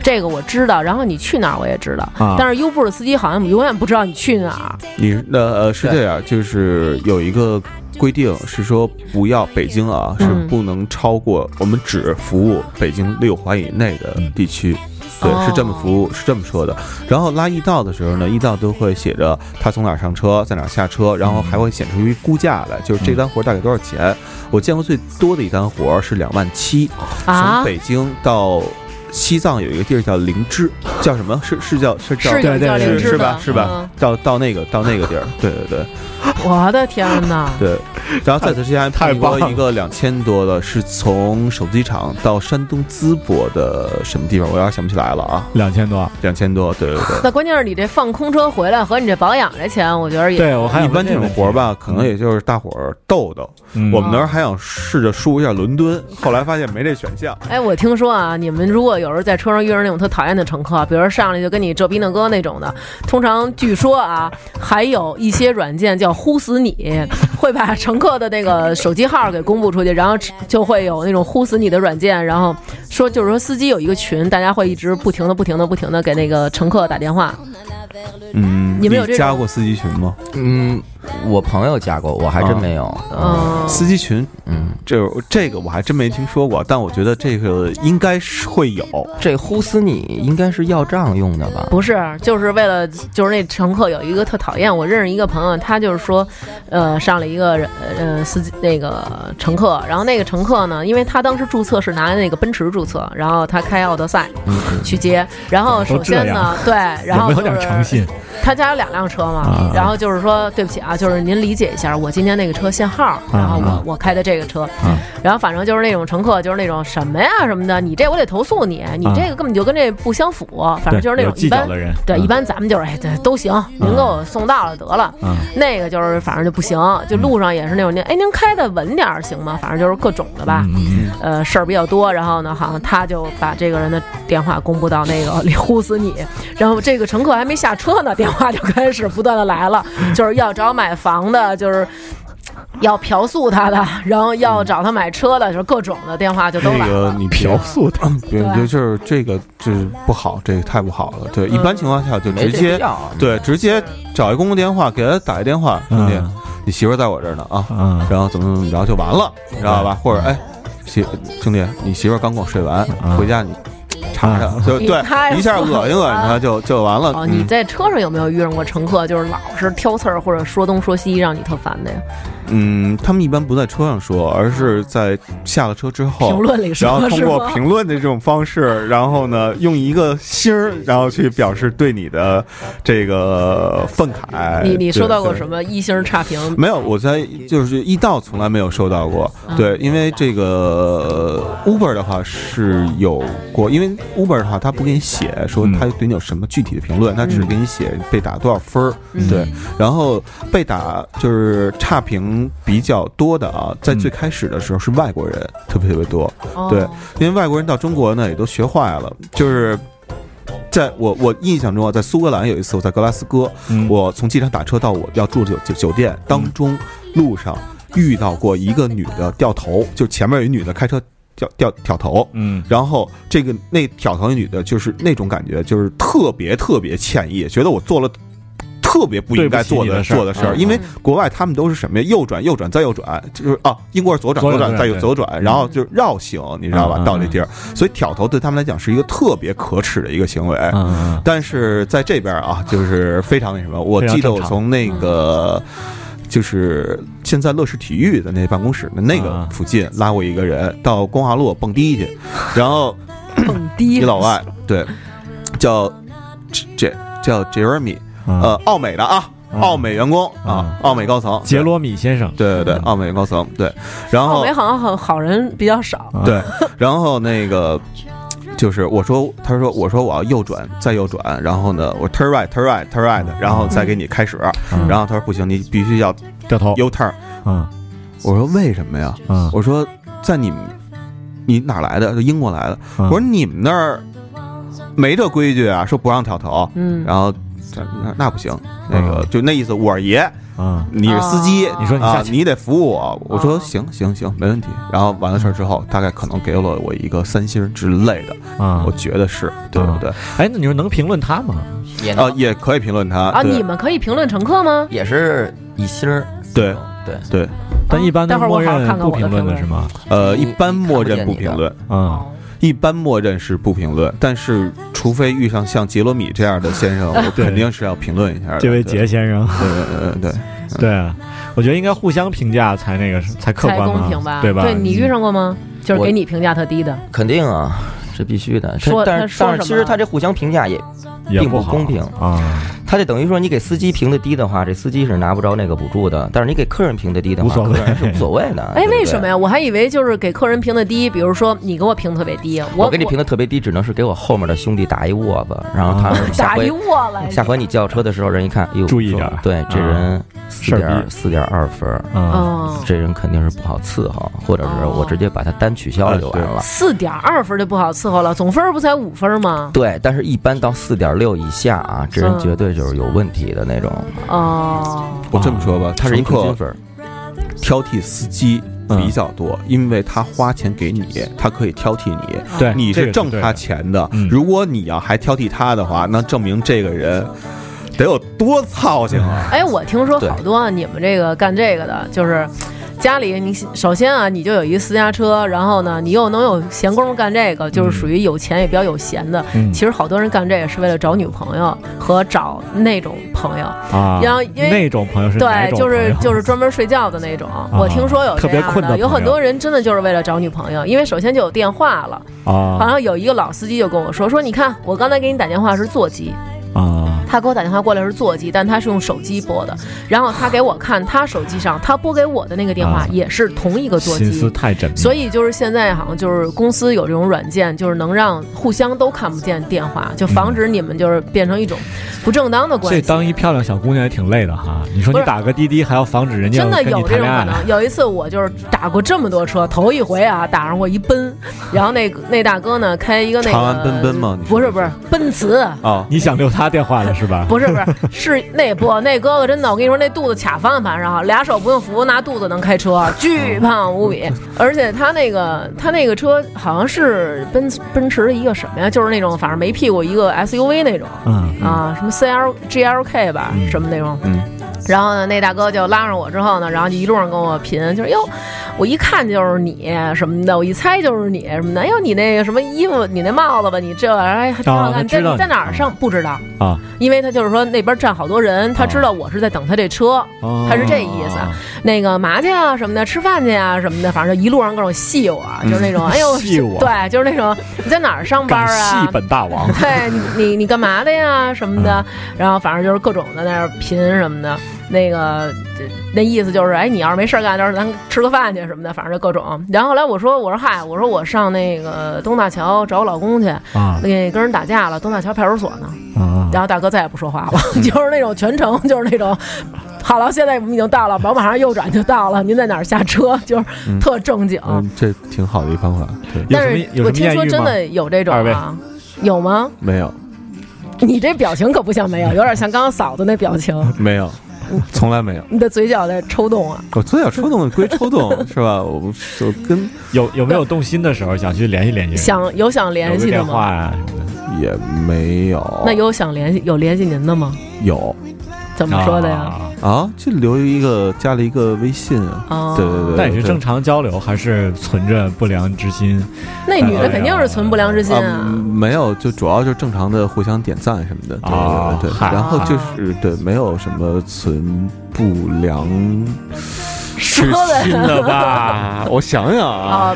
[SPEAKER 2] 这个我知道。然后你去哪儿我也知道。
[SPEAKER 1] 啊
[SPEAKER 2] 但是优步的司机好像永远不知道你去哪儿。
[SPEAKER 3] 你那呃是
[SPEAKER 4] 对
[SPEAKER 3] 这样，就是有一个规定是说不要北京啊是
[SPEAKER 2] 嗯
[SPEAKER 3] 不能超过我们只服务北京六环以内的地区。
[SPEAKER 2] 哦
[SPEAKER 3] 对，是这么服务，是这么说的。然后拉驿道的时候呢，驿道都会写着他从哪儿上车，在哪儿下车，然后还会显示出一估价来，就是这单活大概多少钱。我见过最多的一单活是两万七，从
[SPEAKER 2] 啊
[SPEAKER 3] 北京到西藏有一个地儿叫灵芝，叫什么？是是叫是叫
[SPEAKER 2] 是有
[SPEAKER 1] 对对
[SPEAKER 2] 教
[SPEAKER 1] 对
[SPEAKER 2] 练
[SPEAKER 3] 是
[SPEAKER 2] 知
[SPEAKER 3] 是
[SPEAKER 2] 道嗯
[SPEAKER 3] 吧？是吧？到到那个到那个地儿，对对对
[SPEAKER 2] 我的天哪！
[SPEAKER 3] 对。然后在此之前还
[SPEAKER 1] 太
[SPEAKER 3] 碰
[SPEAKER 1] 棒了
[SPEAKER 3] 过一个两千多的，是从手机厂到山东淄博的什么地方，我有点想不起来了啊，
[SPEAKER 1] 两千多，
[SPEAKER 3] 两千多，对对对。
[SPEAKER 2] 那关键是你这放空车回来和你这保养这钱，我觉得也
[SPEAKER 1] 对我还
[SPEAKER 3] 一般这种活儿，吧，可能也就是大伙儿斗斗。
[SPEAKER 1] 嗯
[SPEAKER 3] 我们那儿还想试着输一下伦敦，后来发现没这选项。
[SPEAKER 2] 哎，我听说啊，你们如果有时候在车上遇上那种特讨厌的乘客，啊比如上来就跟你这逼那哥那种的。通常据说啊，还有一些软件叫“呼死你”， 会把乘客的那个手机号给公布出去，然后就会有那种“呼死你”的软件，然后说就是说司机有一个群，大家会一直不停的、不停的、不停的给那个乘客打电话。
[SPEAKER 3] 嗯，
[SPEAKER 2] 你们有这种
[SPEAKER 3] 加过司机群吗？
[SPEAKER 4] 嗯，我朋友加过，我还真没有。
[SPEAKER 2] 嗯，
[SPEAKER 3] 司机群
[SPEAKER 4] 嗯，
[SPEAKER 3] 这这个我还真没听说过，但我觉得这个应该是会有。
[SPEAKER 4] 这呼死你应该是要账用的吧？
[SPEAKER 2] 不是，就是为了就是那乘客有一个特讨厌，我认识一个朋友，他就是说，呃，上了一个人呃司机那个乘客，然后那个乘客呢，因为他当时注册是拿那个奔驰注册，然后他开奥德赛
[SPEAKER 1] 嗯
[SPEAKER 2] 去接，然后首先呢，对， 然后
[SPEAKER 1] 有
[SPEAKER 2] 就
[SPEAKER 1] 没有点
[SPEAKER 2] 是
[SPEAKER 1] 诚信？
[SPEAKER 2] 他家有两辆车嘛
[SPEAKER 1] 啊，
[SPEAKER 2] 然后就是说对不起啊，就是您理解一下，我今天那个车限号，然后
[SPEAKER 1] 啊
[SPEAKER 2] 我我开的这个车，然后反正就是那种乘客，就是那种什么呀什么的，你这我得投诉你，你这个根本就跟这不相符，反正就是那
[SPEAKER 1] 啊有
[SPEAKER 2] 种一
[SPEAKER 1] 计较
[SPEAKER 2] 般
[SPEAKER 1] 的人，
[SPEAKER 2] 对，
[SPEAKER 1] 嗯
[SPEAKER 2] 一般咱们就是哎，对，都行，您给我送到了得了。
[SPEAKER 1] 嗯
[SPEAKER 2] 那个就是反正就不行，就路上也是那种，您哎，您开的稳点儿行吗？反正就是各种的吧。
[SPEAKER 1] 嗯
[SPEAKER 2] 呃，事儿比较多，然后呢，好像他就把这个人的电话公布到那个 里呼死你，然后这个乘客还没下车呢，电话就开始不断的来了，就是要找买房的，就是要嫖宿他的，然后
[SPEAKER 1] 嗯
[SPEAKER 2] 要找他买车的，就是各种的电话就都
[SPEAKER 1] 哎
[SPEAKER 2] 来
[SPEAKER 3] 那个
[SPEAKER 2] 了。
[SPEAKER 3] 你
[SPEAKER 1] 嫖宿他，
[SPEAKER 3] 对，就是这个就是不好，这个太不好了。对，一般情况下就
[SPEAKER 4] 没
[SPEAKER 3] 直
[SPEAKER 4] 这
[SPEAKER 3] 接
[SPEAKER 4] 必要
[SPEAKER 3] 对直接找一公共电话给他打一电话，兄弟
[SPEAKER 1] 嗯，
[SPEAKER 3] 你媳妇儿在我这儿呢啊，
[SPEAKER 1] 嗯
[SPEAKER 3] 然后怎么怎么着就完了，你知道吧？或者哎，媳兄弟，你媳妇儿刚跟我睡完，
[SPEAKER 1] 嗯
[SPEAKER 3] 回家你查查，就
[SPEAKER 2] 你
[SPEAKER 3] 对
[SPEAKER 2] 太
[SPEAKER 3] 一下恶
[SPEAKER 2] 损
[SPEAKER 3] 心恶心
[SPEAKER 2] 了
[SPEAKER 3] 他就就完了。
[SPEAKER 2] 哦，
[SPEAKER 3] 嗯
[SPEAKER 2] 你在车上有没有遇上过乘客，就是老是挑刺儿或者说东说西，让你特烦的呀？
[SPEAKER 3] 嗯，他们一般不在车上说，而是在下了车之后
[SPEAKER 2] 评论里说
[SPEAKER 3] 哦然后通
[SPEAKER 2] 是
[SPEAKER 3] 过
[SPEAKER 2] 吗
[SPEAKER 3] 评论的这种方式，然后呢，用一个心儿，然后去表示对你的这个愤慨。
[SPEAKER 2] 你你收到过
[SPEAKER 3] 哎对
[SPEAKER 2] 什？么一星差评？
[SPEAKER 3] 对没有，我在就是一到从来没有收到过。
[SPEAKER 2] 嗯
[SPEAKER 3] 对，因为这个呃 Uber 的话是有过，因为 Uber 的话他不给你写说
[SPEAKER 1] 嗯
[SPEAKER 3] 他对你有什么具体的评论，他只是给你写被打多少分儿。
[SPEAKER 2] 嗯
[SPEAKER 3] 对，然后被打就是差评比较多的啊，在最开始的时候是外国人特别特别多，
[SPEAKER 2] 哦
[SPEAKER 3] 对因为外国人到中国呢也都学坏了，就是。在我我印象中啊，在苏格兰有一次，我在格拉斯哥，
[SPEAKER 1] 嗯
[SPEAKER 3] 我从机场打车到我要住的酒酒酒店当中，路上遇到过一个女的掉头，就前面有一女的开车掉掉挑头，
[SPEAKER 1] 嗯
[SPEAKER 3] 然后这个那挑头那女的，就是那种感觉，就是特别特别歉意，觉得我做了。特别不应该
[SPEAKER 1] 对不
[SPEAKER 3] 做
[SPEAKER 1] 起你的事儿
[SPEAKER 3] 做的事儿，
[SPEAKER 1] 嗯
[SPEAKER 3] 因为国外他们都是什么呀？右转，右转，再右转，就是啊，英国是左转，
[SPEAKER 1] 左
[SPEAKER 3] 左
[SPEAKER 1] 转
[SPEAKER 3] 转，再右
[SPEAKER 1] 对
[SPEAKER 3] 左转，然后就是绕行，你知道吧
[SPEAKER 1] 嗯？嗯
[SPEAKER 3] 到那地儿，所以挑头对他们来讲是一个特别可耻的一个行为。
[SPEAKER 1] 嗯
[SPEAKER 3] 但是在这边啊，就是非常那什么。我
[SPEAKER 1] 非常
[SPEAKER 3] 记得我
[SPEAKER 1] 正常
[SPEAKER 3] 从那个就是现在乐视体育的那办公室的那个
[SPEAKER 1] 啊
[SPEAKER 3] 附近拉过一个人到光华路蹦迪去，然后
[SPEAKER 2] 蹦迪，
[SPEAKER 3] 一老外，对，叫这叫 Jeremy，
[SPEAKER 1] 嗯
[SPEAKER 3] 呃，奥美的啊，
[SPEAKER 1] 嗯
[SPEAKER 3] 奥美员工啊
[SPEAKER 1] 啊，嗯
[SPEAKER 3] 奥美高层，
[SPEAKER 1] 杰罗米先生，
[SPEAKER 3] 对，对对对，奥美高层，对，然后
[SPEAKER 2] 澳哦门好像好好人比较少。
[SPEAKER 1] 啊
[SPEAKER 3] 对，然后那个就是我说，他说我说我要右转，再右转，然后呢，我 turn right turn right turn right，然后再给你开始，
[SPEAKER 1] 嗯
[SPEAKER 3] 然后他说不行，你必须要
[SPEAKER 1] 掉头，
[SPEAKER 3] U turn。
[SPEAKER 1] 嗯
[SPEAKER 3] 我说为什么呀？
[SPEAKER 1] 嗯，
[SPEAKER 3] 我说在你们你哪来的？就英国来的。
[SPEAKER 1] 嗯
[SPEAKER 3] 我说你们那儿没这规矩啊，说不让跳头。
[SPEAKER 2] 嗯，
[SPEAKER 3] 然后他那那不行，那个就那意思，我是爷，
[SPEAKER 1] 嗯
[SPEAKER 3] 你是司机，
[SPEAKER 2] 哦
[SPEAKER 1] 你说你
[SPEAKER 3] 嗯啊
[SPEAKER 1] 下，去
[SPEAKER 3] 你得服务我。我说
[SPEAKER 2] 哦
[SPEAKER 3] 行行行，没问题。然后完了事儿之后，大概可能给了我一个三星之类的，
[SPEAKER 1] 啊
[SPEAKER 3] 我，觉得是对不对？
[SPEAKER 1] 哎，那你说能评论他吗？
[SPEAKER 4] 也
[SPEAKER 3] 啊
[SPEAKER 4] 能，
[SPEAKER 3] 也可以评论他
[SPEAKER 2] 啊，
[SPEAKER 3] 对
[SPEAKER 2] 你们可以评论乘客吗？
[SPEAKER 4] 也是一星儿。嗯
[SPEAKER 3] 对
[SPEAKER 4] 对，
[SPEAKER 3] 对，
[SPEAKER 1] 但一般
[SPEAKER 2] 待
[SPEAKER 1] 都
[SPEAKER 2] 会儿我
[SPEAKER 1] 默
[SPEAKER 2] 好好
[SPEAKER 1] 认
[SPEAKER 2] 看看
[SPEAKER 1] 不
[SPEAKER 2] 我的
[SPEAKER 1] 评论的
[SPEAKER 2] 评论
[SPEAKER 1] 是吗？
[SPEAKER 3] 呃，
[SPEAKER 4] 你
[SPEAKER 3] 一般默认
[SPEAKER 4] 看
[SPEAKER 3] 不
[SPEAKER 4] 不见你的
[SPEAKER 3] 评论，
[SPEAKER 1] 嗯，
[SPEAKER 3] 一般默认是不评论，但是除非遇上像杰罗米这样的先生，我
[SPEAKER 1] 对
[SPEAKER 3] 肯定是要评论一下的。
[SPEAKER 1] 这位
[SPEAKER 3] 对
[SPEAKER 1] 杰，先生，
[SPEAKER 3] 对对对对，
[SPEAKER 1] 对啊，我觉得应该互相评价才那个才客
[SPEAKER 2] 才
[SPEAKER 1] 观嘛，
[SPEAKER 2] 公平吧？
[SPEAKER 1] 对吧？
[SPEAKER 2] 你遇上过吗？就是
[SPEAKER 4] 我
[SPEAKER 2] 给你评价特低的，
[SPEAKER 4] 肯定啊，这必须的。
[SPEAKER 2] 说
[SPEAKER 4] 但
[SPEAKER 2] 他
[SPEAKER 4] 是
[SPEAKER 2] 说
[SPEAKER 4] 但是，
[SPEAKER 2] 什
[SPEAKER 4] 其实
[SPEAKER 2] 么啊
[SPEAKER 4] 他这互相评价也，
[SPEAKER 1] 也
[SPEAKER 4] 并不
[SPEAKER 1] 好
[SPEAKER 4] 公平
[SPEAKER 1] 啊，
[SPEAKER 4] 他这等于说你给司机评的低的话，这司机是拿不着那个补助的；但是你给客人评的低的
[SPEAKER 1] 无所
[SPEAKER 4] 话，
[SPEAKER 1] 谓
[SPEAKER 4] 客人是无所谓的。
[SPEAKER 2] 哎，
[SPEAKER 4] 对不对
[SPEAKER 2] 为什么？呀？我还以为就是给客人评的低，比如说你给我评特别低，
[SPEAKER 4] 我
[SPEAKER 2] 我
[SPEAKER 4] 给你评的特别低，只能是给我后面的兄弟打一窝子，然后他们
[SPEAKER 2] 我
[SPEAKER 4] 下
[SPEAKER 2] 啊打一
[SPEAKER 4] 回
[SPEAKER 2] 窝了，
[SPEAKER 4] 下回你叫车的时候，人一看，哎呦，
[SPEAKER 1] 注意点啊
[SPEAKER 4] 说对，这人四点四点二分，
[SPEAKER 1] 嗯，
[SPEAKER 2] 嗯，
[SPEAKER 4] 这人肯定是不好伺候，或者是
[SPEAKER 2] 哦
[SPEAKER 4] 我直接把他单取消了就完
[SPEAKER 1] 啊
[SPEAKER 4] 了。
[SPEAKER 2] 四点二分就不好伺候了，总分儿不才五分吗？
[SPEAKER 4] 对，但是一般到四点六以下啊，这人
[SPEAKER 2] 嗯
[SPEAKER 4] 绝对就是有问题的那种。
[SPEAKER 2] 哦，
[SPEAKER 3] 我这么说吧，他是一
[SPEAKER 4] 成
[SPEAKER 3] 个
[SPEAKER 4] 绩分，
[SPEAKER 3] 挑剔司机
[SPEAKER 1] 嗯
[SPEAKER 3] 比较多，因为他花钱给你，他可以挑剔你，
[SPEAKER 2] 嗯
[SPEAKER 1] 对，
[SPEAKER 3] 你
[SPEAKER 1] 这
[SPEAKER 3] 是
[SPEAKER 1] 个
[SPEAKER 3] 挣
[SPEAKER 1] 对的
[SPEAKER 3] 他钱的
[SPEAKER 1] 嗯。
[SPEAKER 3] 如果你要还挑剔他的话，那证明这个人得有多操心啊！
[SPEAKER 2] 哎，我听说
[SPEAKER 4] 对
[SPEAKER 2] 好多啊，你们这个干这个的，就是家里你首先啊，你就有一私家车，然后呢，你又能有闲工夫干这个，就是属于有钱也比较有闲的。
[SPEAKER 1] 嗯
[SPEAKER 2] 其实好多人干这个是为了找女朋友和找那种朋友，
[SPEAKER 1] 啊，
[SPEAKER 2] 然后因为
[SPEAKER 1] 那种朋友是哪
[SPEAKER 2] 对，
[SPEAKER 1] 种
[SPEAKER 2] 就是
[SPEAKER 1] 朋友
[SPEAKER 2] 就是专门睡觉的那种。我听说有
[SPEAKER 1] 特
[SPEAKER 2] 这
[SPEAKER 1] 别
[SPEAKER 2] 样
[SPEAKER 1] 困的
[SPEAKER 2] 的，有
[SPEAKER 1] 朋
[SPEAKER 2] 很
[SPEAKER 1] 友
[SPEAKER 2] 多人真的就是为了找女朋友，因为首先就有电话了。好
[SPEAKER 1] 啊
[SPEAKER 2] 像有一个老司机就跟我说，说你看我刚才给你打电话是座机，
[SPEAKER 1] 啊，
[SPEAKER 2] 他给我打电话过来是座机，但他是用手机拨的，然后他给我看他手机上他拨给我的那个电话
[SPEAKER 1] 啊
[SPEAKER 2] 也是同一个座
[SPEAKER 1] 心思
[SPEAKER 2] 机。
[SPEAKER 1] 太缜密，
[SPEAKER 2] 所
[SPEAKER 1] 以
[SPEAKER 2] 以就是现在好像就是公司有这种软件，就是能让互相都看不见电话，就防止你们就是变成一种不正当的关
[SPEAKER 1] 这
[SPEAKER 2] 系。啊
[SPEAKER 1] 当一漂亮小姑娘也挺累的哈。你说
[SPEAKER 2] 不
[SPEAKER 1] 你
[SPEAKER 2] 是
[SPEAKER 1] 打个滴滴还要防止人家
[SPEAKER 2] 真的
[SPEAKER 1] 跟你
[SPEAKER 2] 有这
[SPEAKER 1] 谈
[SPEAKER 2] 种
[SPEAKER 1] 恋
[SPEAKER 2] 可
[SPEAKER 1] 爱啊
[SPEAKER 2] 能。有一次我就是打过这么多车，头一回啊打上过一奔，然后那个那大哥呢开一个那个
[SPEAKER 3] 长安奔奔吗你说
[SPEAKER 2] 不是不是奔驰，
[SPEAKER 3] 啊，
[SPEAKER 1] 你想留他电话了是吧？
[SPEAKER 2] 不是不是，是那不那哥哥真的，我跟你说那肚子卡方向盘上啊，俩手不用扶，拿肚子能开车，巨胖无比。而且他那个他那个车好像是奔奔驰的一个什么呀，就是那种反正没屁股一个 SUV 那种。
[SPEAKER 1] 嗯，
[SPEAKER 2] 啊，什么 C L G L K 吧，
[SPEAKER 1] 嗯
[SPEAKER 2] 什么那种。
[SPEAKER 3] 嗯。
[SPEAKER 2] 然后呢，那大哥就拉上我之后呢，然后就一路上跟我贫，就是哟，我一看就是你什么的，我一猜就是你什么的。哎呦，你那个什么衣服，你那帽子吧，你这玩意儿哎还挺好
[SPEAKER 1] 哦他
[SPEAKER 2] 看。你在
[SPEAKER 1] 知道
[SPEAKER 2] 你在
[SPEAKER 1] 你
[SPEAKER 2] 哪儿上？不知道
[SPEAKER 1] 啊，
[SPEAKER 2] 因为他就是说那边站好多人，他知道我是在等他这车。他是这意思
[SPEAKER 1] 啊
[SPEAKER 2] 那个嘛去啊什么的，吃饭去啊什么的，反正就一路上各种戏我，就是那种哎呦，
[SPEAKER 1] 嗯戏我
[SPEAKER 2] 对，就是那种你在哪儿上班
[SPEAKER 1] 敢
[SPEAKER 2] 啊？，
[SPEAKER 1] 戏本大王
[SPEAKER 2] 对你你你干嘛的呀什么的，
[SPEAKER 1] 嗯
[SPEAKER 2] 然后反正就是各种的在那儿贫什么的，那个这那意思就是，哎，你要是没事儿干，就是咱吃个饭去什么的，反正就各种。然后后来我说，我说嗨，我说我上那个东大桥找我老公去，
[SPEAKER 1] 啊
[SPEAKER 2] 那跟人打架了，东大桥派出所呢。
[SPEAKER 1] 啊，
[SPEAKER 2] 然后大哥再也不说话了，
[SPEAKER 1] 嗯
[SPEAKER 2] 就是那种全程就是那种，好了，现在我们已经到了，宝马上右转就到了，您在哪儿下车？就是
[SPEAKER 3] 嗯
[SPEAKER 2] 特正经。
[SPEAKER 3] 嗯，这挺好的一方法。对，
[SPEAKER 1] 有
[SPEAKER 2] 但
[SPEAKER 1] 什么
[SPEAKER 2] 是我
[SPEAKER 1] 有什么
[SPEAKER 2] 听
[SPEAKER 1] 艳
[SPEAKER 2] 说
[SPEAKER 1] 遇
[SPEAKER 2] 真
[SPEAKER 1] 吗？
[SPEAKER 2] 的有这种
[SPEAKER 1] 二位
[SPEAKER 2] 啊，有吗？
[SPEAKER 3] 没有
[SPEAKER 2] 你这表情可不像 没有，有点像刚刚嫂子那表情，
[SPEAKER 3] 没有，从来没有。
[SPEAKER 2] 你的嘴角在抽动啊。
[SPEAKER 3] 我从小抽动归抽动，是吧？我不就跟
[SPEAKER 1] 有有没有动心的时候想去联系联系人？
[SPEAKER 2] 想有想
[SPEAKER 1] 有
[SPEAKER 2] 联
[SPEAKER 1] 个
[SPEAKER 2] 系的
[SPEAKER 1] 电
[SPEAKER 2] 吗？
[SPEAKER 1] 话啊呀什么的，
[SPEAKER 3] 也没有。
[SPEAKER 2] 那有想联系有联系您的吗？
[SPEAKER 3] 有
[SPEAKER 2] 怎么说的呀？
[SPEAKER 1] 啊？
[SPEAKER 3] 啊？就留一个加了一个微信啊。
[SPEAKER 2] 哦，
[SPEAKER 3] 对对对
[SPEAKER 1] 那也是正常交流，还是存着不良之心？
[SPEAKER 2] 那女的肯定是存不良之心
[SPEAKER 3] 啊，
[SPEAKER 2] 啊。
[SPEAKER 4] 嗯
[SPEAKER 3] 没有，就主要就是正常的互相点赞什么的，
[SPEAKER 1] 哦
[SPEAKER 3] 对对对对。
[SPEAKER 1] 嗨
[SPEAKER 3] 然后
[SPEAKER 2] 啊
[SPEAKER 3] 就是对，没有什么存不良
[SPEAKER 2] 说的
[SPEAKER 1] 的吧？
[SPEAKER 3] 我想想 啊，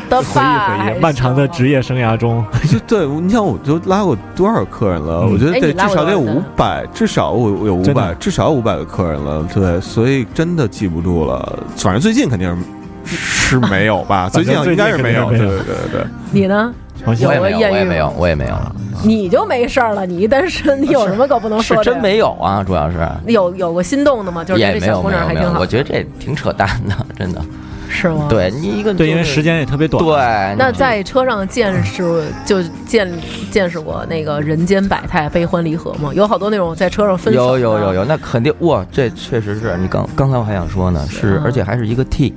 [SPEAKER 2] 好的
[SPEAKER 1] 回忆
[SPEAKER 2] 吧
[SPEAKER 1] 回忆，，漫长的职业生涯中，
[SPEAKER 3] 哎就对你想，我都拉过多少客人了？
[SPEAKER 1] 嗯
[SPEAKER 3] 我觉
[SPEAKER 2] 哎
[SPEAKER 3] 得
[SPEAKER 2] 你
[SPEAKER 3] 得
[SPEAKER 2] 拉
[SPEAKER 3] 至
[SPEAKER 2] 过
[SPEAKER 3] 少得有
[SPEAKER 2] 多少
[SPEAKER 3] 五百，至少我我有五
[SPEAKER 1] 真
[SPEAKER 3] 百
[SPEAKER 1] 的，
[SPEAKER 3] 至少五百个客人了。对，所以真的记不住了。反正最近肯定是。是没有吧？最
[SPEAKER 1] 反正
[SPEAKER 3] 近
[SPEAKER 1] 最近
[SPEAKER 3] 应该是没有，
[SPEAKER 1] 肯
[SPEAKER 3] 对
[SPEAKER 1] 定是没
[SPEAKER 3] 对对对，
[SPEAKER 2] 你呢？
[SPEAKER 1] 我
[SPEAKER 4] 我
[SPEAKER 1] 想
[SPEAKER 4] 也没有，
[SPEAKER 2] 艳遇
[SPEAKER 4] 我也没有
[SPEAKER 2] 吗，
[SPEAKER 4] 我也没有，
[SPEAKER 2] 你就没事儿了，你一单身，你有什么可不能
[SPEAKER 4] 是
[SPEAKER 2] 说的
[SPEAKER 4] 真
[SPEAKER 2] 呀？
[SPEAKER 4] 没有啊，主要是
[SPEAKER 2] 有有过心动的吗？就是这
[SPEAKER 4] 也没
[SPEAKER 2] 小
[SPEAKER 4] 有
[SPEAKER 2] 姑
[SPEAKER 4] 没
[SPEAKER 2] 娘
[SPEAKER 4] 有
[SPEAKER 2] 还
[SPEAKER 4] 没
[SPEAKER 2] 挺
[SPEAKER 4] 有，
[SPEAKER 2] 好
[SPEAKER 4] 我，觉得这挺扯淡的，真的。
[SPEAKER 2] 是吗？。
[SPEAKER 4] 对你一个
[SPEAKER 1] 对，因为
[SPEAKER 4] 就是
[SPEAKER 1] 时间也特别短。
[SPEAKER 4] 对，
[SPEAKER 2] 那
[SPEAKER 4] 你
[SPEAKER 2] 在车上见识就见见识过那个人间百态、悲欢离合吗？有好多那种在车上分手
[SPEAKER 4] 有
[SPEAKER 2] 的
[SPEAKER 4] 有有有，那肯定哇，这确实是你刚刚才我还想说呢，是
[SPEAKER 2] 嗯
[SPEAKER 4] 而且还是一个 T，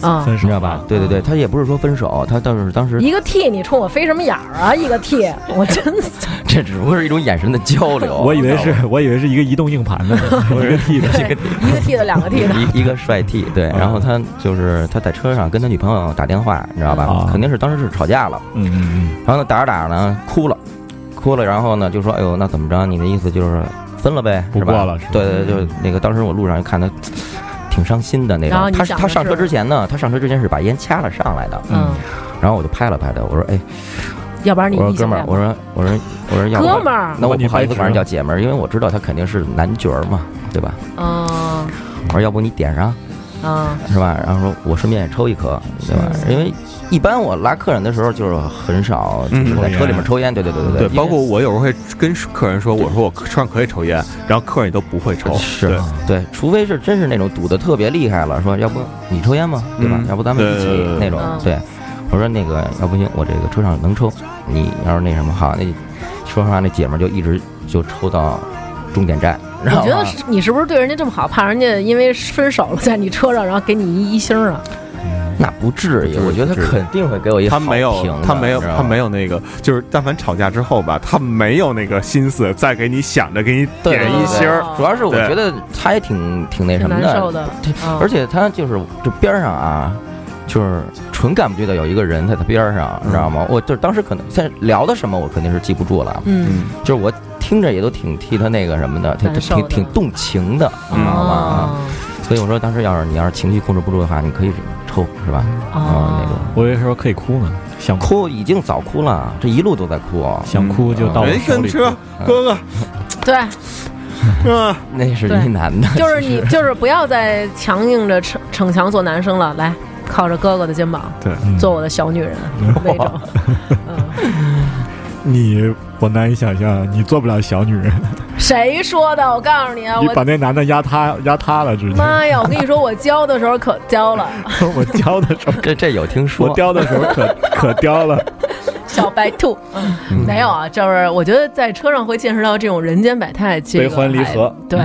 [SPEAKER 2] 啊，
[SPEAKER 1] 分
[SPEAKER 4] 你
[SPEAKER 1] 手
[SPEAKER 4] 知道吧？？对对对，他也不是说分手，他倒是当时
[SPEAKER 2] 一个 T，你冲我飞什么眼儿啊？一个 T，我真
[SPEAKER 4] 这只不过是一种眼神的交流，
[SPEAKER 1] 我以 为
[SPEAKER 4] 你知道吗
[SPEAKER 1] 是，我以为是一个移动硬盘呢，我是 T 的。
[SPEAKER 2] 对一个 T 的两个 T 的，
[SPEAKER 4] 一一个帅 T，对，
[SPEAKER 1] 嗯
[SPEAKER 4] 然后他就是他在车上跟他女朋友打电话，你知道吧
[SPEAKER 1] 啊？
[SPEAKER 4] 肯定是当时是吵架了，
[SPEAKER 1] 嗯嗯
[SPEAKER 4] 然后呢打着打着呢哭了，哭了，然后呢就说哎呦那怎么着？你的意思就是分了呗，
[SPEAKER 1] 不
[SPEAKER 4] 是吧
[SPEAKER 1] 过了是吧
[SPEAKER 4] 对对对，就那个当时我路上就看他。挺伤心的那
[SPEAKER 2] 然后
[SPEAKER 4] 种，
[SPEAKER 2] 你
[SPEAKER 4] 他
[SPEAKER 2] 想
[SPEAKER 4] 他
[SPEAKER 2] 的
[SPEAKER 4] 上车
[SPEAKER 2] 是
[SPEAKER 4] 之前呢，他上车之前是把烟掐了上来的，
[SPEAKER 2] 嗯，
[SPEAKER 4] 然后我就拍了拍他，我说：“哎，
[SPEAKER 2] 要不然你
[SPEAKER 4] 我说
[SPEAKER 2] 异
[SPEAKER 4] 哥
[SPEAKER 2] 性
[SPEAKER 4] 们儿，
[SPEAKER 2] 恋吧
[SPEAKER 4] 我说我说我说要不
[SPEAKER 2] 哥们儿，
[SPEAKER 4] 那我不好
[SPEAKER 1] 那
[SPEAKER 4] 意
[SPEAKER 1] 你白
[SPEAKER 4] 思
[SPEAKER 1] 直
[SPEAKER 4] 管人叫姐们儿，因为我知道他肯定是男角儿嘛，对吧？
[SPEAKER 2] 嗯
[SPEAKER 4] 我说要不你点上
[SPEAKER 2] 嗯
[SPEAKER 4] 是吧？然后说我顺便也抽一颗，对吧？因为一般我拉客人的时候就是很少就是在车里面抽烟，对对对
[SPEAKER 3] 对，
[SPEAKER 4] 对
[SPEAKER 3] 包括我有时候会跟客人说，我说我车上可以抽烟，然后客人也都不会抽，
[SPEAKER 4] 是对，除非是真是那种堵得特别厉害了，说要不你抽烟吗？对吧？
[SPEAKER 3] 嗯
[SPEAKER 4] 要不咱们一起
[SPEAKER 3] 对对对
[SPEAKER 4] 那种
[SPEAKER 2] 嗯
[SPEAKER 4] 对。我说那个要不行，我这个车上能抽，你要是那什么好，那说实话，那姐们儿就一直就抽到终点站，
[SPEAKER 2] 我
[SPEAKER 4] 然后啊
[SPEAKER 2] 觉得是你是不是对人家这么好，怕人家因为分手了在你车上，然后给你一一星啊？
[SPEAKER 4] 那不至于，
[SPEAKER 3] 不至于
[SPEAKER 4] 我觉得
[SPEAKER 3] 不至
[SPEAKER 4] 他
[SPEAKER 3] 于
[SPEAKER 4] 肯定会给我一
[SPEAKER 3] 他没有
[SPEAKER 4] 好评，的
[SPEAKER 3] 他没有，
[SPEAKER 4] 你知道
[SPEAKER 3] 他
[SPEAKER 4] 吗
[SPEAKER 3] 没有那个，就是但凡吵架之后吧，他没有那个心思再给你想着给你
[SPEAKER 4] 对
[SPEAKER 3] 点一星儿。
[SPEAKER 2] 哦
[SPEAKER 4] 主要是我
[SPEAKER 3] 对
[SPEAKER 4] 觉得他也挺挺那
[SPEAKER 2] 挺
[SPEAKER 4] 什么
[SPEAKER 2] 难
[SPEAKER 4] 的，
[SPEAKER 2] 受的，嗯
[SPEAKER 4] 而且他就是这边上啊，就是纯感觉到有一个人在他边上，
[SPEAKER 2] 嗯
[SPEAKER 4] 你知道吗？我就是当时可能在聊的什么，我肯定是记不住了，
[SPEAKER 2] 嗯，
[SPEAKER 4] 就是我听着也都挺替他那个什么的，他
[SPEAKER 2] 难受
[SPEAKER 4] 挺
[SPEAKER 2] 的
[SPEAKER 4] 挺动情的，你知道吗？
[SPEAKER 2] 哦
[SPEAKER 4] 所以我说，当时要是你要是情绪控制不住的话，你可以抽是吧？
[SPEAKER 2] 嗯哦
[SPEAKER 4] 啊，那个
[SPEAKER 1] 我有时候可以哭呢，想哭
[SPEAKER 4] 哭已经早哭了，这一路都在哭，啊
[SPEAKER 2] 嗯
[SPEAKER 1] 想哭就到我
[SPEAKER 3] 没
[SPEAKER 1] 哦手
[SPEAKER 3] 哎跟
[SPEAKER 1] 里哭。
[SPEAKER 3] 车，哥哥，
[SPEAKER 2] 对，
[SPEAKER 3] 嗯，
[SPEAKER 4] 那是
[SPEAKER 2] 对
[SPEAKER 4] 一男的，
[SPEAKER 2] 就是你，就是不要再强硬着逞逞强做男生了，来靠着哥哥的肩膀，
[SPEAKER 3] 对
[SPEAKER 1] 嗯
[SPEAKER 2] 做我的小 女人那种。嗯，
[SPEAKER 1] 你我难以想象，你做不了小女人，
[SPEAKER 2] 谁说的？我告诉你 啊，
[SPEAKER 1] 你把
[SPEAKER 2] 我
[SPEAKER 1] 那男的压塌压塌了，直接。
[SPEAKER 2] 妈呀！我跟你说，我教的时候可教了，
[SPEAKER 1] 我叼的时候，
[SPEAKER 4] 这这有听
[SPEAKER 1] 我
[SPEAKER 4] 说，
[SPEAKER 1] 叼的时候 可可叼了。
[SPEAKER 2] 小白兔。嗯，没有啊，就是我觉得在车上会见识到这种人间百态，这个
[SPEAKER 1] 悲欢离合
[SPEAKER 2] 还对。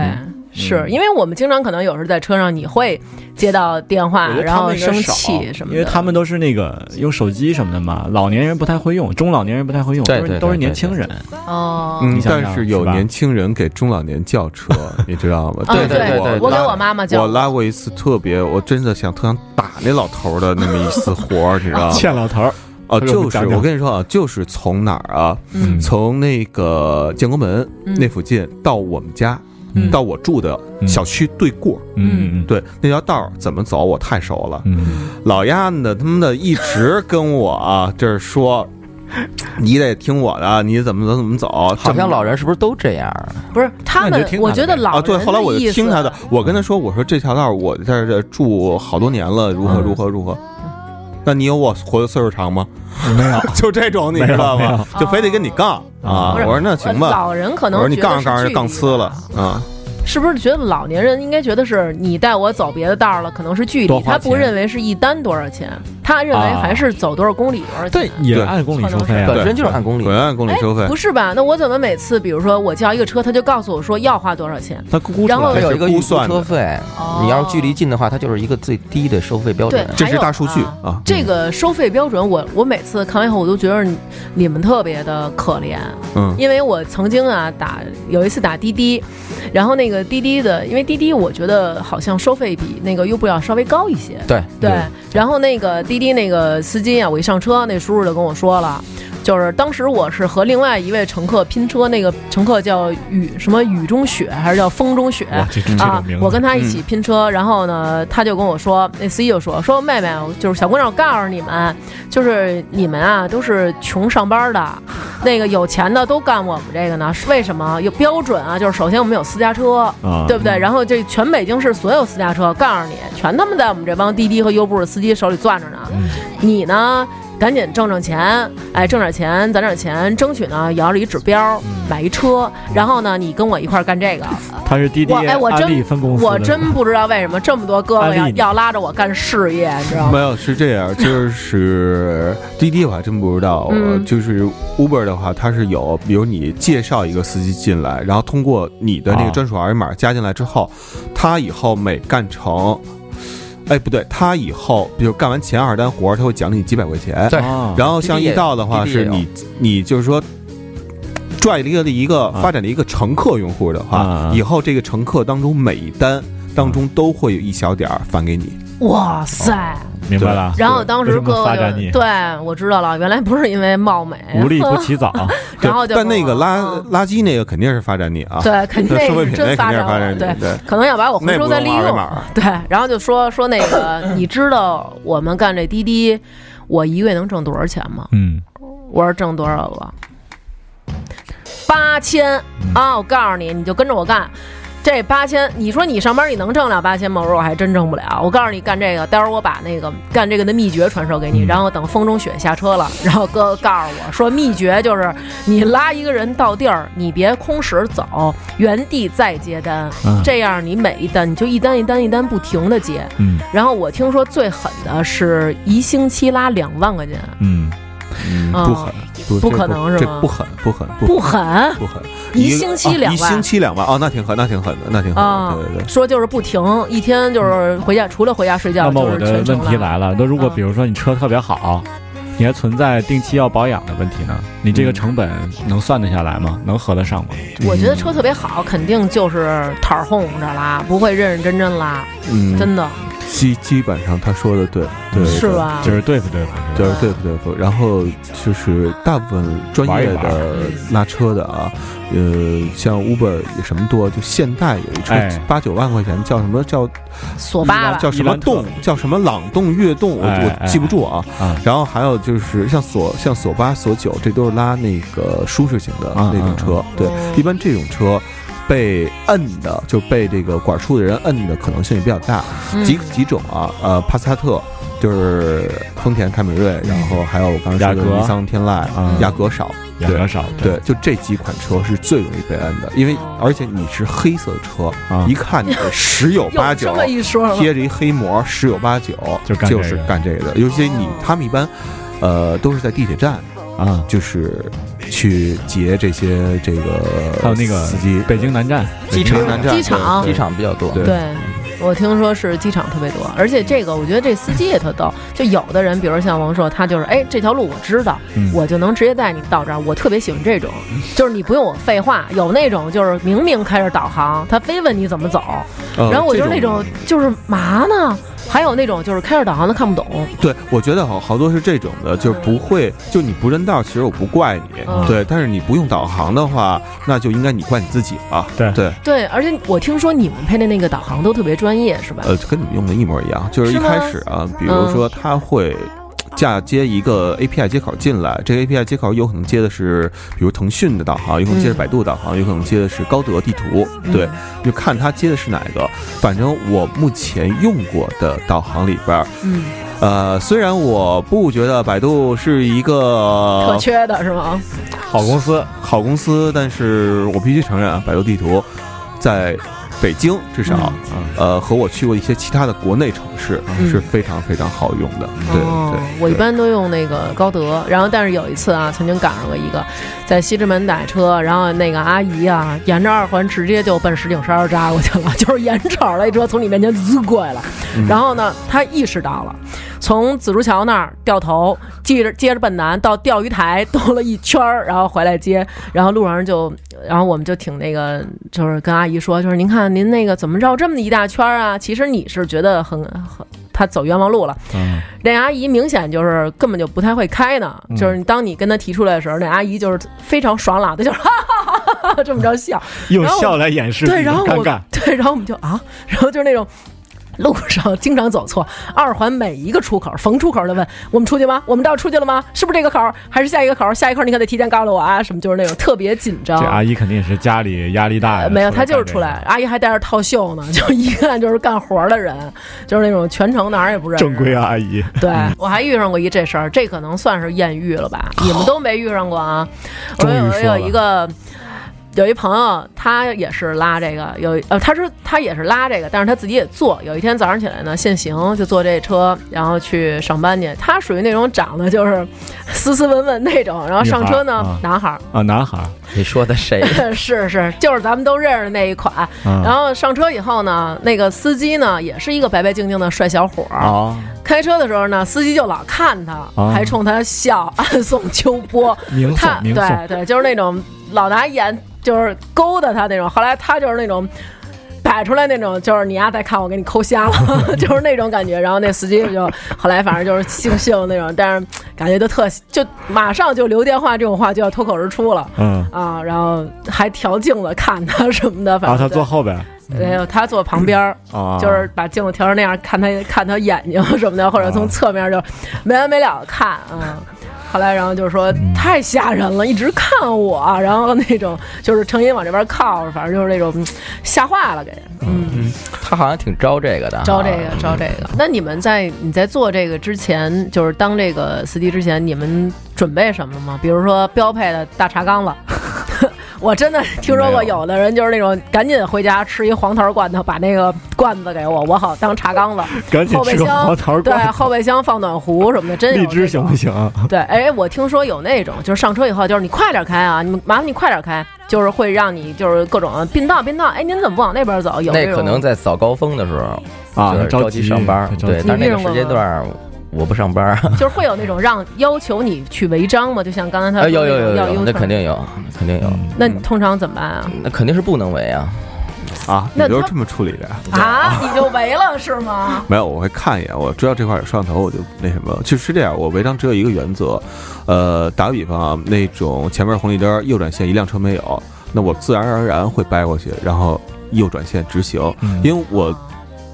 [SPEAKER 2] 是因为我们经常可能有时候在车上，你会接到电话
[SPEAKER 1] 我觉，
[SPEAKER 2] 哎啊
[SPEAKER 1] 得
[SPEAKER 2] 然
[SPEAKER 1] 他
[SPEAKER 2] 后
[SPEAKER 1] 们应该
[SPEAKER 2] 生
[SPEAKER 1] 少
[SPEAKER 2] 气什么的。
[SPEAKER 1] 因为他们都是那个用手机什么的嘛，老年人不太会用，中老年人不太会用，
[SPEAKER 4] 对
[SPEAKER 1] 都是
[SPEAKER 4] 对
[SPEAKER 1] 都是
[SPEAKER 4] 对
[SPEAKER 1] 年
[SPEAKER 4] 对
[SPEAKER 1] 轻人。
[SPEAKER 2] 哦，
[SPEAKER 3] 嗯
[SPEAKER 1] 你，想想
[SPEAKER 3] 但是有
[SPEAKER 1] 是吧
[SPEAKER 3] 年轻人给中老年叫车，你知道吗？
[SPEAKER 2] 啊
[SPEAKER 4] 对
[SPEAKER 2] 对
[SPEAKER 4] 对对对
[SPEAKER 2] 我给
[SPEAKER 3] 拉
[SPEAKER 2] 我妈妈叫
[SPEAKER 3] 我拉过一次特别，我真的想特想打那老头的那么一次活儿，你知道 吗？
[SPEAKER 1] 欠老头儿，他
[SPEAKER 3] 哦，
[SPEAKER 1] 给我
[SPEAKER 3] 就
[SPEAKER 1] 们
[SPEAKER 3] 是
[SPEAKER 1] 讲讲
[SPEAKER 3] 我跟你说啊，就是从哪儿啊，
[SPEAKER 1] 嗯
[SPEAKER 3] 从那个建国门那附近到我们家，
[SPEAKER 1] 嗯
[SPEAKER 3] 到我住的小区对过，
[SPEAKER 1] 嗯嗯
[SPEAKER 3] 对那条道儿怎么走我太熟了。
[SPEAKER 1] 嗯，
[SPEAKER 3] 老鸭呢，他妈的一直跟 我啊，这是说。你得听我的，你怎么怎么怎么走？
[SPEAKER 4] 好
[SPEAKER 3] 这
[SPEAKER 4] 像
[SPEAKER 3] 么
[SPEAKER 4] 老人是不是都这样？
[SPEAKER 2] 不是他
[SPEAKER 1] 那你
[SPEAKER 2] 们
[SPEAKER 1] 就听，他的
[SPEAKER 2] 我觉得
[SPEAKER 1] 呗
[SPEAKER 2] 老
[SPEAKER 3] 啊，对，
[SPEAKER 2] 人
[SPEAKER 3] 后来我就
[SPEAKER 2] 意思
[SPEAKER 3] 听他的，我跟他说，我说这条道儿我在这住好多年了，如何如何如何。那你有我活的岁数长吗？
[SPEAKER 1] 嗯没有，
[SPEAKER 3] 就这种，你知道
[SPEAKER 1] 没有没哎
[SPEAKER 3] 吗？就非得跟
[SPEAKER 2] 哦
[SPEAKER 3] 你杠啊！
[SPEAKER 2] 不
[SPEAKER 3] 我
[SPEAKER 2] 是
[SPEAKER 3] 说那行吧，
[SPEAKER 2] 呃老人可
[SPEAKER 3] 我
[SPEAKER 2] 能
[SPEAKER 3] 说你
[SPEAKER 2] 觉得
[SPEAKER 3] 杠着
[SPEAKER 2] 是
[SPEAKER 3] 杠着
[SPEAKER 2] 距
[SPEAKER 3] 就
[SPEAKER 2] 离
[SPEAKER 3] 杠呲了啊！
[SPEAKER 2] 是不是觉得老年人应该觉得是你带我走别的道儿了，可能是距
[SPEAKER 1] 多
[SPEAKER 2] 离，
[SPEAKER 1] 花
[SPEAKER 2] 他不
[SPEAKER 1] 钱
[SPEAKER 2] 认为是一单多少钱，他认为
[SPEAKER 1] 啊
[SPEAKER 2] 还是走多少公里多少钱。
[SPEAKER 3] 啊
[SPEAKER 1] 对，也按公里收费啊
[SPEAKER 3] 对。
[SPEAKER 4] 本身就是按公里
[SPEAKER 3] 滚，按公里
[SPEAKER 2] 哎
[SPEAKER 3] 收费
[SPEAKER 2] 不，是吧？那我怎么每次，比如说我叫一个车，他就告诉我说要花多少钱？
[SPEAKER 1] 他咕咕
[SPEAKER 2] 然后
[SPEAKER 4] 它有一个
[SPEAKER 3] 估
[SPEAKER 4] 预估
[SPEAKER 3] 算的
[SPEAKER 4] 车费
[SPEAKER 2] 哦，
[SPEAKER 4] 你要是距离近的话，它就是一个最低的收费标
[SPEAKER 2] 对
[SPEAKER 4] 准，。
[SPEAKER 3] 这
[SPEAKER 2] 还
[SPEAKER 3] 是
[SPEAKER 2] 有
[SPEAKER 3] 大数据
[SPEAKER 2] 啊
[SPEAKER 3] 啊
[SPEAKER 2] 这个收费标准我，我每次看完以后，我都觉得你你们特别的可怜，
[SPEAKER 3] 嗯，
[SPEAKER 2] 因为我曾经啊打有一次打滴滴，然后那个滴滴的，因为滴滴我觉得好像收费比那个优步要稍微高一些，
[SPEAKER 4] 对
[SPEAKER 2] 对，然后那个滴滴那个司机啊，我一上车，那叔叔就跟我说了，就是当时我是和另外一位乘客拼车，那个乘客叫雨什么雨中雪还是叫风中雪
[SPEAKER 1] 哇，这这
[SPEAKER 2] 啊
[SPEAKER 1] 种名，字，
[SPEAKER 2] 我跟他一起拼车，然后呢，他就跟我说，那司机就说说妹妹，就是小姑娘，我告诉你们，就是你们啊都是穷上班的， 那个有钱的都干我们这个呢，是为什么？有标准啊，就是首先我们有私家车，
[SPEAKER 1] 啊
[SPEAKER 2] 对不对？然后这全北京市所有私家车，告诉你，全他妈在我们这帮滴滴和优步的司机手里攥着
[SPEAKER 1] 嗯
[SPEAKER 2] 呢。你呢，赶紧挣挣钱，哎，挣点钱，攒点钱，争取呢摇着一指标
[SPEAKER 1] 嗯
[SPEAKER 2] 买一车，然后呢，你跟我一块儿干这个。
[SPEAKER 1] 他是滴滴
[SPEAKER 2] 我哎，我
[SPEAKER 1] 安利
[SPEAKER 2] 真
[SPEAKER 1] 分公司的，
[SPEAKER 2] 我真不知道为什么这么多哥哥
[SPEAKER 1] 安
[SPEAKER 2] 要
[SPEAKER 1] 利你
[SPEAKER 2] 要拉着我干事业，你知
[SPEAKER 4] 啊
[SPEAKER 2] 道
[SPEAKER 3] 没
[SPEAKER 2] 吗？
[SPEAKER 3] 有是这样，就是滴滴我还真不知道
[SPEAKER 2] 嗯，
[SPEAKER 3] 就是 Uber 的话，它是有，比如你介绍一个司机进来，然后通过你的那个
[SPEAKER 1] 啊
[SPEAKER 3] 专属二维码加进来之后，他以后每干成。哎，不对，他以后比如干完前二单活儿，他会奖励你几百块钱。
[SPEAKER 4] 对
[SPEAKER 1] 啊
[SPEAKER 3] 然后像
[SPEAKER 4] 滴滴也
[SPEAKER 3] 易道的话，
[SPEAKER 4] 嗯滴滴也
[SPEAKER 3] 是
[SPEAKER 4] 有
[SPEAKER 3] 你你就是说。拽了一个的一个
[SPEAKER 1] 啊
[SPEAKER 3] 发展的一个乘客用户的话
[SPEAKER 1] 啊，
[SPEAKER 3] 以后这个乘客当中每一单当
[SPEAKER 4] 啊
[SPEAKER 3] 中都会有一小点儿返给你。
[SPEAKER 2] 哇塞！
[SPEAKER 1] 明白了，
[SPEAKER 2] 然后当
[SPEAKER 1] 为
[SPEAKER 2] 时
[SPEAKER 1] 什么
[SPEAKER 2] 哥
[SPEAKER 1] 发
[SPEAKER 2] 哥
[SPEAKER 1] 展你
[SPEAKER 2] 就对我知道了，原来不是因为貌美，
[SPEAKER 1] 无利不起早，
[SPEAKER 3] 对
[SPEAKER 2] 然后，就
[SPEAKER 3] 但那个
[SPEAKER 2] 跟我
[SPEAKER 3] 垃
[SPEAKER 2] 嗯
[SPEAKER 3] 垃圾那个肯定是发展你啊，
[SPEAKER 2] 对，肯定
[SPEAKER 3] 对，收废品那
[SPEAKER 2] 真
[SPEAKER 3] 肯
[SPEAKER 2] 发展
[SPEAKER 3] 定是发
[SPEAKER 2] 了，
[SPEAKER 3] 展你，
[SPEAKER 2] 对，
[SPEAKER 3] 对，
[SPEAKER 2] 可能要把我回
[SPEAKER 3] 那
[SPEAKER 2] 收
[SPEAKER 3] 不
[SPEAKER 2] 再
[SPEAKER 3] 用
[SPEAKER 2] 利
[SPEAKER 3] 二维
[SPEAKER 2] 用。
[SPEAKER 3] 码，
[SPEAKER 2] 对，然后就说说那 个，你知道我们干这滴滴，我一个月能挣多少钱吗？
[SPEAKER 1] 嗯，
[SPEAKER 2] 我说挣多少吧？八千啊！我告诉你，你就跟着我干。这八千，你说你上班你能挣了八千吗？我说我还真挣不了。我告诉你干这个，待会儿我把那个干这个的秘诀传授给
[SPEAKER 3] 嗯
[SPEAKER 2] 你，然后等风中雪下车了，然后哥告诉我说秘诀就是你拉一个人到地儿，你别空手走，原地再接单，
[SPEAKER 1] 嗯
[SPEAKER 2] 这样你每一单你就一单一单一单不停的接。
[SPEAKER 1] 嗯
[SPEAKER 2] 然后我听说最狠的是一星期拉两万块钱，
[SPEAKER 1] 嗯，
[SPEAKER 3] 嗯，
[SPEAKER 2] 嗯
[SPEAKER 3] 不狠，
[SPEAKER 2] 不可能是
[SPEAKER 3] 这
[SPEAKER 2] 吗
[SPEAKER 3] 不狠，不狠，不
[SPEAKER 2] 嗯不
[SPEAKER 3] 狠，
[SPEAKER 2] 狠，
[SPEAKER 3] 不狠，
[SPEAKER 2] 一
[SPEAKER 3] 个
[SPEAKER 2] 星期
[SPEAKER 3] 啊
[SPEAKER 2] 两
[SPEAKER 3] 一
[SPEAKER 2] 万
[SPEAKER 3] 星期两万哦，那挺狠，那挺狠的，那挺狠
[SPEAKER 2] 啊
[SPEAKER 3] 的，对对对，
[SPEAKER 2] 说就是不停，一天就是回家，除了回家睡觉
[SPEAKER 1] 那么
[SPEAKER 2] 就
[SPEAKER 1] 我
[SPEAKER 2] 是
[SPEAKER 1] 的
[SPEAKER 2] 全
[SPEAKER 1] 问
[SPEAKER 2] 程
[SPEAKER 1] 题来了，那如果
[SPEAKER 2] 嗯
[SPEAKER 1] 比如说你车特别好，你还存在定期要保养的问题呢？你这个成本能算得下来吗？能合得上吗？
[SPEAKER 2] 我
[SPEAKER 3] 嗯
[SPEAKER 2] 觉得车特别好，肯定就是摊儿哄着拉，不会认认真真拉，
[SPEAKER 3] 嗯，
[SPEAKER 2] 真的
[SPEAKER 3] 基基本上他说的对，对对
[SPEAKER 2] 是？吧？
[SPEAKER 1] 嗯就是对付对付。
[SPEAKER 3] 对就是对付对付，然后就是大部分专业
[SPEAKER 1] 玩一
[SPEAKER 3] 的拉车的啊，呃，像 Uber 也什么多，就现代有一车
[SPEAKER 1] 哎
[SPEAKER 3] 八九万块钱，叫什么叫
[SPEAKER 2] 索巴吧，
[SPEAKER 3] 嗯叫什么
[SPEAKER 1] 伊
[SPEAKER 3] 动
[SPEAKER 1] 兰特
[SPEAKER 3] 叫什么朗动悦动，我
[SPEAKER 1] 哎
[SPEAKER 3] 我记不住啊。
[SPEAKER 1] 哎哎
[SPEAKER 3] 然后还有就是像索像索八索九，这都是拉那个舒适型的
[SPEAKER 1] 嗯
[SPEAKER 3] 那种车。对，一般这种车。被摁的，就被这个管处的人摁的可能性也比较大。
[SPEAKER 2] 嗯
[SPEAKER 3] 几 几种啊，呃，帕萨特就是丰田凯美瑞，然后
[SPEAKER 2] 嗯
[SPEAKER 3] 还有我刚才说
[SPEAKER 1] 雅
[SPEAKER 3] 的
[SPEAKER 1] 阁
[SPEAKER 3] 尼桑天籁啊
[SPEAKER 1] 嗯、
[SPEAKER 3] 雅阁少，
[SPEAKER 1] 养得少。
[SPEAKER 3] 对，就这几款车是最容易被摁的，因为
[SPEAKER 2] 哦
[SPEAKER 3] 而且你是黑色的车，
[SPEAKER 1] 啊
[SPEAKER 3] 一看你的十有八
[SPEAKER 2] 有
[SPEAKER 3] 九
[SPEAKER 2] 这么一说吗？
[SPEAKER 3] 贴着一黑膜，十有八九
[SPEAKER 1] 就干这个
[SPEAKER 3] 是干这个的。尤其
[SPEAKER 2] 哦
[SPEAKER 3] 你他们一般，呃，都是在地铁站，
[SPEAKER 1] 啊，
[SPEAKER 3] 就是去劫这些这个
[SPEAKER 1] 还有那个
[SPEAKER 3] 司机。
[SPEAKER 1] 北京南站、
[SPEAKER 4] 机
[SPEAKER 3] 北
[SPEAKER 4] 场
[SPEAKER 3] 京南站
[SPEAKER 2] 机场
[SPEAKER 4] 机场比较多。
[SPEAKER 3] 对
[SPEAKER 2] 对。我听说是机场特别多，而且这个我觉得这司机也特逗。就有的人，比如像王硕，他就是哎这条路我知道，
[SPEAKER 1] 嗯
[SPEAKER 2] 我就能直接带你到这儿。我特别喜欢这种，
[SPEAKER 3] 嗯
[SPEAKER 2] 就是你不用我废话。有那种就是明明开着导航，他非问你怎么走，
[SPEAKER 3] 呃
[SPEAKER 2] 然后我就
[SPEAKER 3] 这
[SPEAKER 2] 是那种就是嘛呢？还有那种就是开着导航的看不懂，
[SPEAKER 3] 对，我觉得好好多是这种的，就是不会，就你不认道，其实我不怪你，
[SPEAKER 2] 嗯
[SPEAKER 3] 对。但是你不用导航的话，那就应该你怪你自己了。
[SPEAKER 1] 对
[SPEAKER 3] 对，
[SPEAKER 2] 对，而且我听说你们配的那个导航都特别专业，是吧？
[SPEAKER 3] 呃，跟你用的一模一样，就是一
[SPEAKER 2] 是吗嗯
[SPEAKER 3] 开始啊，比如说他会。嫁接一个 API 接口进来，这个 API 接口有可能接的是，比如腾讯的导航，有可能接的是
[SPEAKER 2] 嗯
[SPEAKER 3] 百度导航，有可能接的是高德地图，
[SPEAKER 2] 嗯
[SPEAKER 3] 呃对，就看他接的是哪一个。反正我目前用过的导航里边儿，
[SPEAKER 2] 嗯，
[SPEAKER 3] 呃，虽然我不觉得百度是一个
[SPEAKER 2] 特缺的是吗？
[SPEAKER 1] 好公司，
[SPEAKER 3] 好公司，但是我必须承认啊，百度地图在北京至少，呃，和我去过一些其他的国内城市、
[SPEAKER 2] 嗯
[SPEAKER 3] 啊是非常非常好用的。对、
[SPEAKER 2] 哦
[SPEAKER 3] 对，，
[SPEAKER 2] 我一般都用那个高德，然后但是有一次啊，曾经赶上过一个在西直门打车，然后那个阿姨啊，沿着二环直接就奔石景山扎过去了，啊就是 眼瞅着那车从你面前滋过来了，
[SPEAKER 3] 嗯
[SPEAKER 2] 然后呢，她意识到了，从紫竹桥那儿掉头，接着接着奔南到钓鱼台兜了一圈儿，然后回来接，然后路上就，然后我们就挺那个，就是跟阿姨说，就是您看您那个怎么绕这么一大圈儿啊？其实你是觉得很很。她走冤枉路了，
[SPEAKER 1] 嗯，
[SPEAKER 2] 那阿姨明显就是根本就不太会开呢，就是当你跟她提出来的时候，那阿姨就是非常爽朗的，就是 哈哈哈哈这么着笑，
[SPEAKER 1] 用
[SPEAKER 2] 然后我
[SPEAKER 1] 笑来掩饰自
[SPEAKER 2] 对，
[SPEAKER 1] 己的
[SPEAKER 2] 然后
[SPEAKER 1] 尴
[SPEAKER 2] 我
[SPEAKER 1] 尬。
[SPEAKER 2] 对，然后我们就啊，然后就是那种。路上经常走错，二环每一个出口，逢出口就问我们出去吗？我们到出去了吗？是不是这个口儿？还是下一个口儿？下一个口儿你可得提前告诉我啊！什么就是那种特别紧张
[SPEAKER 1] 这。阿姨肯定也是家里压力大呀，
[SPEAKER 2] 没有，她
[SPEAKER 1] 她
[SPEAKER 2] 就是出来，。阿姨还带着套袖呢， 就一看就是干活儿的人，就是那种全程哪儿也不认识。
[SPEAKER 1] 正规阿姨，
[SPEAKER 2] 对，我还遇上过一这事儿，这可能算是艳遇了吧？你们都没遇上过啊？我
[SPEAKER 1] 终于
[SPEAKER 2] 有我
[SPEAKER 1] 说了
[SPEAKER 2] 有一个。有一朋友，他也是拉这个，有呃，他说他也是拉这个，但是他自己也坐。有一天早上起来呢，限行就坐这车，然后去上班去。他属于那种长得就是斯斯文文那种，然后上车呢，男孩儿、
[SPEAKER 1] 啊，男孩儿，
[SPEAKER 4] 你说的谁？
[SPEAKER 2] 是是，就是咱们都认识那一款。然
[SPEAKER 1] 啊
[SPEAKER 2] 后上车以后呢，那个司机呢也是一个白白净净的帅小伙儿，
[SPEAKER 1] 啊，
[SPEAKER 2] 开车的时候呢，司机就老看他，
[SPEAKER 1] 啊
[SPEAKER 2] 还冲他笑，暗送秋 波。
[SPEAKER 1] 明
[SPEAKER 2] 他
[SPEAKER 1] 送明送，
[SPEAKER 2] 对对，就是那种老拿眼就是勾搭他那种。后来他就是那种摆出来那种，就是你丫再看我给你抠瞎 了， 就是那种感觉。然后那司机就后来反正就是悻悻那种，但是感觉就特就马上就留电话这种话就要脱口而出了。
[SPEAKER 1] 嗯，
[SPEAKER 2] 啊，然后还调镜子看他什么的，反
[SPEAKER 1] 然后
[SPEAKER 2] 正
[SPEAKER 1] 啊他
[SPEAKER 2] 就
[SPEAKER 1] 坐嗯后边儿
[SPEAKER 2] 没有他坐旁边儿，
[SPEAKER 1] 啊，
[SPEAKER 2] 就是把镜子调成
[SPEAKER 4] 啊
[SPEAKER 2] 那样看他看他眼睛什么的，或者从侧面就没完没了地看，嗯。后来然后就是说太吓人了，一直看我，然后那种就是成心往这边靠，反正就是那种嗯吓坏了给人。嗯，
[SPEAKER 4] 他好像挺招这个的哈，啊
[SPEAKER 2] 招这个招这个。那你们在你在做这个之前，就是当这个司机之前，你们准备什么了吗？比如说标配的大茶缸子。 我真的听说过
[SPEAKER 4] 没有
[SPEAKER 2] 有的人就是那种赶紧回家吃一黄桃罐头，把那个罐子给我，我好当茶缸子。
[SPEAKER 1] 赶紧
[SPEAKER 2] 后备
[SPEAKER 1] 吃个
[SPEAKER 2] 箱
[SPEAKER 1] 黄桃
[SPEAKER 2] 对
[SPEAKER 1] 罐，
[SPEAKER 2] 后备箱放暖壶什么的，真有
[SPEAKER 1] 荔
[SPEAKER 2] 这
[SPEAKER 1] 枝行
[SPEAKER 2] 种
[SPEAKER 1] 不行啊？
[SPEAKER 2] 对，哎，我听说有那种，就是上车以后，就是你快点开啊，你们麻烦你快点开，就是会让你就是各种并道并道，哎，您怎么不往那边走？有这
[SPEAKER 4] 那
[SPEAKER 2] 种
[SPEAKER 4] 可能在早高峰的时候，
[SPEAKER 1] 啊，
[SPEAKER 4] 就是
[SPEAKER 1] 他
[SPEAKER 4] 着
[SPEAKER 1] 急
[SPEAKER 4] 上班
[SPEAKER 1] 他
[SPEAKER 4] 儿，
[SPEAKER 1] 着
[SPEAKER 4] 对，
[SPEAKER 1] 急
[SPEAKER 4] 但是那
[SPEAKER 2] 你遇
[SPEAKER 4] 个
[SPEAKER 2] 上
[SPEAKER 4] 时间
[SPEAKER 2] 过
[SPEAKER 4] 段儿我不上班儿，
[SPEAKER 2] 就是会有那种让要求你去违章嘛，就像刚才他
[SPEAKER 4] 哎
[SPEAKER 2] 说
[SPEAKER 4] 有有
[SPEAKER 2] 那种
[SPEAKER 4] 有
[SPEAKER 2] 要
[SPEAKER 4] 有有，
[SPEAKER 2] 优
[SPEAKER 4] 那
[SPEAKER 2] 胜
[SPEAKER 4] 肯。定有，
[SPEAKER 2] 嗯
[SPEAKER 4] 肯定嗯有，
[SPEAKER 1] 嗯
[SPEAKER 2] 那你通常怎么办啊？
[SPEAKER 4] 那肯定是不能违啊。
[SPEAKER 3] 啊，
[SPEAKER 2] 那
[SPEAKER 3] 你都
[SPEAKER 2] 他
[SPEAKER 3] 这么处理的呀？
[SPEAKER 2] 啊，你就违了是 吗？
[SPEAKER 3] 没有，我会看一眼，我知道这块有摄像头，我就那什么。就是这样，我违章只有一个原则，呃，打个比方啊，那种前面红绿灯右转线一辆车没有，那我自然而然会掰过去，然后右转线直行，
[SPEAKER 1] 嗯
[SPEAKER 3] 因为我。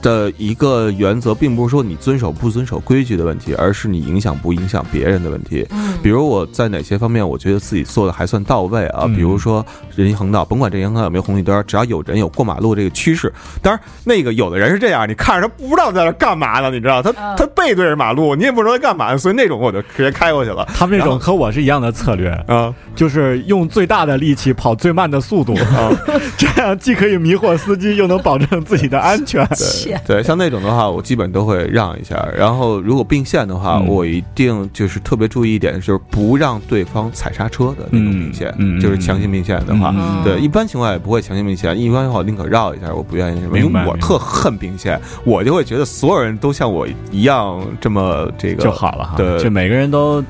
[SPEAKER 3] 的一个原则，并不是说你遵守不遵守规矩的问题，而是你影响不影响别人的问题。
[SPEAKER 2] 嗯
[SPEAKER 3] 比如我在哪些方面，我觉得自己做的还算到位啊？
[SPEAKER 1] 嗯
[SPEAKER 3] 比如说人行横道，甭管这人行道有没有红绿灯，只要有人有过马路这个趋势。当然，那个有的人是这样，你看着他不知道在那干嘛呢，你知道他
[SPEAKER 2] 嗯
[SPEAKER 3] 他背对着马路，你也不知道他干嘛，所以那种我就直接开过去了
[SPEAKER 1] 他们这
[SPEAKER 3] 然
[SPEAKER 1] 种
[SPEAKER 3] 后
[SPEAKER 1] 和我是一样的策略，
[SPEAKER 3] 啊。
[SPEAKER 1] 就是用最大的力气跑最慢的速度，啊 这样既可以迷惑司机，又能保证自己的安全。
[SPEAKER 2] 切，
[SPEAKER 3] 对，像那种的话，我基本都会让一下。然后如果并线的话，
[SPEAKER 1] 嗯
[SPEAKER 3] 我一定就是特别注意一点，就是不让对方踩刹车的那种并线，
[SPEAKER 1] 嗯嗯嗯
[SPEAKER 3] 就是强行并线的话。
[SPEAKER 1] 嗯
[SPEAKER 3] 对，一般情况也不会强行并线，一般情况我宁可绕一下，我不愿意那什么，
[SPEAKER 1] 明
[SPEAKER 3] 因
[SPEAKER 1] 白
[SPEAKER 3] 为我
[SPEAKER 1] 明白
[SPEAKER 3] 特恨并线，我就会觉得所有人都像我一样这么这个
[SPEAKER 1] 就好了哈。
[SPEAKER 3] 对
[SPEAKER 1] 就每个人都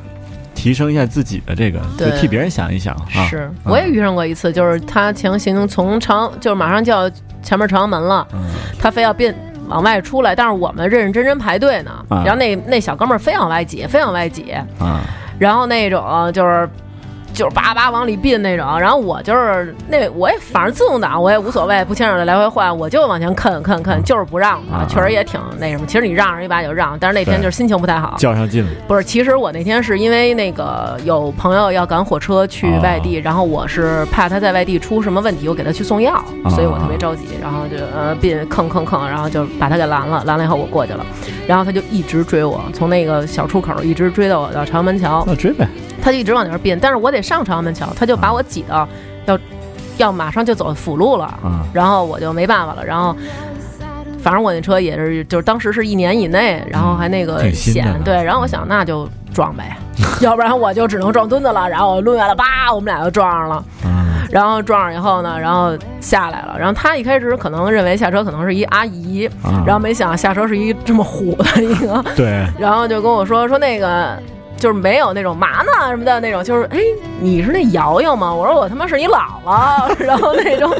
[SPEAKER 1] 提升一下自己的这个，就
[SPEAKER 2] 对
[SPEAKER 1] 替别人想一想啊。
[SPEAKER 2] 是，我也遇上过一次，就是他强行从长，就是马上就要前面朝阳门了，
[SPEAKER 1] 嗯
[SPEAKER 2] 他非要变往外出来，但是我们认认真真排队呢。
[SPEAKER 1] 啊
[SPEAKER 2] 然后那那小哥们儿非往外挤，非往外挤，
[SPEAKER 1] 啊，
[SPEAKER 2] 然后那种就是。就是叭叭往里并那种，然后我就是那我也反正自动挡我也无所谓，不牵手的来回换，我就往前啃啃啃，就是不让他，
[SPEAKER 1] 啊
[SPEAKER 2] 确实也挺那什么。其实你让人一把也就让，但是那天
[SPEAKER 1] 对
[SPEAKER 2] 就是心情不太好。
[SPEAKER 1] 较上劲了。
[SPEAKER 2] 不是，其实我那天是因为那个有朋友要赶火车去
[SPEAKER 1] 啊
[SPEAKER 2] 外地，然后我是怕他在外地出什么问题，我给他去送药，
[SPEAKER 1] 啊
[SPEAKER 2] 所以我特别着急，然后就呃并吭吭吭，然后就把他给拦了，拦了以后我过去了，然后他就一直追我，从那个小出口一直追到我到朝阳门桥，
[SPEAKER 1] 那追呗，
[SPEAKER 2] 他就一直往那边并，但是我得上朝阳门桥，他就把我挤到要要马上就走辅路了，
[SPEAKER 1] 啊，
[SPEAKER 2] 然后我就没办法了，然后。反正我那车也是，就是当时是一年以内，然后还那个
[SPEAKER 1] 嗯挺新的啊
[SPEAKER 2] 险
[SPEAKER 1] 呢，
[SPEAKER 2] 对，然后我想那就撞呗， 要不然我就只能撞墩子了。然后我抡圆了，叭，我们俩就撞上了。
[SPEAKER 1] 啊
[SPEAKER 2] 然后撞上以后呢，然后下来了。然后他一开始可能认为下车可能是一阿姨，
[SPEAKER 1] 啊，
[SPEAKER 2] 然后没想到下车是一这么虎的一个，
[SPEAKER 1] 对，
[SPEAKER 2] 然后就跟我说说那个。就是没有那种嘛呢什么的那种，就是哎，你是那瑶瑶吗？我说我他妈是你姥姥， 然后那种，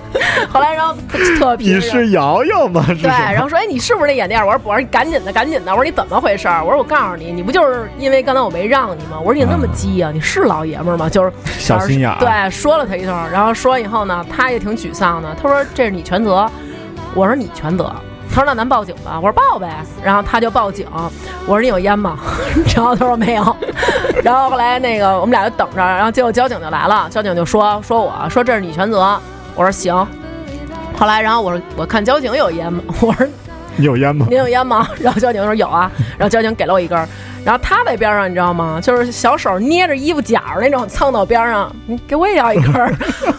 [SPEAKER 2] 后来然后 特皮
[SPEAKER 1] 你是瑶瑶吗？是
[SPEAKER 2] 对，
[SPEAKER 1] 什么
[SPEAKER 2] 然后说，哎，你是不是那眼垫儿？我说，我说，你赶紧的，赶紧的。我说你怎么回事儿？我说我告诉你，你不就是因为刚才我没让你吗？我说你那么急啊，你是老爷们儿吗？就是
[SPEAKER 1] 小心眼儿
[SPEAKER 2] 对，说了他一通，然后说完以后呢，他也挺沮丧的。他说这是你全责，我说你全责。他说那咱报警吧，我说报呗。然后他就报警，我说你有烟吗？ 然后他说没有。然后后来那个我们俩就等着，然后结果交警就来了，交警就说说我说这是你全责，我说行。后来，然后我说我看交警有烟吗？ 我说
[SPEAKER 1] 你有烟吗？
[SPEAKER 2] 您有烟吗？然后交警说有啊，然后交警给了我一根儿，然后他在边上你知道吗？就是小手捏着衣服角儿那种蹭到边上，你给我也要一根儿，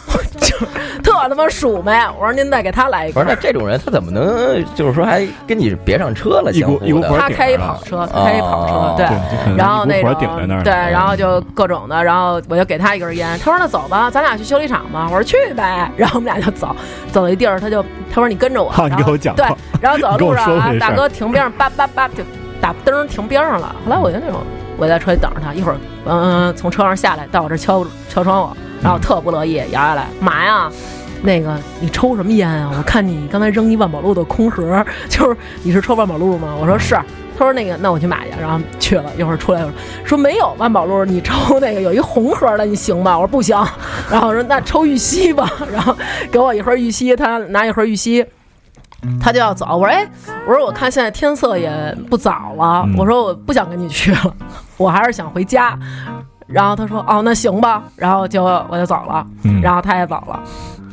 [SPEAKER 2] 就特他妈鼠呗。我说您再给他来一
[SPEAKER 4] 不
[SPEAKER 2] 根
[SPEAKER 4] 是，
[SPEAKER 2] 儿。
[SPEAKER 4] 那这种人他怎么能就是说还跟你别上车了
[SPEAKER 1] 一
[SPEAKER 4] 相
[SPEAKER 1] 股一
[SPEAKER 4] 互
[SPEAKER 1] 股火
[SPEAKER 4] 的？
[SPEAKER 2] 他开一跑车，他开一跑
[SPEAKER 4] 哦
[SPEAKER 2] 车，对。
[SPEAKER 1] 就可能
[SPEAKER 2] 然后
[SPEAKER 1] 一
[SPEAKER 2] 那
[SPEAKER 1] 股
[SPEAKER 2] 种
[SPEAKER 1] 火顶在那儿嗯了，
[SPEAKER 2] 对，然后就各种的，然后我就给他一根烟，他说那走吧，咱俩去修理厂吧，我说去呗，然后我们俩就走，走一地儿，他就他说你跟着我，
[SPEAKER 1] 好，你
[SPEAKER 2] 然
[SPEAKER 1] 给
[SPEAKER 2] 后
[SPEAKER 1] 我讲
[SPEAKER 2] 对
[SPEAKER 1] 话，
[SPEAKER 2] 然后走到路上啊，
[SPEAKER 1] 你跟我说回事儿
[SPEAKER 2] 大哥停边上，叭叭叭就打灯儿停边上了。后来我就那种，我在车里等着他，一会儿嗯、从车上下来到我这儿敲敲窗户，然后我特不乐意，摇下来嘛呀？那个你抽什么烟啊？我看你刚才扔一万宝路的空盒， 就是你是抽万宝路吗？我
[SPEAKER 1] 嗯
[SPEAKER 2] 说是。他说那个，那我去买去，然后去了一会儿出来，我说说没有万宝路，你抽那个有一红盒的，你行吗？我说不行， 然后我说那抽玉溪吧，然后给我一盒玉溪，他拿一盒玉溪，他就要走。我说哎，我说我看现在天色也不早了，
[SPEAKER 1] 嗯
[SPEAKER 2] 我说我不想跟你去了，我还是想回家。然后他说哦，那行吧，然后就我就走了，
[SPEAKER 1] 嗯
[SPEAKER 2] 然后他也走了，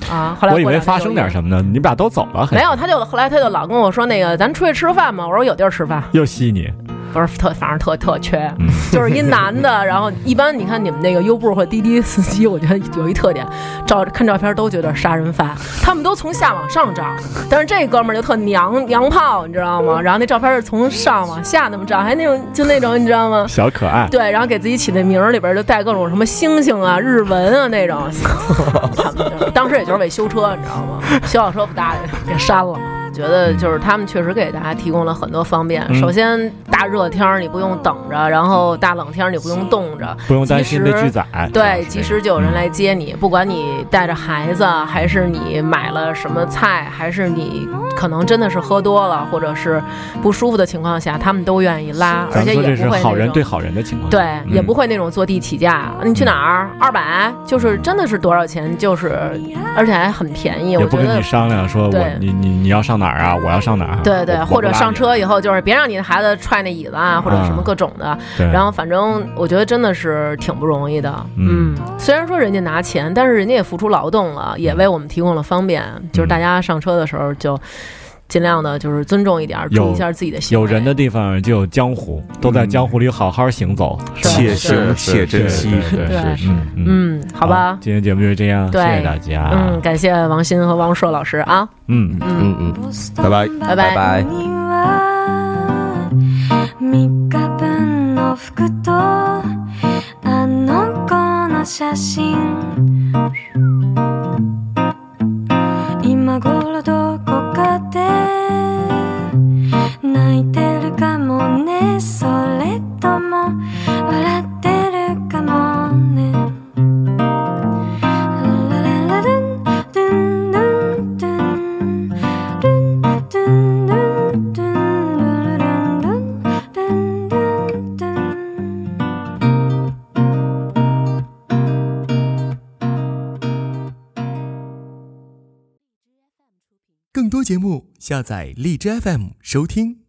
[SPEAKER 2] 啊，后来
[SPEAKER 1] 我以
[SPEAKER 2] 过
[SPEAKER 1] 为
[SPEAKER 2] 两天
[SPEAKER 1] 发
[SPEAKER 2] 就
[SPEAKER 1] 生
[SPEAKER 2] 有
[SPEAKER 1] 点什么呢，你们俩都走了，还
[SPEAKER 2] 没有，他就后来他就老跟我说那个，咱出去吃饭嘛。我说有地儿吃饭，
[SPEAKER 1] 又吸你，
[SPEAKER 2] 不是特，反正特特缺
[SPEAKER 1] 嗯，
[SPEAKER 2] 就是一男的。然后一般你看你们那个优步或滴滴司机，我觉得有一特点，照看照片都觉得杀人犯，他们都从下往上照，但是这哥们儿就特娘娘炮，你知道吗？然后那照片是从上往下那么照，还那种就那种你知道吗？
[SPEAKER 1] 小可爱，
[SPEAKER 2] 对，然后给自己起那名儿里边儿就带各种什么星星啊、日文啊那种， 他们就是当时也就是为修车，你知道吗？修好车不搭理，给删了。觉得就是他们确实给大家提供了很多方便。
[SPEAKER 1] 嗯
[SPEAKER 2] 首先，大热天儿你不用等着，然后大冷天儿你不用冻着，
[SPEAKER 1] 不用担心被
[SPEAKER 2] 及时
[SPEAKER 1] 拒载。
[SPEAKER 2] 对，及时就有人来接你，不管你带着孩子，还是你买了什么菜，还是你可能真的是喝多了，或者是不舒服的情况下，他们都愿意拉，而
[SPEAKER 1] 咱
[SPEAKER 2] 且
[SPEAKER 1] 们说
[SPEAKER 2] 也
[SPEAKER 1] 这是
[SPEAKER 2] 不会
[SPEAKER 1] 好
[SPEAKER 2] 那
[SPEAKER 1] 人
[SPEAKER 2] 种
[SPEAKER 1] 对好人的情况，
[SPEAKER 2] 对，
[SPEAKER 1] 嗯
[SPEAKER 2] 也不会那种坐地起价。你去哪儿？二百，就是真的是多少钱？就是，而且还很便宜。
[SPEAKER 1] 也
[SPEAKER 2] 我
[SPEAKER 1] 不
[SPEAKER 2] 觉
[SPEAKER 1] 跟
[SPEAKER 2] 得
[SPEAKER 1] 你，商量说我
[SPEAKER 2] 对
[SPEAKER 1] 你你你要上哪儿啊，我要上哪儿啊，
[SPEAKER 2] 对对，
[SPEAKER 1] 我
[SPEAKER 2] 或者上，
[SPEAKER 1] 我
[SPEAKER 2] 车以后就是别让你的孩子踹那椅子啊，或者什么各种的。
[SPEAKER 1] 不拉你对
[SPEAKER 2] 然后反正我觉得真的是挺不容易的。
[SPEAKER 1] 嗯
[SPEAKER 2] 嗯，虽然说人家拿钱，但是人家也付出劳动了，也为我们提供了方便。就是
[SPEAKER 1] 嗯
[SPEAKER 2] 大家上车的时候就。尽量的，就是尊重一点，注意一下自己的行为。
[SPEAKER 1] 有人的地方就有江湖，都在江湖里好好行走，
[SPEAKER 2] 对
[SPEAKER 3] 且行且珍惜。
[SPEAKER 4] 对
[SPEAKER 2] 对
[SPEAKER 4] 是是，
[SPEAKER 1] 嗯嗯，
[SPEAKER 2] 嗯，好吧，
[SPEAKER 1] 今天节目就是这样，谢
[SPEAKER 2] 对
[SPEAKER 1] 谢大家，
[SPEAKER 2] 嗯，感谢王鑫和王硕老师啊，
[SPEAKER 1] 嗯。
[SPEAKER 2] 嗯。
[SPEAKER 4] 嗯嗯，
[SPEAKER 3] 拜拜
[SPEAKER 2] 拜拜
[SPEAKER 4] 拜拜。
[SPEAKER 6] 3日分の服とあの子の写真今頃どこかで泣いてるかもねそれとも笑ってるかもねラララルンドゥンドゥンドゥン
[SPEAKER 7] 更多节目，下载荔枝 FM 收听。